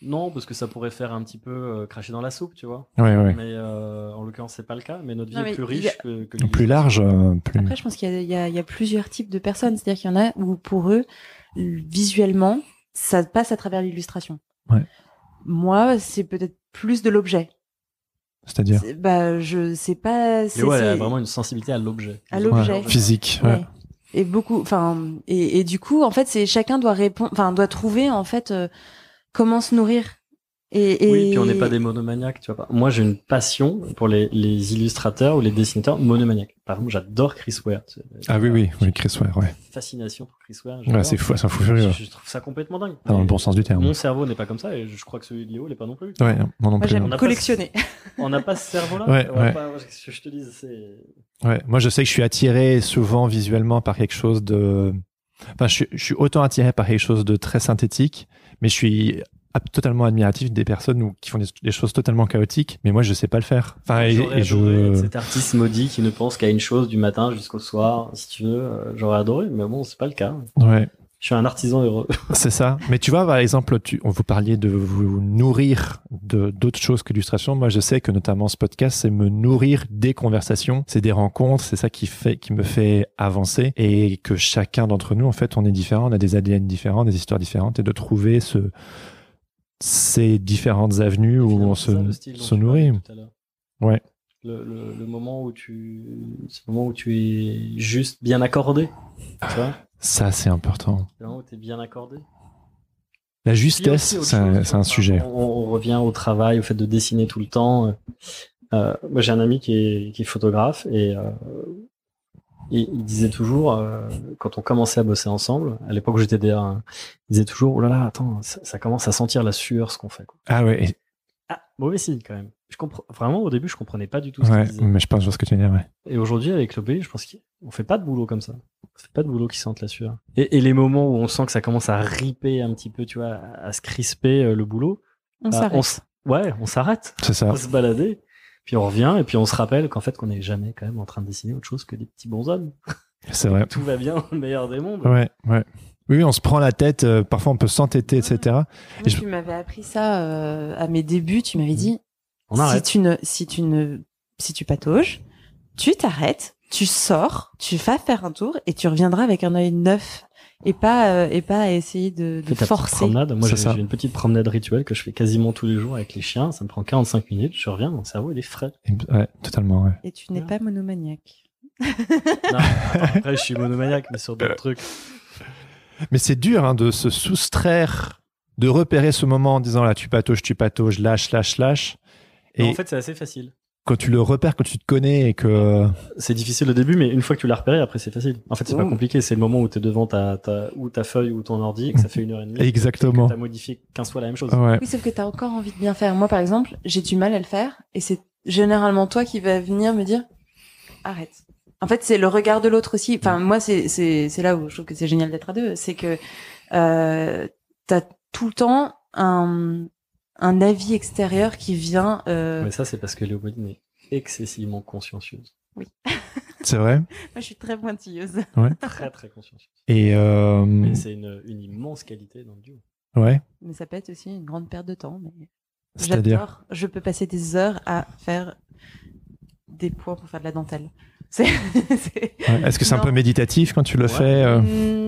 [SPEAKER 3] Non, parce que ça pourrait faire un petit peu euh, cracher dans la soupe, tu vois.
[SPEAKER 2] Ouais, ouais.
[SPEAKER 3] Mais euh, en l'occurrence, c'est pas le cas. Mais notre vie
[SPEAKER 1] Non,
[SPEAKER 3] est
[SPEAKER 1] mais
[SPEAKER 3] plus
[SPEAKER 1] il y a-
[SPEAKER 3] riche que, que
[SPEAKER 2] Plus large, euh, plus.
[SPEAKER 1] Après, je pense qu'il y, a- il y a- il y a plusieurs types de personnes. C'est-à-dire qu'il y en a où, pour eux, visuellement, ça passe à travers l'illustration.
[SPEAKER 2] Ouais.
[SPEAKER 1] Moi, c'est peut-être plus de l'objet.
[SPEAKER 2] C'est-à-dire
[SPEAKER 1] C'est- Bah, je sais pas.
[SPEAKER 3] Mais
[SPEAKER 1] c'est-
[SPEAKER 3] ouais, elle a
[SPEAKER 1] c'est-
[SPEAKER 3] vraiment une sensibilité à l'objet.
[SPEAKER 1] À
[SPEAKER 2] Ouais,
[SPEAKER 1] l'objet.
[SPEAKER 2] physique.
[SPEAKER 1] Ouais.
[SPEAKER 2] ouais.
[SPEAKER 1] Et beaucoup, enfin, et, et du coup, en fait, c'est chacun doit répondre, enfin, doit trouver en fait euh, comment se nourrir. Et, et...
[SPEAKER 3] Oui, puis on n'est pas des monomaniaques, tu vois pas. Moi, j'ai une passion pour les, les illustrateurs ou les dessinateurs monomaniaques. Par exemple, j'adore Chris Ware. tu sais.
[SPEAKER 2] Ah oui, oui, oui, Chris Ware, ouais.
[SPEAKER 3] Fascination pour Chris Ware.
[SPEAKER 2] Ouais,
[SPEAKER 3] j'adore.
[SPEAKER 2] c'est fou, c'est un fou
[SPEAKER 3] Je,
[SPEAKER 2] furieux.
[SPEAKER 3] je trouve ça complètement dingue.
[SPEAKER 2] Ah, Dans le bon sens du terme.
[SPEAKER 3] Mon cerveau n'est pas comme ça et je crois que celui de Léo n'est pas non plus.
[SPEAKER 2] Ouais, moi non
[SPEAKER 1] Moi,
[SPEAKER 2] plus. hein.
[SPEAKER 3] On
[SPEAKER 1] j'aime
[SPEAKER 3] a pas-
[SPEAKER 1] collectionner.
[SPEAKER 3] On n'a pas ce cerveau-là.
[SPEAKER 2] Ouais,
[SPEAKER 3] On va
[SPEAKER 2] ouais.
[SPEAKER 3] pas- ce que je te dis, c'est.
[SPEAKER 2] Ouais, moi je sais que je suis attiré souvent visuellement par quelque chose de. Enfin, je, suis- je suis autant attiré par quelque chose de très synthétique, mais je suis ab- totalement admiratif des personnes où- qui font des, des choses totalement chaotiques, mais moi je sais pas le faire. Enfin, et,
[SPEAKER 3] J'aurais
[SPEAKER 2] et je.
[SPEAKER 3] adoré être cet artiste maudit qui ne pense qu'à une chose du matin jusqu'au soir, si tu veux, euh, j'aurais adoré, mais bon, c'est pas le cas.
[SPEAKER 2] Ouais,
[SPEAKER 3] Je suis un artisan heureux.
[SPEAKER 2] c'est ça. Mais tu vois, par exemple, tu, on vous parliez de vous nourrir de d'autres choses qu'illustration. Moi, je sais que notamment ce podcast, c'est me nourrir des conversations, c'est des rencontres, c'est ça qui fait, qui me fait avancer et que chacun d'entre nous, en fait, on est différent, on a des ADN différents, des histoires différentes et de trouver ce, ces différentes avenues où
[SPEAKER 3] Finalement,
[SPEAKER 2] on
[SPEAKER 3] c'est
[SPEAKER 2] se,
[SPEAKER 3] ça, le style dont
[SPEAKER 2] se
[SPEAKER 3] tu
[SPEAKER 2] nourrit.
[SPEAKER 3] parlais tout à l'heure.
[SPEAKER 2] Ouais.
[SPEAKER 3] Le, le- le moment où tu, c'est le moment où tu es juste bien accordé. Tu vois
[SPEAKER 2] Ça, c'est important.
[SPEAKER 3] Le moment où tu es bien accordé.
[SPEAKER 2] La
[SPEAKER 3] Puis il y a
[SPEAKER 2] justesse,
[SPEAKER 3] aussi autre
[SPEAKER 2] c'est un,
[SPEAKER 3] chose,
[SPEAKER 2] c'est un
[SPEAKER 3] enfin,
[SPEAKER 2] sujet.
[SPEAKER 3] On, on revient au travail, au fait de dessiner tout le temps. Euh, moi, j'ai un ami qui est, qui est photographe et euh, il, il disait toujours, euh, quand on commençait à bosser ensemble, à l'époque où j'étais DR, hein, il disait toujours, oh là là, attends, ça, ça commence à sentir la sueur ce qu'on fait. quoi.
[SPEAKER 2] Ah ouais, et-
[SPEAKER 3] Ah, mauvais signe quand même. Je comprends, vraiment, au début, je comprenais pas du tout ce
[SPEAKER 2] ouais,
[SPEAKER 3] qu'il disait.
[SPEAKER 2] mais je pense je vois ce que tu veux dire, ouais.
[SPEAKER 3] Et aujourd'hui, avec l'OB, je pense qu'on fait pas de boulot comme ça. On fait pas de boulot qui sente la sueur. Et, et les moments où on sent que ça commence à riper un petit peu, tu vois, à, à se crisper euh, le boulot,
[SPEAKER 1] On
[SPEAKER 3] bah,
[SPEAKER 1] s'arrête.
[SPEAKER 3] s- ouais, on s'arrête.
[SPEAKER 2] C'est ça.
[SPEAKER 3] On se balader. Puis on revient et puis on se rappelle qu'en fait qu'on n'est jamais quand même en train de dessiner autre chose que des petits bonshommes.
[SPEAKER 2] C'est vrai.
[SPEAKER 3] Tout va bien, le meilleur des mondes.
[SPEAKER 2] Ouais, ouais. Oui, oui, on se prend la tête, euh, parfois on peut s'entêter,
[SPEAKER 1] Ouais.
[SPEAKER 2] etc.
[SPEAKER 1] Moi,
[SPEAKER 2] Et je-
[SPEAKER 1] Tu m'avais appris ça euh, à mes débuts. Tu m'avais dit
[SPEAKER 3] Mm. On
[SPEAKER 1] si
[SPEAKER 3] arrête.
[SPEAKER 1] tu ne, si tu ne, si tu patauges, tu t'arrêtes, tu sors, tu vas faire un tour et tu reviendras avec un œil neuf et pas euh, et pas à essayer de, de
[SPEAKER 3] Fais ta petite
[SPEAKER 1] forcer.
[SPEAKER 3] promenade. Moi,
[SPEAKER 2] C'est
[SPEAKER 3] j'ai
[SPEAKER 2] ça.
[SPEAKER 3] j'ai une petite promenade rituelle que je fais quasiment tous les jours avec les chiens. Ça me prend 45 minutes. Je reviens, mon cerveau, il est frais.
[SPEAKER 2] Ouais, totalement, ouais.
[SPEAKER 1] Et tu n'es
[SPEAKER 3] Ouais.
[SPEAKER 1] pas monomaniaque.
[SPEAKER 3] Non, attends, après, je suis monomaniaque, mais sur
[SPEAKER 2] Euh,
[SPEAKER 3] d'autres trucs.
[SPEAKER 2] Mais c'est dur hein, de se soustraire, de repérer ce moment en disant là, tu patauges, tu patauges, lâche, lâche, lâche.
[SPEAKER 3] Et
[SPEAKER 2] Et
[SPEAKER 3] en fait, c'est assez facile.
[SPEAKER 2] quand tu le repères, quand tu te connais et que.
[SPEAKER 3] C'est difficile au début, mais une fois que tu l'as repéré, après, c'est facile. En fait, c'est pas
[SPEAKER 2] Mmh.
[SPEAKER 3] compliqué. C'est le moment où tu es devant ta, ta, ou ta feuille ou ton ordi et que ça fait une heure et demie.
[SPEAKER 2] Exactement.
[SPEAKER 3] Tu as modifié 15 fois la même chose.
[SPEAKER 2] Ouais.
[SPEAKER 1] Oui, sauf que t'as encore envie de bien faire. Moi, par exemple, j'ai du mal à le faire, et c'est généralement toi qui vas venir me dire arrête. En fait, c'est le regard de l'autre aussi. Enfin, moi, c'est c'est c'est là où je trouve que c'est génial d'être à deux, c'est que euh, t'as tout le temps un un avis extérieur qui vient. Euh...
[SPEAKER 3] Mais ça, c'est parce que Léopoldine est excessivement consciencieuse.
[SPEAKER 2] C'est vrai.
[SPEAKER 1] Moi, je suis très pointilleuse.
[SPEAKER 3] Très, très consciencieuse.
[SPEAKER 2] Et. euh,
[SPEAKER 3] Mais c'est une, une immense qualité dans le duo.
[SPEAKER 2] ouais.
[SPEAKER 1] Mais ça peut être aussi une grande perte de temps. Mais
[SPEAKER 2] C'est-à-dire.
[SPEAKER 1] j'adore. Je peux passer des heures à faire des points pour faire de la dentelle. C'est c'est-
[SPEAKER 2] Ouais. Est-ce que c'est un
[SPEAKER 1] Non.
[SPEAKER 2] peu méditatif quand tu le
[SPEAKER 3] Ouais.
[SPEAKER 2] fais euh,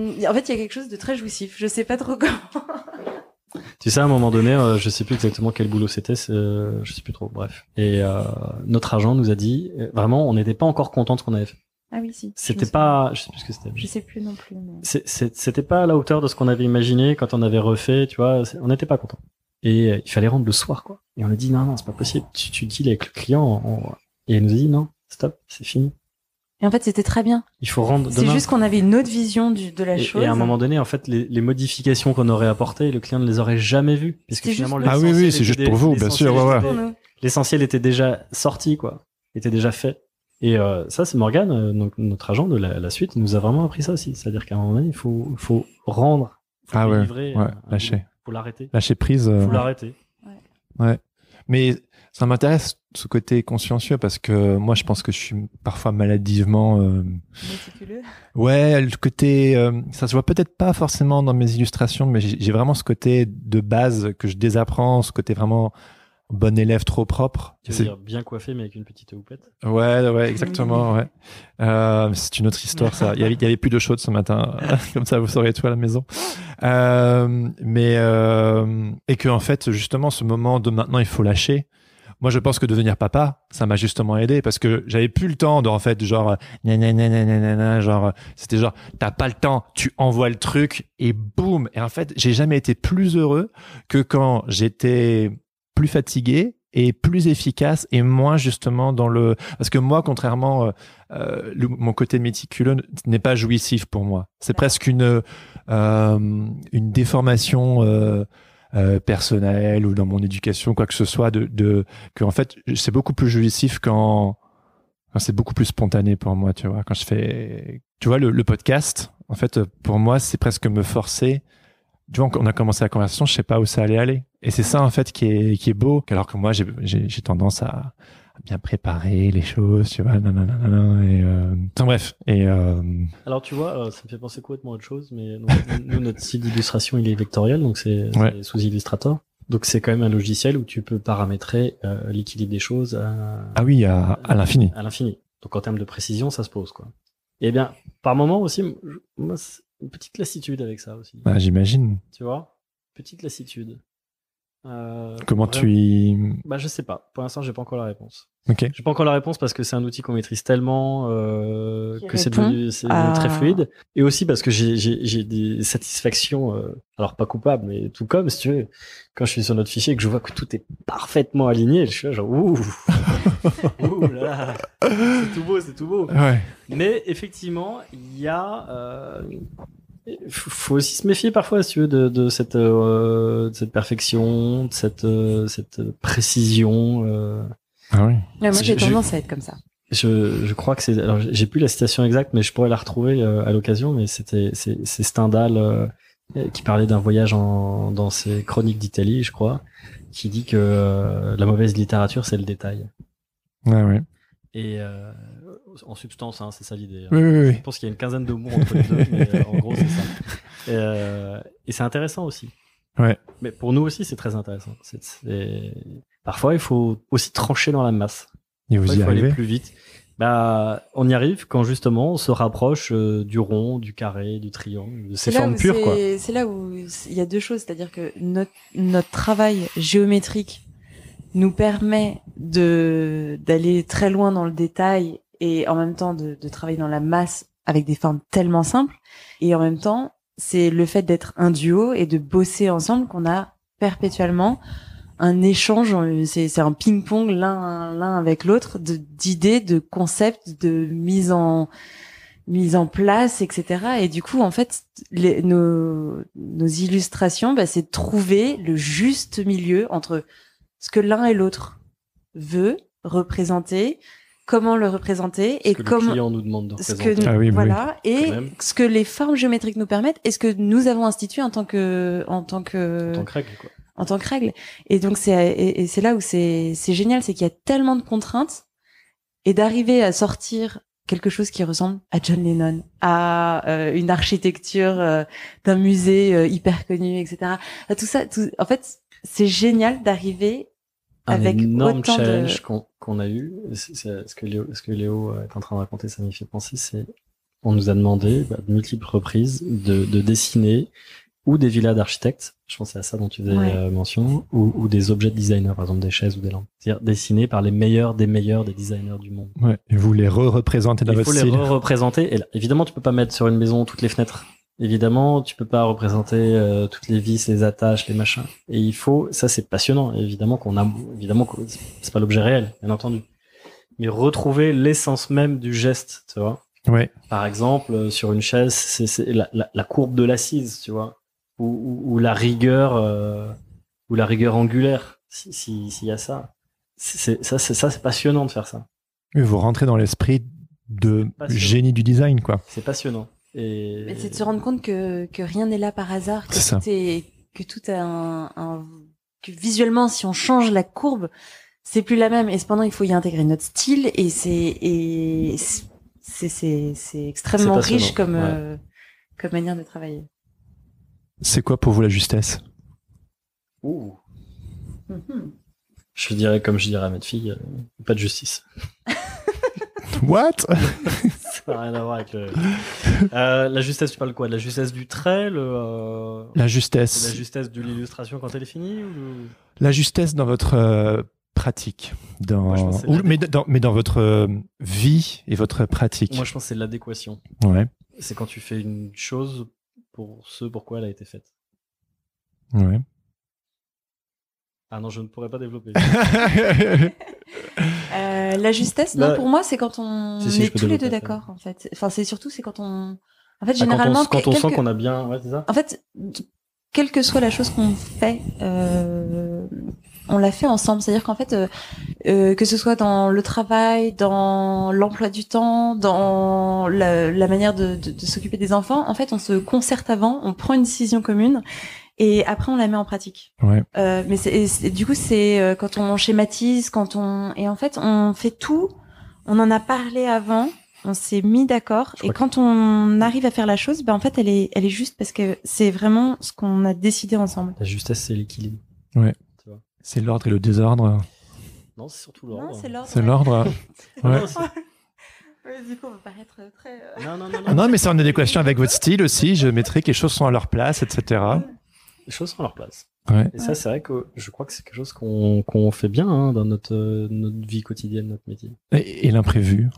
[SPEAKER 1] Mm, en fait, il y a quelque chose de très jouissif. Je sais pas trop comment.
[SPEAKER 3] Tu sais, à un moment donné, euh, je sais plus exactement quel boulot c'était, c'est, euh, je sais plus trop, bref. Et euh, notre agent nous a dit, euh, vraiment, on n'était pas encore content de ce qu'on avait fait.
[SPEAKER 1] Ah oui, si.
[SPEAKER 3] C'était pas, je sais plus ce que c'était.
[SPEAKER 1] Je sais plus non plus. mais-
[SPEAKER 3] C'est- c'est- C'était pas à la hauteur de ce qu'on avait imaginé quand on avait refait, tu vois, c'est- on n'était pas content. Et euh, il fallait rendre le soir, quoi. Et on a dit, non, non, c'est pas possible, tu, tu deals avec le client. on- Et elle nous a dit, non, stop, c'est fini.
[SPEAKER 1] Et en fait, c'était très bien.
[SPEAKER 3] Il faut rendre
[SPEAKER 1] C'est
[SPEAKER 3] demain.
[SPEAKER 1] juste qu'on avait une autre vision du, de la
[SPEAKER 3] Et,
[SPEAKER 1] chose.
[SPEAKER 3] et à un moment donné, en fait, les, les modifications qu'on aurait apportées, le client ne les aurait jamais vues. Parce que
[SPEAKER 1] C'est
[SPEAKER 3] finalement,
[SPEAKER 1] juste-
[SPEAKER 2] Ah oui, oui,
[SPEAKER 3] l'essentiel
[SPEAKER 2] c'est
[SPEAKER 3] était
[SPEAKER 2] juste
[SPEAKER 3] dé-
[SPEAKER 2] pour vous, bien sûr,
[SPEAKER 3] l'essentiel
[SPEAKER 2] ouais,
[SPEAKER 3] était
[SPEAKER 1] Pour
[SPEAKER 3] dé-
[SPEAKER 1] nous.
[SPEAKER 3] L'essentiel était déjà sorti, quoi. Était déjà fait. Et euh, ça, c'est Morgane, euh, donc notre agent de la, la suite, nous a vraiment appris ça aussi. C'est-à-dire qu'à un moment donné, il faut, faut rendre, faut
[SPEAKER 2] Ah ouais,
[SPEAKER 3] délivrer,
[SPEAKER 2] ouais,
[SPEAKER 3] euh, un
[SPEAKER 2] lâcher.
[SPEAKER 3] boulot. Faut l'arrêter.
[SPEAKER 2] Lâcher prise. euh,
[SPEAKER 3] Faut l'arrêter.
[SPEAKER 2] Mais ça m'intéresse ce côté consciencieux parce que moi, je pense que je suis parfois maladivement. euh,
[SPEAKER 1] Méticuleux.
[SPEAKER 2] Ouais, le côté, euh, ça se voit peut-être pas forcément dans mes illustrations, mais j'ai j'ai vraiment ce côté de base que je désapprends, ce côté vraiment bon élève trop propre.
[SPEAKER 3] Tu veux
[SPEAKER 2] C'est-
[SPEAKER 3] dire bien coiffé, mais avec une petite houppette.
[SPEAKER 2] Ouais, ouais, exactement, ouais. Euh, c'est une autre histoire, ça. Il y avait, il y avait plus de chaude ce matin. euh, Comme ça, vous saurez tout à la maison. Euh, mais, euh, et que, en fait, justement, ce moment de maintenant, il faut lâcher. Moi, je pense que devenir papa, ça m'a justement aidé parce que j'avais plus le temps de, en fait, genre, euh, gna, gna, gna, gna, gna, gna, gna, genre, euh, c'était genre, t'as pas le temps, tu envoies le truc et boum. Et en fait, j'ai jamais été plus heureux que quand j'étais plus fatigué et plus efficace et moins justement dans le parce que moi contrairement euh, euh, le- mon côté méticuleux n'est pas jouissif pour moi c'est presque une euh, une déformation euh, euh, personnelle ou dans mon éducation quoi que ce soit de, de que en fait c'est beaucoup plus jouissif quand, quand c'est beaucoup plus spontané pour moi tu vois quand je fais tu vois le, le podcast en fait pour moi c'est presque me forcer tu vois, on a commencé la conversation, je sais pas où ça allait aller. Et c'est ça, en fait, qui est, qui est beau. Alors que moi, j'ai- j'ai j'ai tendance à, à bien préparer les choses, tu vois, nanana, nanana, et, euh, enfin, bref. Et, euh,
[SPEAKER 3] Alors tu vois, euh, ça me fait penser complètement à autre chose, mais donc, nous notre site d'illustration il est vectoriel, donc c'est c'est
[SPEAKER 2] Ouais.
[SPEAKER 3] sous Illustrator. Donc c'est quand même un logiciel où tu peux paramétrer euh, l'équilibre des choses à,
[SPEAKER 2] ah oui, à, à l'infini.
[SPEAKER 3] à l'infini. Donc en termes de précision, ça se pose quoi. Et bien par moment aussi, m- je- moi c'est une petite lassitude avec ça aussi.
[SPEAKER 2] Ah, J'imagine.
[SPEAKER 3] Tu vois, petite lassitude. Euh,
[SPEAKER 2] Comment
[SPEAKER 3] vraiment-
[SPEAKER 2] tu y...
[SPEAKER 3] Bah je sais pas. Pour l'instant j'ai pas encore la réponse.
[SPEAKER 2] Ok.
[SPEAKER 3] J'ai pas encore la réponse parce que c'est un outil qu'on maîtrise tellement euh,
[SPEAKER 1] Qui
[SPEAKER 3] que c'est
[SPEAKER 1] répond
[SPEAKER 3] devenu, c'est
[SPEAKER 1] à-
[SPEAKER 3] devenu très fluide. Et aussi parce que j'ai- j'ai j'ai des satisfactions, euh, alors pas coupables, mais tout comme, si tu veux, quand je suis sur notre fichier et que je vois que tout est parfaitement aligné, je suis là genre ouh, ouh là là, c'est tout beau, c'est tout beau.
[SPEAKER 2] Ouais.
[SPEAKER 3] Mais effectivement, il y a. Euh, faut faut aussi se méfier parfois, si tu veux, de, de cette, euh, de cette perfection, de cette, euh, cette précision. euh,
[SPEAKER 2] Ah oui.
[SPEAKER 1] Ouais, moi,
[SPEAKER 3] Je-
[SPEAKER 1] j'ai
[SPEAKER 3] je-
[SPEAKER 1] tendance à être comme ça.
[SPEAKER 3] je, je crois que c'est. Alors, j'ai plus la citation exacte, mais je pourrais la retrouver euh, à l'occasion. Mais c'était c'est c'est Stendhal euh, qui parlait d'un voyage en, dans ses chroniques d'Italie, je crois, qui dit que euh, la mauvaise littérature, c'est le détail.
[SPEAKER 2] Ah Ouais, ouais.
[SPEAKER 3] Et euh, en substance, hein, c'est ça l'idée. hein.
[SPEAKER 2] Oui, oui,
[SPEAKER 3] Je pense qu'il y a une quinzaine de mots entre les deux, mais euh, en gros, c'est ça. Et, euh, et c'est intéressant aussi.
[SPEAKER 2] Ouais.
[SPEAKER 3] Mais pour nous aussi, c'est très intéressant. C'est- c'est- Parfois, il faut aussi trancher dans la masse.
[SPEAKER 2] Et vous
[SPEAKER 3] Parfois,
[SPEAKER 2] y
[SPEAKER 3] il faut aller
[SPEAKER 2] arrivez
[SPEAKER 3] plus vite. Bah, Bah, on y arrive quand justement on se rapproche euh, du rond, du carré, du triangle, de ces
[SPEAKER 1] C'est là
[SPEAKER 3] formes
[SPEAKER 1] où
[SPEAKER 3] pures,
[SPEAKER 1] c'est-
[SPEAKER 3] quoi.
[SPEAKER 1] C'est là où il y a deux choses, c'est-à-dire que notre, notre travail géométrique nous permet de d'aller très loin dans le détail et en même temps de, de travailler dans la masse avec des formes tellement simples. Et en même temps, c'est le fait d'être un duo et de bosser ensemble qu'on a perpétuellement un échange, euh, c'est c'est un ping-pong l'un l'un avec l'autre de- d'idées, de concepts, de mise en mise en place, etc. Et du coup, en fait, les- nos, nos illustrations, bah, c'est de trouver le juste milieu entre ce que l'un et l'autre veut représenter, comment le représenter et
[SPEAKER 3] ce que le
[SPEAKER 1] comment
[SPEAKER 3] client nous demande de
[SPEAKER 1] ce
[SPEAKER 3] représenter.
[SPEAKER 1] que
[SPEAKER 2] Ah oui, oui,
[SPEAKER 1] voilà
[SPEAKER 3] Quand
[SPEAKER 1] et
[SPEAKER 3] même.
[SPEAKER 1] ce que les formes géométriques nous permettent et ce que nous avons institué en tant que en tant que
[SPEAKER 3] en tant que règle, quoi.
[SPEAKER 1] en tant que règle. Et donc c'est et, et c'est là où c'est c'est génial, c'est qu'il y a tellement de contraintes et d'arriver à sortir quelque chose qui ressemble à John Lennon, à euh, une architecture euh, d'un musée euh, hyper connu, etc. À tout ça, tout- en fait, c'est génial d'arriver.
[SPEAKER 3] un
[SPEAKER 1] euh, avec
[SPEAKER 3] énorme
[SPEAKER 1] autant de-
[SPEAKER 3] challenge qu'on qu'on a eu. C'est- c'est- ce, que Léo, ce que Léo euh, est en train de raconter, ça m'y fait penser, c'est on nous a demandé bah, de multiples reprises de, de dessiner ou des villas d'architectes, je pensais à ça dont tu faisais
[SPEAKER 1] Ouais.
[SPEAKER 3] euh, mention, ou, ou des objets de designers, par exemple des chaises ou des lampes. C'est-à-dire dessinés par les meilleurs des meilleurs des designers du monde.
[SPEAKER 2] Ouais, et vous les re-représentez dans
[SPEAKER 3] Il
[SPEAKER 2] votre
[SPEAKER 3] faut les
[SPEAKER 2] style.
[SPEAKER 3] représenter. Et là, évidemment, tu peux pas mettre sur une maison toutes les fenêtres. Évidemment, tu peux pas représenter euh, toutes les vis, les attaches, les machins. Et il faut, ça c'est passionnant. Évidemment qu'on a, évidemment que c'est pas l'objet réel, bien entendu. Mais retrouver l'essence même du geste, tu vois.
[SPEAKER 2] Ouais.
[SPEAKER 3] Par exemple, euh, sur une chaise, c'est c'est la, la- la courbe de l'assise, tu vois, ou, ou- ou la rigueur, euh, ou la rigueur angulaire, si- si- s'il y a ça. C'est- ça, c'est ça, c'est passionnant de faire ça.
[SPEAKER 2] Oui, Vous rentrez dans l'esprit de
[SPEAKER 3] Pas sûr.
[SPEAKER 2] génie du design, quoi.
[SPEAKER 3] C'est passionnant. Et
[SPEAKER 1] C'est de se rendre compte que que rien n'est là par hasard, que
[SPEAKER 2] C'est ça.
[SPEAKER 1] tout est que tout a un, un- que visuellement, si on change la courbe, c'est plus la même. Et cependant, il faut y intégrer notre style et c'est et c'est- c'est c'est c'est extrêmement
[SPEAKER 3] C'est passionnant,
[SPEAKER 1] riche comme
[SPEAKER 3] ouais.
[SPEAKER 1] euh, comme manière de travailler.
[SPEAKER 2] C'est quoi pour vous la justesse
[SPEAKER 3] Ouh.
[SPEAKER 1] Mhm.
[SPEAKER 3] Je dirais, comme je dirais à ma fille, euh, pas de justice.
[SPEAKER 2] What
[SPEAKER 3] Ça n'a rien à voir avec le. Euh, la justesse, tu parles quoi De la justesse du trait le, euh,
[SPEAKER 2] La
[SPEAKER 3] de La
[SPEAKER 2] justesse.
[SPEAKER 3] justesse de l'illustration quand elle est finie ou...
[SPEAKER 2] La justesse dans votre euh, pratique, dans...
[SPEAKER 3] Moi, je pense que c'est
[SPEAKER 2] ou-
[SPEAKER 3] la-
[SPEAKER 2] mais, dans, mais dans votre euh, vie et votre pratique.
[SPEAKER 3] Moi, je pense que c'est de l'adéquation.
[SPEAKER 2] Ouais,
[SPEAKER 3] C'est quand tu fais une chose pour ce pourquoi elle a été faite.
[SPEAKER 2] ouais.
[SPEAKER 3] Ah non, je ne pourrais pas développer.
[SPEAKER 1] Euh, la justesse, non,
[SPEAKER 3] Bah,
[SPEAKER 1] pour moi, c'est quand on
[SPEAKER 3] si, si, je
[SPEAKER 1] est
[SPEAKER 3] peux
[SPEAKER 1] tous les
[SPEAKER 3] développer
[SPEAKER 1] deux
[SPEAKER 3] après.
[SPEAKER 1] d'accord, en fait. Enfin, c'est surtout, c'est quand on, en fait,
[SPEAKER 3] Ah, quand on,
[SPEAKER 1] généralement,
[SPEAKER 3] s- quand on
[SPEAKER 1] quel-
[SPEAKER 3] sent
[SPEAKER 1] quelque-
[SPEAKER 3] qu'on a bien. Ouais, c'est ça
[SPEAKER 1] en fait, d- quelle que soit la chose qu'on fait, euh, on la fait ensemble. C'est-à-dire qu'en fait, euh, euh, que ce soit dans le travail, dans l'emploi du temps, dans la, la manière de, de- de s'occuper des enfants, en fait, on se concerte avant, on prend une décision commune et après on la met en pratique.
[SPEAKER 2] Ouais.
[SPEAKER 1] Euh, mais c'est, et c'est- du coup, c'est euh, quand on schématise, quand on et en fait, on fait tout. On en a parlé avant. On s'est mis d'accord
[SPEAKER 3] Je
[SPEAKER 1] et
[SPEAKER 3] crois que-
[SPEAKER 1] quand on arrive à faire la chose, ben en fait elle est, elle est juste parce que c'est vraiment ce qu'on a décidé ensemble.
[SPEAKER 3] La justesse, c'est l'équilibre.
[SPEAKER 2] C'est l'ordre et le désordre.
[SPEAKER 3] Non, c'est surtout l'ordre.
[SPEAKER 1] Non, c'est l'ordre.
[SPEAKER 2] C'est l'ordre. Ouais.
[SPEAKER 3] Non, c'est-
[SPEAKER 1] du coup, on va paraître très. euh,
[SPEAKER 3] Non, non, non, non.
[SPEAKER 2] Ah non, mais c'est en adéquation avec votre style aussi, géométrique, les choses sont à leur place, etc.
[SPEAKER 3] Les choses sont à leur place.
[SPEAKER 2] Ouais.
[SPEAKER 3] Et ça, c'est vrai que je crois que c'est quelque chose qu'on qu'on fait bien hein, dans notre, euh, notre vie quotidienne, notre métier.
[SPEAKER 2] Et, et l'imprévu.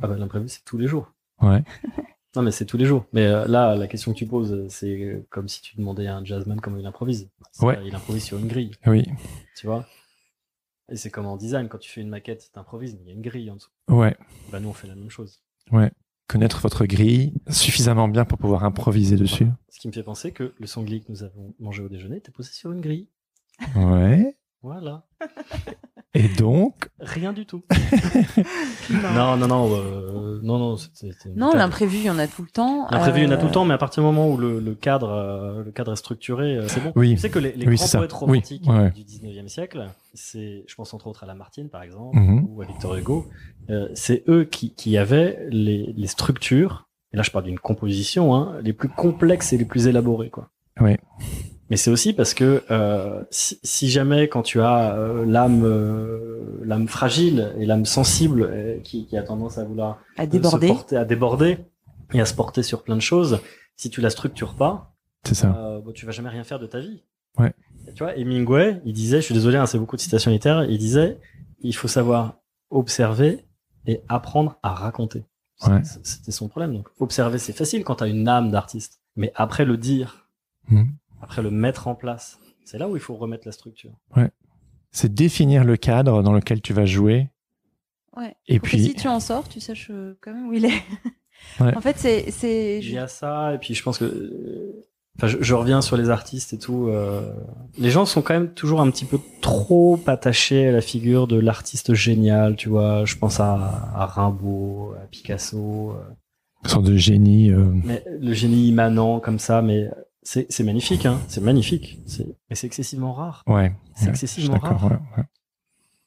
[SPEAKER 3] Ah bah l'imprévu, c'est tous les jours.
[SPEAKER 2] Ouais.
[SPEAKER 3] Non, mais c'est tous les jours. Mais euh, là, la question que tu poses, euh, c'est euh, comme si tu demandais à un jazzman comment il improvise. C'est
[SPEAKER 2] Ouais.
[SPEAKER 3] pas- Il improvise sur une grille,
[SPEAKER 2] Oui.
[SPEAKER 3] tu vois. Et c'est comme en design, quand tu fais une maquette, t'improvises, mais il y a une grille en dessous.
[SPEAKER 2] Ouais.
[SPEAKER 3] Bah nous, on fait la même chose.
[SPEAKER 2] Connaître votre grille suffisamment bien pour pouvoir improviser dessus.
[SPEAKER 3] Ce qui me fait penser que le sanglier que nous avons mangé au déjeuner était posé sur une grille.
[SPEAKER 2] Ouais.
[SPEAKER 3] Voilà.
[SPEAKER 2] Et donc,
[SPEAKER 3] Rien du tout.
[SPEAKER 1] Non, non,
[SPEAKER 3] non, non, non. euh, non, non. c'était- c'était une blague.
[SPEAKER 1] l'imprévu, il y en a tout le temps.
[SPEAKER 3] L'imprévu, il y en a
[SPEAKER 1] Euh,
[SPEAKER 3] tout le temps, mais à partir du moment où le, le cadre, euh, le cadre est structuré, euh, c'est bon.
[SPEAKER 2] Oui.
[SPEAKER 3] Tu sais que les, les
[SPEAKER 2] Oui,
[SPEAKER 3] grands
[SPEAKER 2] c'est ça.
[SPEAKER 3] poètes
[SPEAKER 2] Oui,
[SPEAKER 3] romantiques
[SPEAKER 2] ouais, ouais.
[SPEAKER 3] du 19e siècle, c'est, je pense entre autres à Lamartine, par exemple,
[SPEAKER 2] Mhm.
[SPEAKER 3] ou à Victor Hugo, euh, c'est eux qui, qui avaient les, les structures, et là je parle d'une composition, hein, les plus complexes et les plus élaborées, quoi.
[SPEAKER 2] Ouais.
[SPEAKER 3] Mais c'est aussi parce que euh, si, si jamais quand tu as euh, l'âme euh, l'âme fragile et l'âme sensible euh, qui, qui a tendance à vouloir
[SPEAKER 1] à
[SPEAKER 3] se
[SPEAKER 2] Euh,
[SPEAKER 1] déborder.
[SPEAKER 3] porter- à déborder et à se porter sur plein de choses, si tu la structures pas,
[SPEAKER 2] C'est ça.
[SPEAKER 3] euh, bon, tu vas jamais rien faire de ta vie.
[SPEAKER 2] Ah. Ouais.
[SPEAKER 3] Et tu vois, Hemingway, il disait, je suis désolé, hein, c'est beaucoup de citations littéraires, il disait, il faut savoir observer et apprendre à raconter. C'est-
[SPEAKER 2] Ouais.
[SPEAKER 3] c'est- C'était son problème. Donc, observer, c'est facile quand t'as une âme d'artiste, mais après le dire,
[SPEAKER 2] Mhm.
[SPEAKER 3] après le mettre en place, c'est là où il faut remettre la structure.
[SPEAKER 2] C'est définir le cadre dans lequel tu vas jouer.
[SPEAKER 1] Ouais.
[SPEAKER 2] Et
[SPEAKER 1] Pour que si
[SPEAKER 2] puis,
[SPEAKER 1] tu en sors, tu saches euh, quand même où il est.
[SPEAKER 2] Ouais.
[SPEAKER 1] En fait, c'est c'est
[SPEAKER 3] Il y a ça, et puis je pense que. euh, Enfin, je, je reviens sur les artistes et tout. euh, les gens sont quand même toujours un petit peu trop attachés à la figure de l'artiste génial, tu vois. Je pense à, à Rimbaud, à Picasso, euh,
[SPEAKER 2] une sorte de génie. euh,
[SPEAKER 3] mais le génie immanent comme ça, mais c'est c'est magnifique, hein. C'est magnifique. C'est- Mais c'est excessivement rare.
[SPEAKER 2] Ouais.
[SPEAKER 3] C'est
[SPEAKER 2] Ouais, je suis
[SPEAKER 3] excessivement
[SPEAKER 2] d'accord.
[SPEAKER 3] rare.
[SPEAKER 2] ouais, ouais.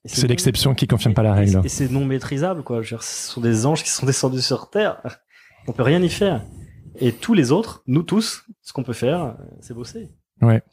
[SPEAKER 3] Et
[SPEAKER 2] C'est
[SPEAKER 3] non-
[SPEAKER 2] l'exception qui confirme pas la
[SPEAKER 3] et-
[SPEAKER 2] règle.
[SPEAKER 3] Et c'est non maîtrisable, quoi. Je veux dire, ce sont des anges qui sont descendus sur Terre. On peut rien y faire. Et tous les autres, nous tous, ce qu'on peut faire, euh, c'est bosser.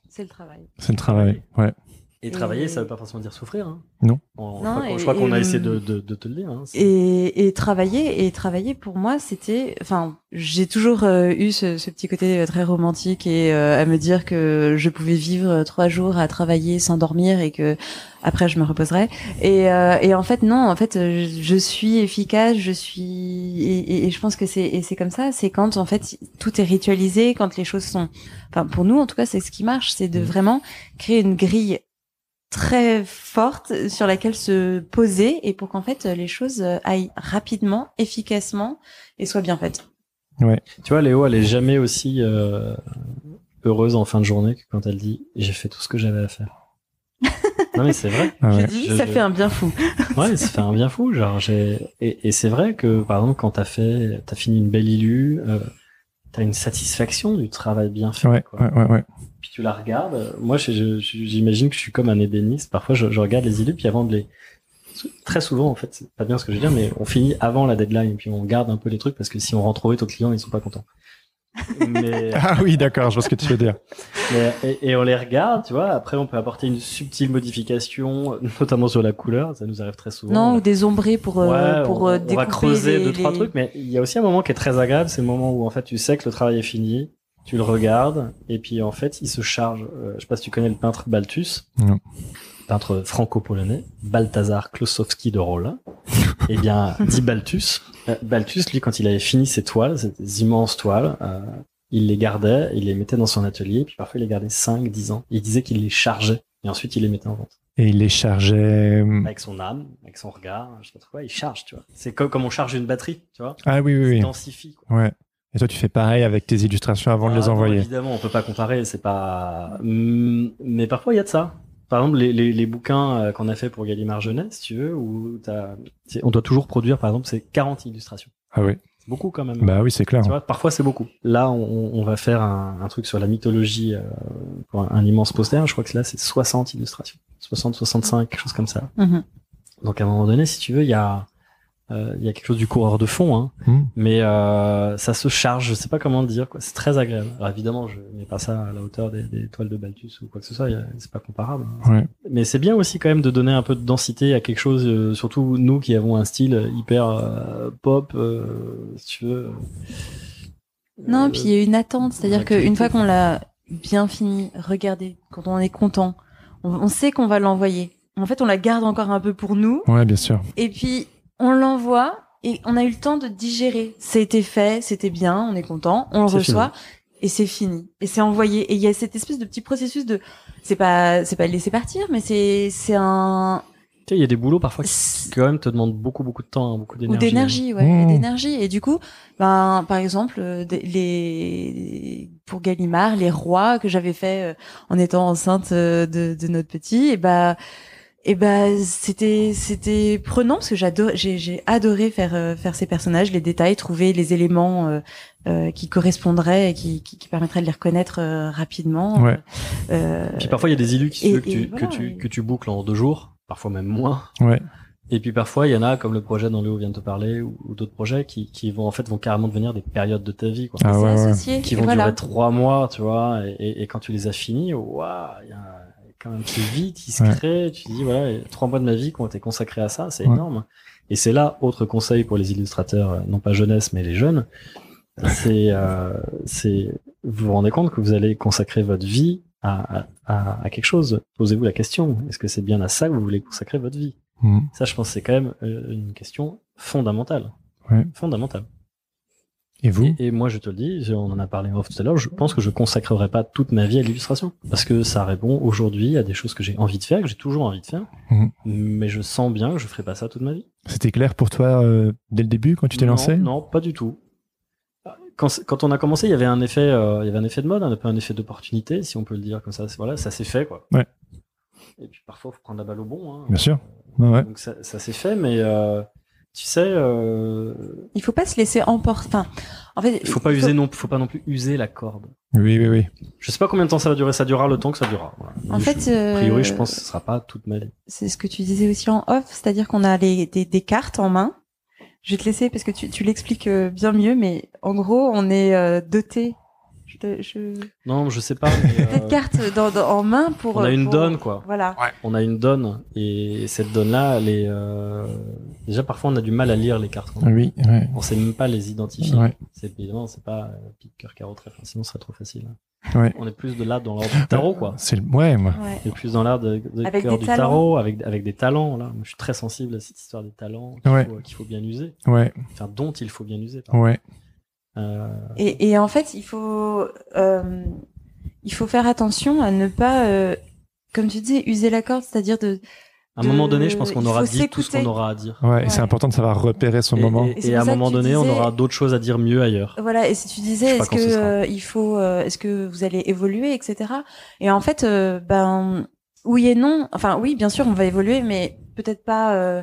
[SPEAKER 1] c'est le travail.
[SPEAKER 2] C'est le travail. Ouais.
[SPEAKER 3] Et
[SPEAKER 1] Et-
[SPEAKER 3] travailler, ça veut pas forcément dire souffrir. Hein.
[SPEAKER 2] Non.
[SPEAKER 3] On-
[SPEAKER 1] Non,
[SPEAKER 3] je crois qu'on-
[SPEAKER 1] et-
[SPEAKER 3] je crois qu'on a
[SPEAKER 1] et- hum.
[SPEAKER 3] essayé de, de- de te le dire. Hein. C'est-
[SPEAKER 1] Et, et travailler et travailler pour moi, c'était enfin, j'ai toujours euh, eu ce, ce petit côté euh, très romantique et euh, à me dire que je pouvais vivre euh, trois jours à travailler sans dormir et que après je me reposerais. Et, euh, et en fait non, en fait euh, je, je suis efficace, je suis et, et- et je pense que c'est et c'est comme ça, c'est quand en fait tout est ritualisé, quand les choses sont enfin pour nous en tout cas c'est ce qui marche, c'est de
[SPEAKER 3] Mhm.
[SPEAKER 1] vraiment créer une grille très forte sur laquelle se poser et pour qu'en fait les choses euh, aillent rapidement, efficacement et soient bien faites.
[SPEAKER 3] Tu vois, Léo, elle est jamais aussi euh, heureuse en fin de journée que quand elle dit j'ai fait tout ce que j'avais à faire. non, mais c'est vrai.
[SPEAKER 2] Ah ouais.
[SPEAKER 1] je dis,
[SPEAKER 3] Je-
[SPEAKER 1] ça
[SPEAKER 3] je-
[SPEAKER 1] fait un bien fou.
[SPEAKER 3] Ouais, ça fait un bien fou. Genre, j'ai et, et c'est vrai que par exemple, quand t'as fait, t'as fini une belle illu, euh, t'as une satisfaction du travail bien fait.
[SPEAKER 2] Ouais,
[SPEAKER 3] quoi.
[SPEAKER 2] ouais, ouais, ouais.
[SPEAKER 3] Puis tu la regardes. euh, Moi, je- je- je- j'imagine que je suis comme un ébéniste. Parfois, je, je regarde les illus, puis avant de les très souvent en fait, c'est pas bien ce que je veux dire, mais on finit avant la deadline, puis on garde un peu les trucs parce que si on rentre trop vite aux clients, ils sont pas contents. Mais
[SPEAKER 2] Ah oui, d'accord, je vois ce que tu veux dire.
[SPEAKER 3] mais- et, et on les regarde, tu vois. Après, on peut apporter une subtile modification, euh, notamment sur la couleur. Ça nous arrive très souvent.
[SPEAKER 1] non, ou des ombrés pour euh,
[SPEAKER 3] Ouais,
[SPEAKER 1] pour
[SPEAKER 3] on,
[SPEAKER 1] euh,
[SPEAKER 3] on
[SPEAKER 1] découper
[SPEAKER 3] va creuser
[SPEAKER 1] les-
[SPEAKER 3] deux trois
[SPEAKER 1] les-
[SPEAKER 3] trucs, mais il y a aussi un moment qui est très agréable, c'est le moment où en fait tu sais que le travail est fini, tu le regardes et puis en fait il se charge. euh, je sais pas si tu connais le peintre Balthus,
[SPEAKER 2] Non.
[SPEAKER 3] peintre franco-polonais, Balthazar Klosowski de Rolla. Eh bien, dit Balthus, euh, Balthus lui quand il avait fini ses toiles, ces immenses toiles. euh, il les gardait, il les mettait dans son atelier, puis parfois il les gardait 5, 10 ans. Il disait qu'il les chargeait, et ensuite il les mettait en vente
[SPEAKER 2] Et il les chargeait. hum,
[SPEAKER 3] avec son âme, avec son regard, je sais pas trop quoi, il charge, tu vois. C'est comme, comme on charge une batterie, tu vois.
[SPEAKER 2] Ah oui,
[SPEAKER 3] Il
[SPEAKER 2] oui, oui.
[SPEAKER 3] densifie. Quoi.
[SPEAKER 2] Ouais. Et toi, tu fais pareil avec tes illustrations avant de
[SPEAKER 3] Ah,
[SPEAKER 2] les
[SPEAKER 3] non,
[SPEAKER 2] envoyer.
[SPEAKER 3] évidemment, on peut pas comparer, c'est pas. Mm, Mais parfois, il y a de ça. Par exemple, les, les, les bouquins euh, qu'on a fait pour Gallimard Jeunesse, tu veux, où t'as- c'est- on doit toujours produire, par exemple, c'est 40 illustrations.
[SPEAKER 2] Ah oui.
[SPEAKER 3] C'est beaucoup quand même.
[SPEAKER 2] Bah oui, c'est clair.
[SPEAKER 3] Tu vois, parfois c'est beaucoup. Là, on, on va faire un, un truc sur la mythologie euh, pour un, un immense poster. Je crois que là, c'est 60 illustrations. 60, 65, quelque chose comme ça.
[SPEAKER 1] Mhm.
[SPEAKER 3] Donc à un moment donné, si tu veux, il y a euh, il y a quelque chose du coureur de fond, hein,
[SPEAKER 2] Hmm.
[SPEAKER 3] mais euh, ça se charge. Je sais pas comment le dire, quoi. C'est très agréable. Alors évidemment, je mets pas ça à la hauteur des, des toiles de Balthus ou quoi que ce soit. il y a- C'est pas comparable. hein.
[SPEAKER 2] Ouais.
[SPEAKER 3] Mais c'est bien aussi quand même de donner un peu de densité à quelque chose. euh, surtout nous qui avons un style hyper euh, pop, euh, si tu veux.
[SPEAKER 1] Non,
[SPEAKER 3] Euh,
[SPEAKER 1] puis il y a une attente, c'est-à-dire
[SPEAKER 3] l'activité,
[SPEAKER 1] qu'une fois
[SPEAKER 3] quoi.
[SPEAKER 1] qu'on l'a bien fini, regardez, quand on est content, on, on sait qu'on va l'envoyer. En fait, on la garde encore un peu pour nous,
[SPEAKER 2] Ouais, bien sûr.
[SPEAKER 1] et puis on l'envoie, et on a eu le temps de digérer. C'était fait, c'était bien, on est content, on le
[SPEAKER 3] C'est
[SPEAKER 1] reçoit, et c'est fini, et c'est envoyé. Et il y a cette espèce de petit processus de, c'est pas, c'est pas le laisser partir, mais c'est, c'est un,
[SPEAKER 3] Tu sais, il y a des boulots parfois qui
[SPEAKER 1] c'est-
[SPEAKER 3] quand même te demandent beaucoup, beaucoup de temps, hein, beaucoup
[SPEAKER 1] ou
[SPEAKER 3] d'énergie.
[SPEAKER 1] d'énergie ouais
[SPEAKER 2] Mmh.
[SPEAKER 1] et d'énergie et du coup ben par exemple euh, des- les pour Gallimard les rois que j'avais fait euh, en étant enceinte euh, de, de notre petit et bah et bah c'était c'était prenant parce que j'adore j'ai j'ai adoré faire euh, faire ces personnages les détails trouver les éléments euh, euh, qui correspondraient et qui, qui qui permettraient de les reconnaître euh, rapidement
[SPEAKER 2] Ouais.
[SPEAKER 1] Euh,
[SPEAKER 3] Puis parfois, il y a des élus qui, si tu
[SPEAKER 1] Et-
[SPEAKER 3] veux, que,
[SPEAKER 1] et
[SPEAKER 3] tu,
[SPEAKER 1] voilà,
[SPEAKER 3] que, tu,
[SPEAKER 1] et-
[SPEAKER 3] que tu boucles en deux jours, parfois même moins.
[SPEAKER 2] Ouais.
[SPEAKER 3] Et puis parfois, il y en a, comme le projet dont Léo vient de te parler, ou, ou d'autres projets, qui, qui vont en fait vont carrément devenir des périodes de ta vie, quoi.
[SPEAKER 2] Ah
[SPEAKER 1] C'est
[SPEAKER 2] ouais, ouais.
[SPEAKER 1] associé.
[SPEAKER 3] Qui
[SPEAKER 1] et
[SPEAKER 3] vont
[SPEAKER 1] voilà.
[SPEAKER 3] durer trois mois, tu vois. Et, et- et quand tu les as finis, waouh, il y a quand même qui vit, qui se
[SPEAKER 2] Ouais.
[SPEAKER 3] crée. Tu te dis, voilà, et trois mois de ma vie qui ont été consacrés à ça, c'est
[SPEAKER 2] Ouais.
[SPEAKER 3] énorme. Et c'est là, autre conseil pour les illustrateurs, euh, non pas jeunesse, mais les jeunes, c'est, euh, c'est, vous vous rendez compte que vous allez consacrer votre vie à, à- à- à quelque chose. Posez-vous la question, est-ce que c'est bien à ça que vous voulez consacrer votre vie?
[SPEAKER 2] Mm.
[SPEAKER 3] Ça, je pense, que c'est quand même euh, une question fondamentale.
[SPEAKER 2] Ouais.
[SPEAKER 3] Fondamentale.
[SPEAKER 2] Et vous
[SPEAKER 3] Et, et moi, je te le dis, je- on en a parlé off tout à l'heure, je pense que je consacrerai pas toute ma vie à l'illustration. Parce que ça répond aujourd'hui à des choses que j'ai envie de faire, que j'ai toujours envie de faire.
[SPEAKER 2] Mhm.
[SPEAKER 3] Mais je sens bien que je ferai pas ça toute ma vie.
[SPEAKER 2] C'était clair pour toi euh, dès le début quand tu t'es
[SPEAKER 3] Non,
[SPEAKER 2] lancé
[SPEAKER 3] Non, pas du tout. Quand, c'est- quand on a commencé, il y avait un effet, euh, il y avait un effet de mode, un peu un effet d'opportunité, si on peut le dire comme ça. C'est- Voilà, ça s'est fait, quoi.
[SPEAKER 2] Ouais.
[SPEAKER 3] Et puis parfois, faut prendre la balle au bon. hein.
[SPEAKER 2] Bien sûr. Ouais, ouais.
[SPEAKER 3] Donc ça, ça s'est fait, mais euh, tu sais, euh,
[SPEAKER 1] Il faut pas se laisser emporter. Enfin, en fait,
[SPEAKER 3] il faut pas user non, faut pas non plus user la corde.
[SPEAKER 2] Oui, oui, oui.
[SPEAKER 3] Je sais pas combien de temps ça va durer, ça durera le temps que ça durera. voilà.
[SPEAKER 1] En
[SPEAKER 3] Je-
[SPEAKER 1] fait,
[SPEAKER 3] a priori, je
[SPEAKER 1] euh,
[SPEAKER 3] pense que ce sera pas toute ma vie.
[SPEAKER 1] c'est ce que tu disais aussi en off, c'est-à-dire qu'on a les- des, des cartes en main. Je vais te laisser parce que tu, tu l'expliques euh, bien mieux, mais en gros, on est euh, doté. Je te- je-
[SPEAKER 3] Non, je sais pas. mais, euh,
[SPEAKER 1] Des cartes dans- dans- en main pour.
[SPEAKER 3] on a
[SPEAKER 1] euh,
[SPEAKER 3] une
[SPEAKER 1] pour-
[SPEAKER 3] donne, quoi.
[SPEAKER 1] Voilà.
[SPEAKER 3] On a une donne et cette donne-là, elle est euh, déjà parfois on a du mal à lire les cartes.
[SPEAKER 2] Oui, ouais.
[SPEAKER 3] On sait même pas les identifier.
[SPEAKER 2] Ouais.
[SPEAKER 3] C'est évidemment, c'est pas euh, pique, cœur, carreau, trèfle. Sinon, ce serait trop facile. hein.
[SPEAKER 2] Ouais.
[SPEAKER 3] On est plus de là dans l'ordre du tarot, quoi.
[SPEAKER 2] C'est le... Ouais, moi.
[SPEAKER 1] Ouais.
[SPEAKER 3] On est plus dans l'art de, de
[SPEAKER 1] Avec
[SPEAKER 3] cœur
[SPEAKER 1] des
[SPEAKER 3] du
[SPEAKER 1] talents.
[SPEAKER 3] tarot, avec avec des talents. Là, Moi, je suis très sensible à cette histoire des talents qu'il
[SPEAKER 2] Ouais.
[SPEAKER 3] faut, qu'il faut bien user,
[SPEAKER 2] Ouais,
[SPEAKER 3] enfin dont il faut bien user. pardon.
[SPEAKER 2] ouais.
[SPEAKER 3] Euh,
[SPEAKER 1] Et, et en fait, il faut, euh, il faut faire attention à ne pas, euh, comme tu dis, user la corde, c'est-à-dire de.
[SPEAKER 3] à un moment
[SPEAKER 1] de-
[SPEAKER 3] donné, je pense qu'on
[SPEAKER 1] Euh, il
[SPEAKER 3] aura
[SPEAKER 1] faut
[SPEAKER 3] dit tout ce
[SPEAKER 1] s'écouter.
[SPEAKER 3] qu'on aura à dire.
[SPEAKER 2] Ouais, et c'est
[SPEAKER 1] Ouais.
[SPEAKER 2] important de savoir repérer son
[SPEAKER 3] Et-
[SPEAKER 2] Ah, moment.
[SPEAKER 3] Et,
[SPEAKER 1] c'est
[SPEAKER 3] et à un
[SPEAKER 1] pour ça que
[SPEAKER 3] moment
[SPEAKER 1] tu
[SPEAKER 3] donné, on
[SPEAKER 1] disais-
[SPEAKER 3] aura d'autres choses à dire mieux ailleurs.
[SPEAKER 1] Voilà, et si tu
[SPEAKER 3] Je
[SPEAKER 1] disais,
[SPEAKER 3] sais pas
[SPEAKER 1] est-ce
[SPEAKER 3] quand
[SPEAKER 1] que
[SPEAKER 3] ce sera.
[SPEAKER 1] euh, il faut, euh, est-ce que vous allez évoluer, etc. Et en fait, euh, ben oui et non. Enfin oui, bien sûr, on va évoluer, mais peut-être pas, euh,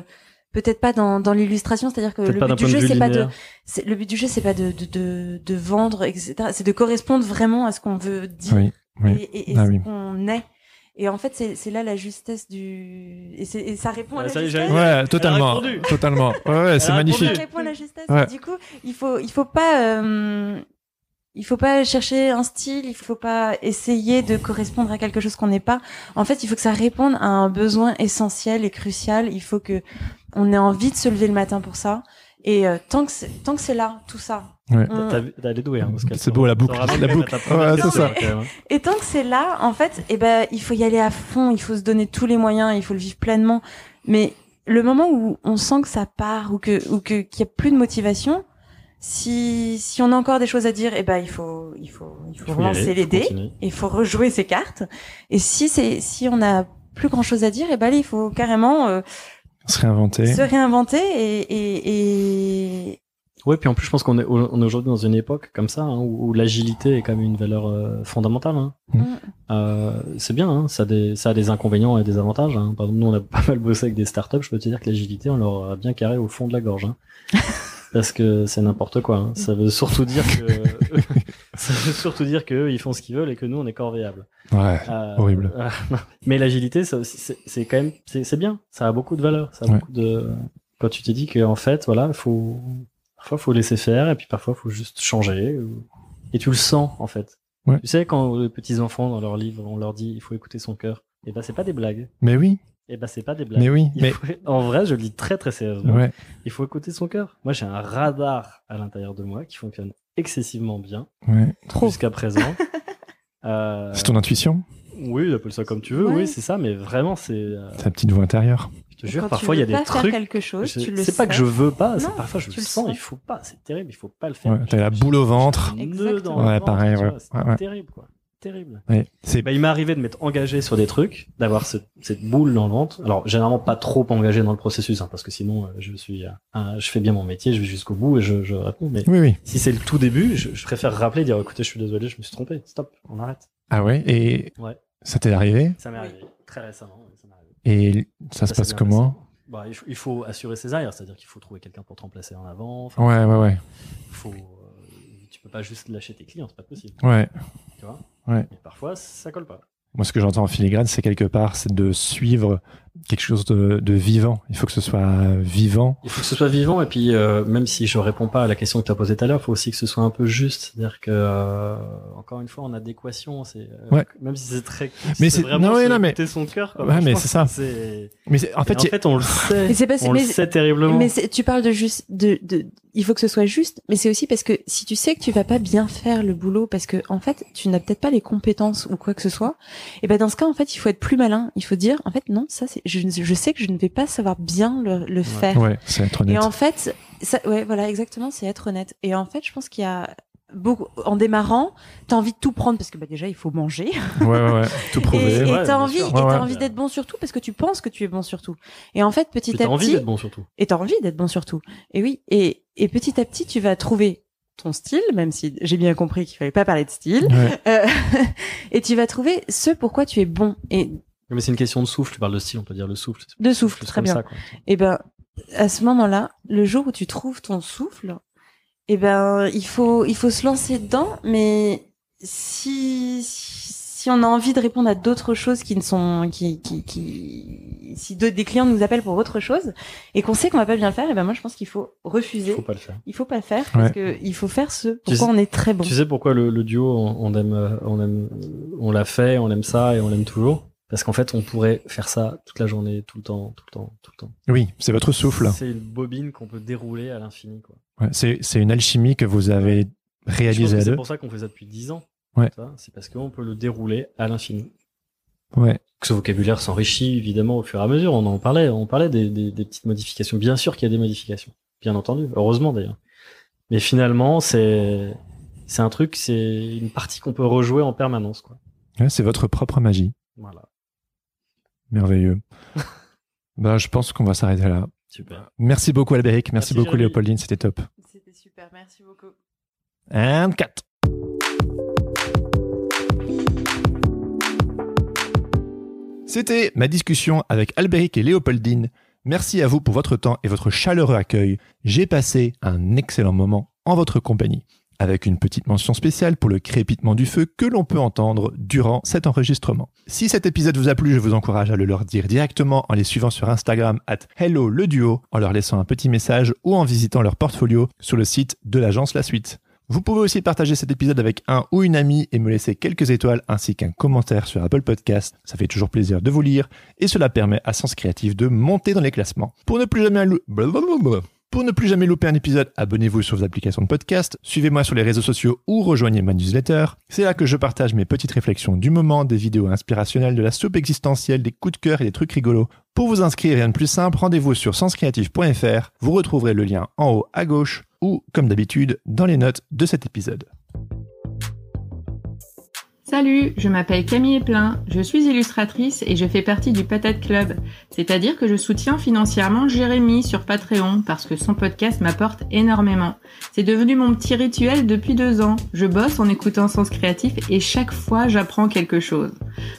[SPEAKER 1] peut-être pas dans, dans l'illustration. C'est-à-dire que euh, le
[SPEAKER 3] Peut-être pas
[SPEAKER 1] but
[SPEAKER 3] d'un
[SPEAKER 1] du
[SPEAKER 3] point de
[SPEAKER 1] jeu,
[SPEAKER 3] vue
[SPEAKER 1] c'est pas de,
[SPEAKER 3] linéaire.
[SPEAKER 1] c'est- le but du jeu, c'est pas de, de, de, de vendre, etc. C'est de correspondre vraiment à ce qu'on veut dire
[SPEAKER 2] Oui, oui.
[SPEAKER 1] et, et, et
[SPEAKER 2] Ah
[SPEAKER 1] ce
[SPEAKER 2] oui.
[SPEAKER 1] qu'on est. Et en fait, c'est c'est là la justesse du. Et, c'est- et ça répond à
[SPEAKER 3] Ah,
[SPEAKER 1] la
[SPEAKER 3] ça y est,
[SPEAKER 1] justesse.
[SPEAKER 3] j'avais-
[SPEAKER 2] Ouais, totalement.
[SPEAKER 3] répondu.
[SPEAKER 2] Totalement. Ouais, ouais, c'est
[SPEAKER 3] a répondu.
[SPEAKER 1] Ça
[SPEAKER 2] magnifique.
[SPEAKER 1] répond à la justesse.
[SPEAKER 2] Ouais.
[SPEAKER 1] Et Du coup, il faut, il faut pas, euh, il faut pas chercher un style. Il faut pas essayer de correspondre à quelque chose qu'on n'est pas. En fait, il faut que ça réponde à un besoin essentiel et crucial. Il faut que on ait envie de se lever le matin pour ça. Et euh, tant que c'est- tant que c'est là, tout ça.
[SPEAKER 2] Ouais.
[SPEAKER 1] on-
[SPEAKER 3] T'as vu- t'as- Elle est douée. hein, parce qu'elle
[SPEAKER 2] C'est
[SPEAKER 3] saura-
[SPEAKER 2] beau, la boucle.
[SPEAKER 3] saura
[SPEAKER 2] La
[SPEAKER 3] mettre
[SPEAKER 2] boucle.
[SPEAKER 3] première
[SPEAKER 2] Ouais, c'est
[SPEAKER 3] question,
[SPEAKER 2] ça.
[SPEAKER 3] quand même, hein.
[SPEAKER 1] Et tant que c'est là, en fait, eh ben, il faut y aller à fond, il faut se donner tous les moyens, il faut le vivre pleinement. Mais le moment où on sent que ça part ou que ou que qu'il y a plus de motivation, si si on a encore des choses à dire, eh ben, il faut il faut il faut,
[SPEAKER 3] Faut y
[SPEAKER 1] relancer
[SPEAKER 3] aller,
[SPEAKER 1] les
[SPEAKER 3] faut
[SPEAKER 1] dés,
[SPEAKER 3] continuer.
[SPEAKER 1] et il faut rejouer ses cartes. Et si c'est si on a plus grand chose à dire, eh ben, allez, il faut carrément euh,
[SPEAKER 2] Se réinventer.
[SPEAKER 1] se réinventer et et, et...
[SPEAKER 3] Ouais, puis en plus, je pense qu'on est, au- on est aujourd'hui dans une époque comme ça hein, où, où l'agilité est quand même une valeur euh, fondamentale. hein.
[SPEAKER 2] Mm.
[SPEAKER 3] Euh, c'est bien, hein, ça, a des, ça a des inconvénients et des avantages. hein. Par exemple, nous, on a pas mal bossé avec des startups. Je peux te dire que l'agilité, on leur a bien carré au fond de la gorge. hein. Parce que c'est n'importe quoi. hein. Ça veut surtout dire que ça veut surtout dire que eux, ils font ce qu'ils veulent et que nous, on est corvéables.
[SPEAKER 2] Ouais.
[SPEAKER 3] Euh,
[SPEAKER 2] Horrible.
[SPEAKER 3] euh, mais l'agilité, ça aussi, c'est c'est quand même, c'est c'est bien. Ça a beaucoup de valeur. Ça a
[SPEAKER 2] Ouais.
[SPEAKER 3] beaucoup de. Quand tu te dis qu'en fait, voilà, faut parfois faut laisser faire et puis parfois faut juste changer. ou- Et tu le sens en fait.
[SPEAKER 2] Ouais.
[SPEAKER 3] Tu sais quand les petits enfants dans leurs livres, on leur dit il faut écouter son cœur. Et ben c'est pas des blagues.
[SPEAKER 2] Mais oui,
[SPEAKER 3] Et ben c'est pas des blagues.
[SPEAKER 2] mais oui,
[SPEAKER 3] Il
[SPEAKER 2] mais
[SPEAKER 3] faut- En vrai, je le dis très très sérieusement.
[SPEAKER 2] ouais,
[SPEAKER 3] Il faut écouter son cœur. Moi, j'ai un radar à l'intérieur de moi qui fonctionne excessivement bien
[SPEAKER 2] ouais.
[SPEAKER 1] Trop.
[SPEAKER 3] jusqu'à présent. Euh,
[SPEAKER 2] C'est ton intuition,
[SPEAKER 3] oui, appelle ça comme tu veux,
[SPEAKER 1] Ouais.
[SPEAKER 3] oui, c'est ça, mais vraiment, c'est. euh,
[SPEAKER 2] ta petite voix intérieure.
[SPEAKER 3] je te jure,
[SPEAKER 1] quand
[SPEAKER 3] parfois, il
[SPEAKER 1] tu
[SPEAKER 3] y a
[SPEAKER 1] veux
[SPEAKER 3] des
[SPEAKER 1] pas faire
[SPEAKER 3] trucs.
[SPEAKER 1] quelque chose,
[SPEAKER 3] je-
[SPEAKER 1] tu le
[SPEAKER 3] C'est pas
[SPEAKER 1] sais.
[SPEAKER 3] que je veux pas, c'est
[SPEAKER 1] Non,
[SPEAKER 3] parfois je
[SPEAKER 1] tu
[SPEAKER 3] le
[SPEAKER 1] le
[SPEAKER 3] sens,
[SPEAKER 1] sens.
[SPEAKER 3] il faut pas, c'est terrible, il faut pas le faire.
[SPEAKER 2] Ouais, t'as la boule au ventre.
[SPEAKER 3] J'ai un nœud
[SPEAKER 1] Exactement.
[SPEAKER 3] dans le
[SPEAKER 2] Ouais,
[SPEAKER 3] ventre,
[SPEAKER 2] pareil,
[SPEAKER 3] tu
[SPEAKER 2] ouais.
[SPEAKER 3] vois,
[SPEAKER 2] Ouais,
[SPEAKER 3] C'est
[SPEAKER 2] ouais.
[SPEAKER 3] terrible, quoi. Terrible.
[SPEAKER 2] Ouais. C'est
[SPEAKER 3] Et bah, il m'est arrivé de m'être engagé sur des trucs, d'avoir ce- cette boule dans le ventre. Alors, généralement, pas trop engagé dans le processus, hein, parce que sinon, euh, je suis, euh, un- je fais bien mon métier, je vais jusqu'au bout et je, je réponds. Mais
[SPEAKER 2] oui, oui.
[SPEAKER 3] si c'est le tout début, je, je préfère rappeler, dire, écoutez, je suis désolé, je me suis trompé. Stop, on arrête.
[SPEAKER 2] Ah ouais, et
[SPEAKER 3] Ouais.
[SPEAKER 2] ça t'est arrivé
[SPEAKER 3] Ça m'est
[SPEAKER 1] Oui.
[SPEAKER 3] arrivé très récemment. ouais, Ça m'est arrivé.
[SPEAKER 2] Et ça se
[SPEAKER 3] Ça,
[SPEAKER 2] passe
[SPEAKER 3] c'est bien
[SPEAKER 2] comment
[SPEAKER 3] passé. Bah, il, faut, il faut assurer ses arrières, c'est-à-dire qu'il faut trouver quelqu'un pour te remplacer en avant. Enfin,
[SPEAKER 2] Ouais, ouais, ouais,
[SPEAKER 3] faut, euh, tu peux pas juste lâcher tes clients, c'est pas possible.
[SPEAKER 2] ouais.
[SPEAKER 3] Tu vois
[SPEAKER 2] Ouais.
[SPEAKER 3] Et parfois, ça colle pas.
[SPEAKER 2] Moi, ce que j'entends en filigrane, c'est quelque part, c'est de suivre quelque chose de, de vivant. Il faut que ce soit vivant.
[SPEAKER 3] Il faut que ce soit vivant et puis euh, même si je réponds pas à la question que tu as posée tout à l'heure, il faut aussi que ce soit un peu juste, c'est-à-dire que euh, encore une fois en adéquation, c'est euh,
[SPEAKER 2] Ouais.
[SPEAKER 3] même si c'est très cool,
[SPEAKER 2] Mais
[SPEAKER 3] c'est
[SPEAKER 2] c'est-
[SPEAKER 3] vraiment
[SPEAKER 2] non, mais-
[SPEAKER 3] se
[SPEAKER 2] non, mais-
[SPEAKER 3] écouter son cœur quoi.
[SPEAKER 2] Ouais,
[SPEAKER 3] Moi, je
[SPEAKER 2] mais
[SPEAKER 3] pense
[SPEAKER 2] c'est ça.
[SPEAKER 3] que c'est-
[SPEAKER 2] Mais c'est- en
[SPEAKER 3] Et
[SPEAKER 2] fait,
[SPEAKER 3] En
[SPEAKER 2] il y a-
[SPEAKER 3] fait, on le sait.
[SPEAKER 1] Mais c'est pas-
[SPEAKER 3] on
[SPEAKER 1] mais-
[SPEAKER 3] le sait terriblement.
[SPEAKER 1] Mais c'est- tu parles de juste, de, de, il faut que ce soit juste, mais c'est aussi parce que si tu sais que tu vas pas bien faire le boulot, parce que en fait, tu n'as peut-être pas les compétences ou quoi que ce soit, et ben dans ce cas, en fait, il faut être plus malin. Il faut dire, en fait, non, ça, c'est, je, je sais que je ne vais pas savoir bien le, le faire.
[SPEAKER 2] ouais, c'est être honnête.
[SPEAKER 1] et en fait, ça, ouais, voilà, exactement, c'est être honnête. Et en fait, je pense qu'il y a beaucoup, en démarrant, t'as envie de tout prendre parce que bah, déjà, il faut manger.
[SPEAKER 2] Ouais, ouais, ouais. Tout
[SPEAKER 1] Et
[SPEAKER 2] prouver.
[SPEAKER 1] et
[SPEAKER 3] ouais,
[SPEAKER 1] t'as
[SPEAKER 3] bien
[SPEAKER 1] envie,
[SPEAKER 3] sûr.
[SPEAKER 1] et
[SPEAKER 2] Ouais, ouais.
[SPEAKER 1] t'as envie d'être bon surtout parce que tu penses que tu es bon surtout. Et en fait, petit
[SPEAKER 3] Mais
[SPEAKER 1] à
[SPEAKER 3] t'as envie
[SPEAKER 1] petit,
[SPEAKER 3] d'être bon surtout.
[SPEAKER 1] et t'as envie d'être bon surtout. Et oui, et, et petit à petit, tu vas trouver ton style, même si j'ai bien compris qu'il fallait pas parler de style,
[SPEAKER 2] Ouais.
[SPEAKER 1] Euh, et tu vas trouver ce pourquoi tu es bon. Et
[SPEAKER 3] Mais c'est une question de souffle. Tu parles de style, on peut dire le souffle. C'est
[SPEAKER 1] De souffle,
[SPEAKER 3] plus
[SPEAKER 1] très
[SPEAKER 3] comme
[SPEAKER 1] bien.
[SPEAKER 3] ça, quoi.
[SPEAKER 1] et ben, à ce moment-là, le jour où tu trouves ton souffle, et ben, il faut, il faut se lancer dedans, mais si, si on a envie de répondre à d'autres choses qui ne sont, qui, qui, qui, si d'autres- des clients nous appellent pour autre chose, et qu'on sait qu'on va pas bien le faire, et ben, moi, je pense qu'il faut refuser.
[SPEAKER 3] Faut pas le faire.
[SPEAKER 1] Il faut pas le faire parce
[SPEAKER 2] Ouais.
[SPEAKER 1] que il faut faire ce
[SPEAKER 3] sais-
[SPEAKER 1] pourquoi on est très bon.
[SPEAKER 3] Tu sais pourquoi le, le duo, on, on aime, euh, on aime, on l'a fait, on aime ça et on l'aime toujours. Parce qu'en fait, on pourrait faire ça toute la journée, tout le temps, tout le temps, tout le temps.
[SPEAKER 2] Oui, c'est votre souffle.
[SPEAKER 3] C'est une bobine qu'on peut dérouler à l'infini, quoi.
[SPEAKER 2] Ouais, c'est c'est une alchimie que vous avez
[SPEAKER 3] Je pense
[SPEAKER 2] réalisée
[SPEAKER 3] que
[SPEAKER 2] à
[SPEAKER 3] C'est
[SPEAKER 2] deux.
[SPEAKER 3] pour ça qu'on fait ça depuis 10 ans.
[SPEAKER 2] Ouais.
[SPEAKER 3] Ça, C'est parce qu'on peut le dérouler à l'infini.
[SPEAKER 2] Ouais.
[SPEAKER 3] que ce vocabulaire s'enrichit évidemment au fur et à mesure. On en parlait, on parlait des, des- des petites modifications. Bien sûr qu'il y a des modifications, bien entendu, heureusement d'ailleurs. Mais finalement, c'est c'est un truc, c'est une partie qu'on peut rejouer en permanence, quoi.
[SPEAKER 2] Ouais, c'est votre propre magie.
[SPEAKER 3] Voilà,
[SPEAKER 2] Merveilleux. ben, je pense qu'on va s'arrêter là.
[SPEAKER 3] super.
[SPEAKER 2] Merci beaucoup, Albéric. Merci,
[SPEAKER 3] Merci,
[SPEAKER 2] beaucoup,
[SPEAKER 3] Jérémy.
[SPEAKER 2] Léopoldine. C'était top.
[SPEAKER 1] C'était super, merci beaucoup.
[SPEAKER 2] And cut. C'était ma discussion avec Albéric et Léopoldine. Merci à vous pour votre temps et votre chaleureux accueil. J'ai passé un excellent moment en votre compagnie, avec une petite mention spéciale pour le crépitement du feu que l'on peut entendre durant cet enregistrement. Si cet épisode vous a plu, je vous encourage à le leur dire directement en les suivant sur Instagram at hello le duo, en leur laissant un petit message ou en visitant leur portfolio sur le site de l'agence La Suite. Vous pouvez aussi partager cet épisode avec un ou une amie et me laisser quelques étoiles ainsi qu'un commentaire sur Apple Podcast. Ça fait toujours plaisir de vous lire et cela permet à Sens Créatif de monter dans les classements. Pour ne plus jamais lou- blablabla. pour ne plus jamais louper un épisode, abonnez-vous sur vos applications de podcast, suivez-moi sur les réseaux sociaux ou rejoignez ma newsletter. C'est là que je partage mes petites réflexions du moment, des vidéos inspirationnelles, de la soupe existentielle, des coups de cœur et des trucs rigolos. Pour vous inscrire, rien de plus simple, rendez-vous sur senscreatif.fr. Vous retrouverez le lien en haut à gauche ou, comme d'habitude, dans les notes de cet épisode.
[SPEAKER 4] Salut, je m'appelle Camille Plein, je suis illustratrice et je fais partie du Patate Club, c'est-à-dire que je soutiens financièrement Jérémy sur Patreon parce que son podcast m'apporte énormément. C'est devenu mon petit rituel depuis deux ans. Je bosse en écoutant Sens Créatif et chaque fois j'apprends quelque chose.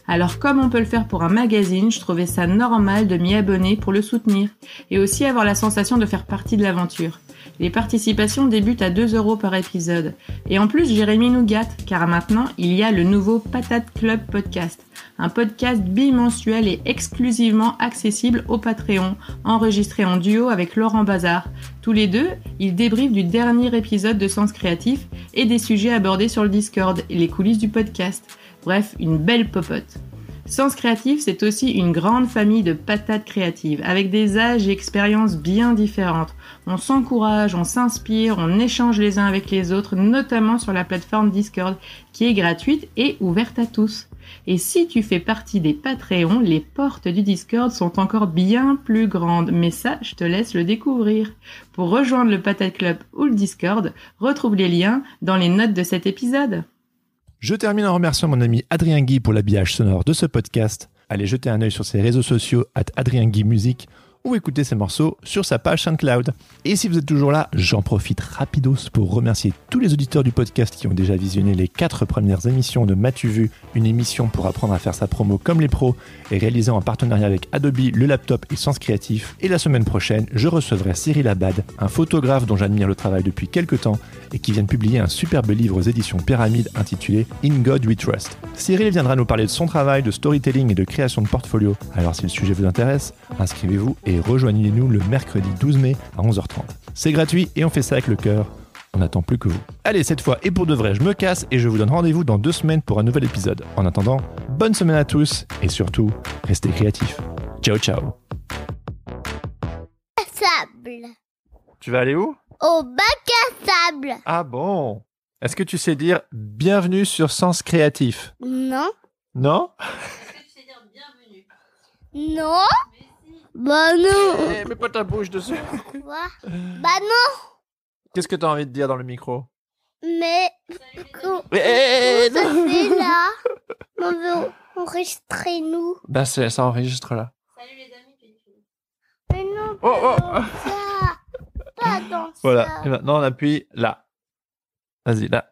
[SPEAKER 4] Alors comme on peut le faire pour un magazine, je trouvais ça normal de m'y abonner pour le soutenir et aussi avoir la sensation de faire partie de l'aventure. Les participations débutent à 2 euros par épisode. Et en plus, Jérémy nous gâte, car maintenant, il y a le nouveau Patate Club Podcast, un podcast bimensuel et exclusivement accessible au Patreon, enregistré en duo avec Laurent Bazar. Tous les deux, ils débriefent du dernier épisode de Sens Créatif et des sujets abordés sur le Discord et les coulisses du podcast. Bref, une belle popote. Sens Créatif, c'est aussi une grande famille de patates créatives, avec des âges et expériences bien différentes. On s'encourage, on s'inspire, on échange les uns avec les autres, notamment sur la plateforme Discord, qui est gratuite et ouverte à tous. Et si tu fais partie des Patreons, les portes du Discord sont encore bien plus grandes, mais ça, je te laisse le découvrir. Pour rejoindre le Patate Club ou le Discord, retrouve les liens dans les notes de cet épisode.
[SPEAKER 2] Je termine en remerciant mon ami Adrien Guy pour l'habillage sonore de ce podcast. Allez jeter un œil sur ses réseaux sociaux at Adrien Guy Musique ou écouter ses morceaux sur sa page SoundCloud. Et si vous êtes toujours là, j'en profite rapidos pour remercier tous les auditeurs du podcast qui ont déjà visionné les quatre premières émissions de Matu Vu, une émission pour apprendre à faire sa promo comme les pros et réalisée en partenariat avec Adobe, le laptop et Sens Créatif. Et la semaine prochaine, je recevrai Cyril Abad, un photographe dont j'admire le travail depuis quelques temps et qui viennent publier un superbe livre aux éditions Pyramide intitulé In God We Trust. Cyril viendra nous parler de son travail, de storytelling et de création de portfolio. Alors si le sujet vous intéresse, inscrivez-vous et rejoignez-nous le mercredi 12 mai à 11h30. C'est gratuit et on fait ça avec le cœur. On n'attend plus que vous. Allez, cette fois et pour de vrai, je me casse et je vous donne rendez-vous dans deux semaines pour un nouvel épisode. En attendant, bonne semaine à tous et surtout, restez créatifs. Ciao, ciao.
[SPEAKER 5] à sable.
[SPEAKER 2] Tu vas aller où
[SPEAKER 5] Au bac à sable.
[SPEAKER 2] Ah bon Est-ce que tu sais dire bienvenue sur Sens Créatif
[SPEAKER 5] Non.
[SPEAKER 2] Non
[SPEAKER 5] Non. Bah non.
[SPEAKER 2] Eh, mets pas ta bouche dessus.
[SPEAKER 5] Quoi Bah non.
[SPEAKER 2] Qu'est-ce que t'as envie de dire dans le micro
[SPEAKER 5] Mais comment
[SPEAKER 2] Eh, eh, eh,
[SPEAKER 5] ça
[SPEAKER 2] eh,
[SPEAKER 5] fait là On veut enregistrer nous.
[SPEAKER 2] Ben, c'est- ça enregistre là.
[SPEAKER 5] Mais non,
[SPEAKER 2] Oh, oh,
[SPEAKER 5] pas dans ça. Pas dans
[SPEAKER 2] Voilà. Et
[SPEAKER 5] ça.
[SPEAKER 2] maintenant, on appuie là. Vas-y, là.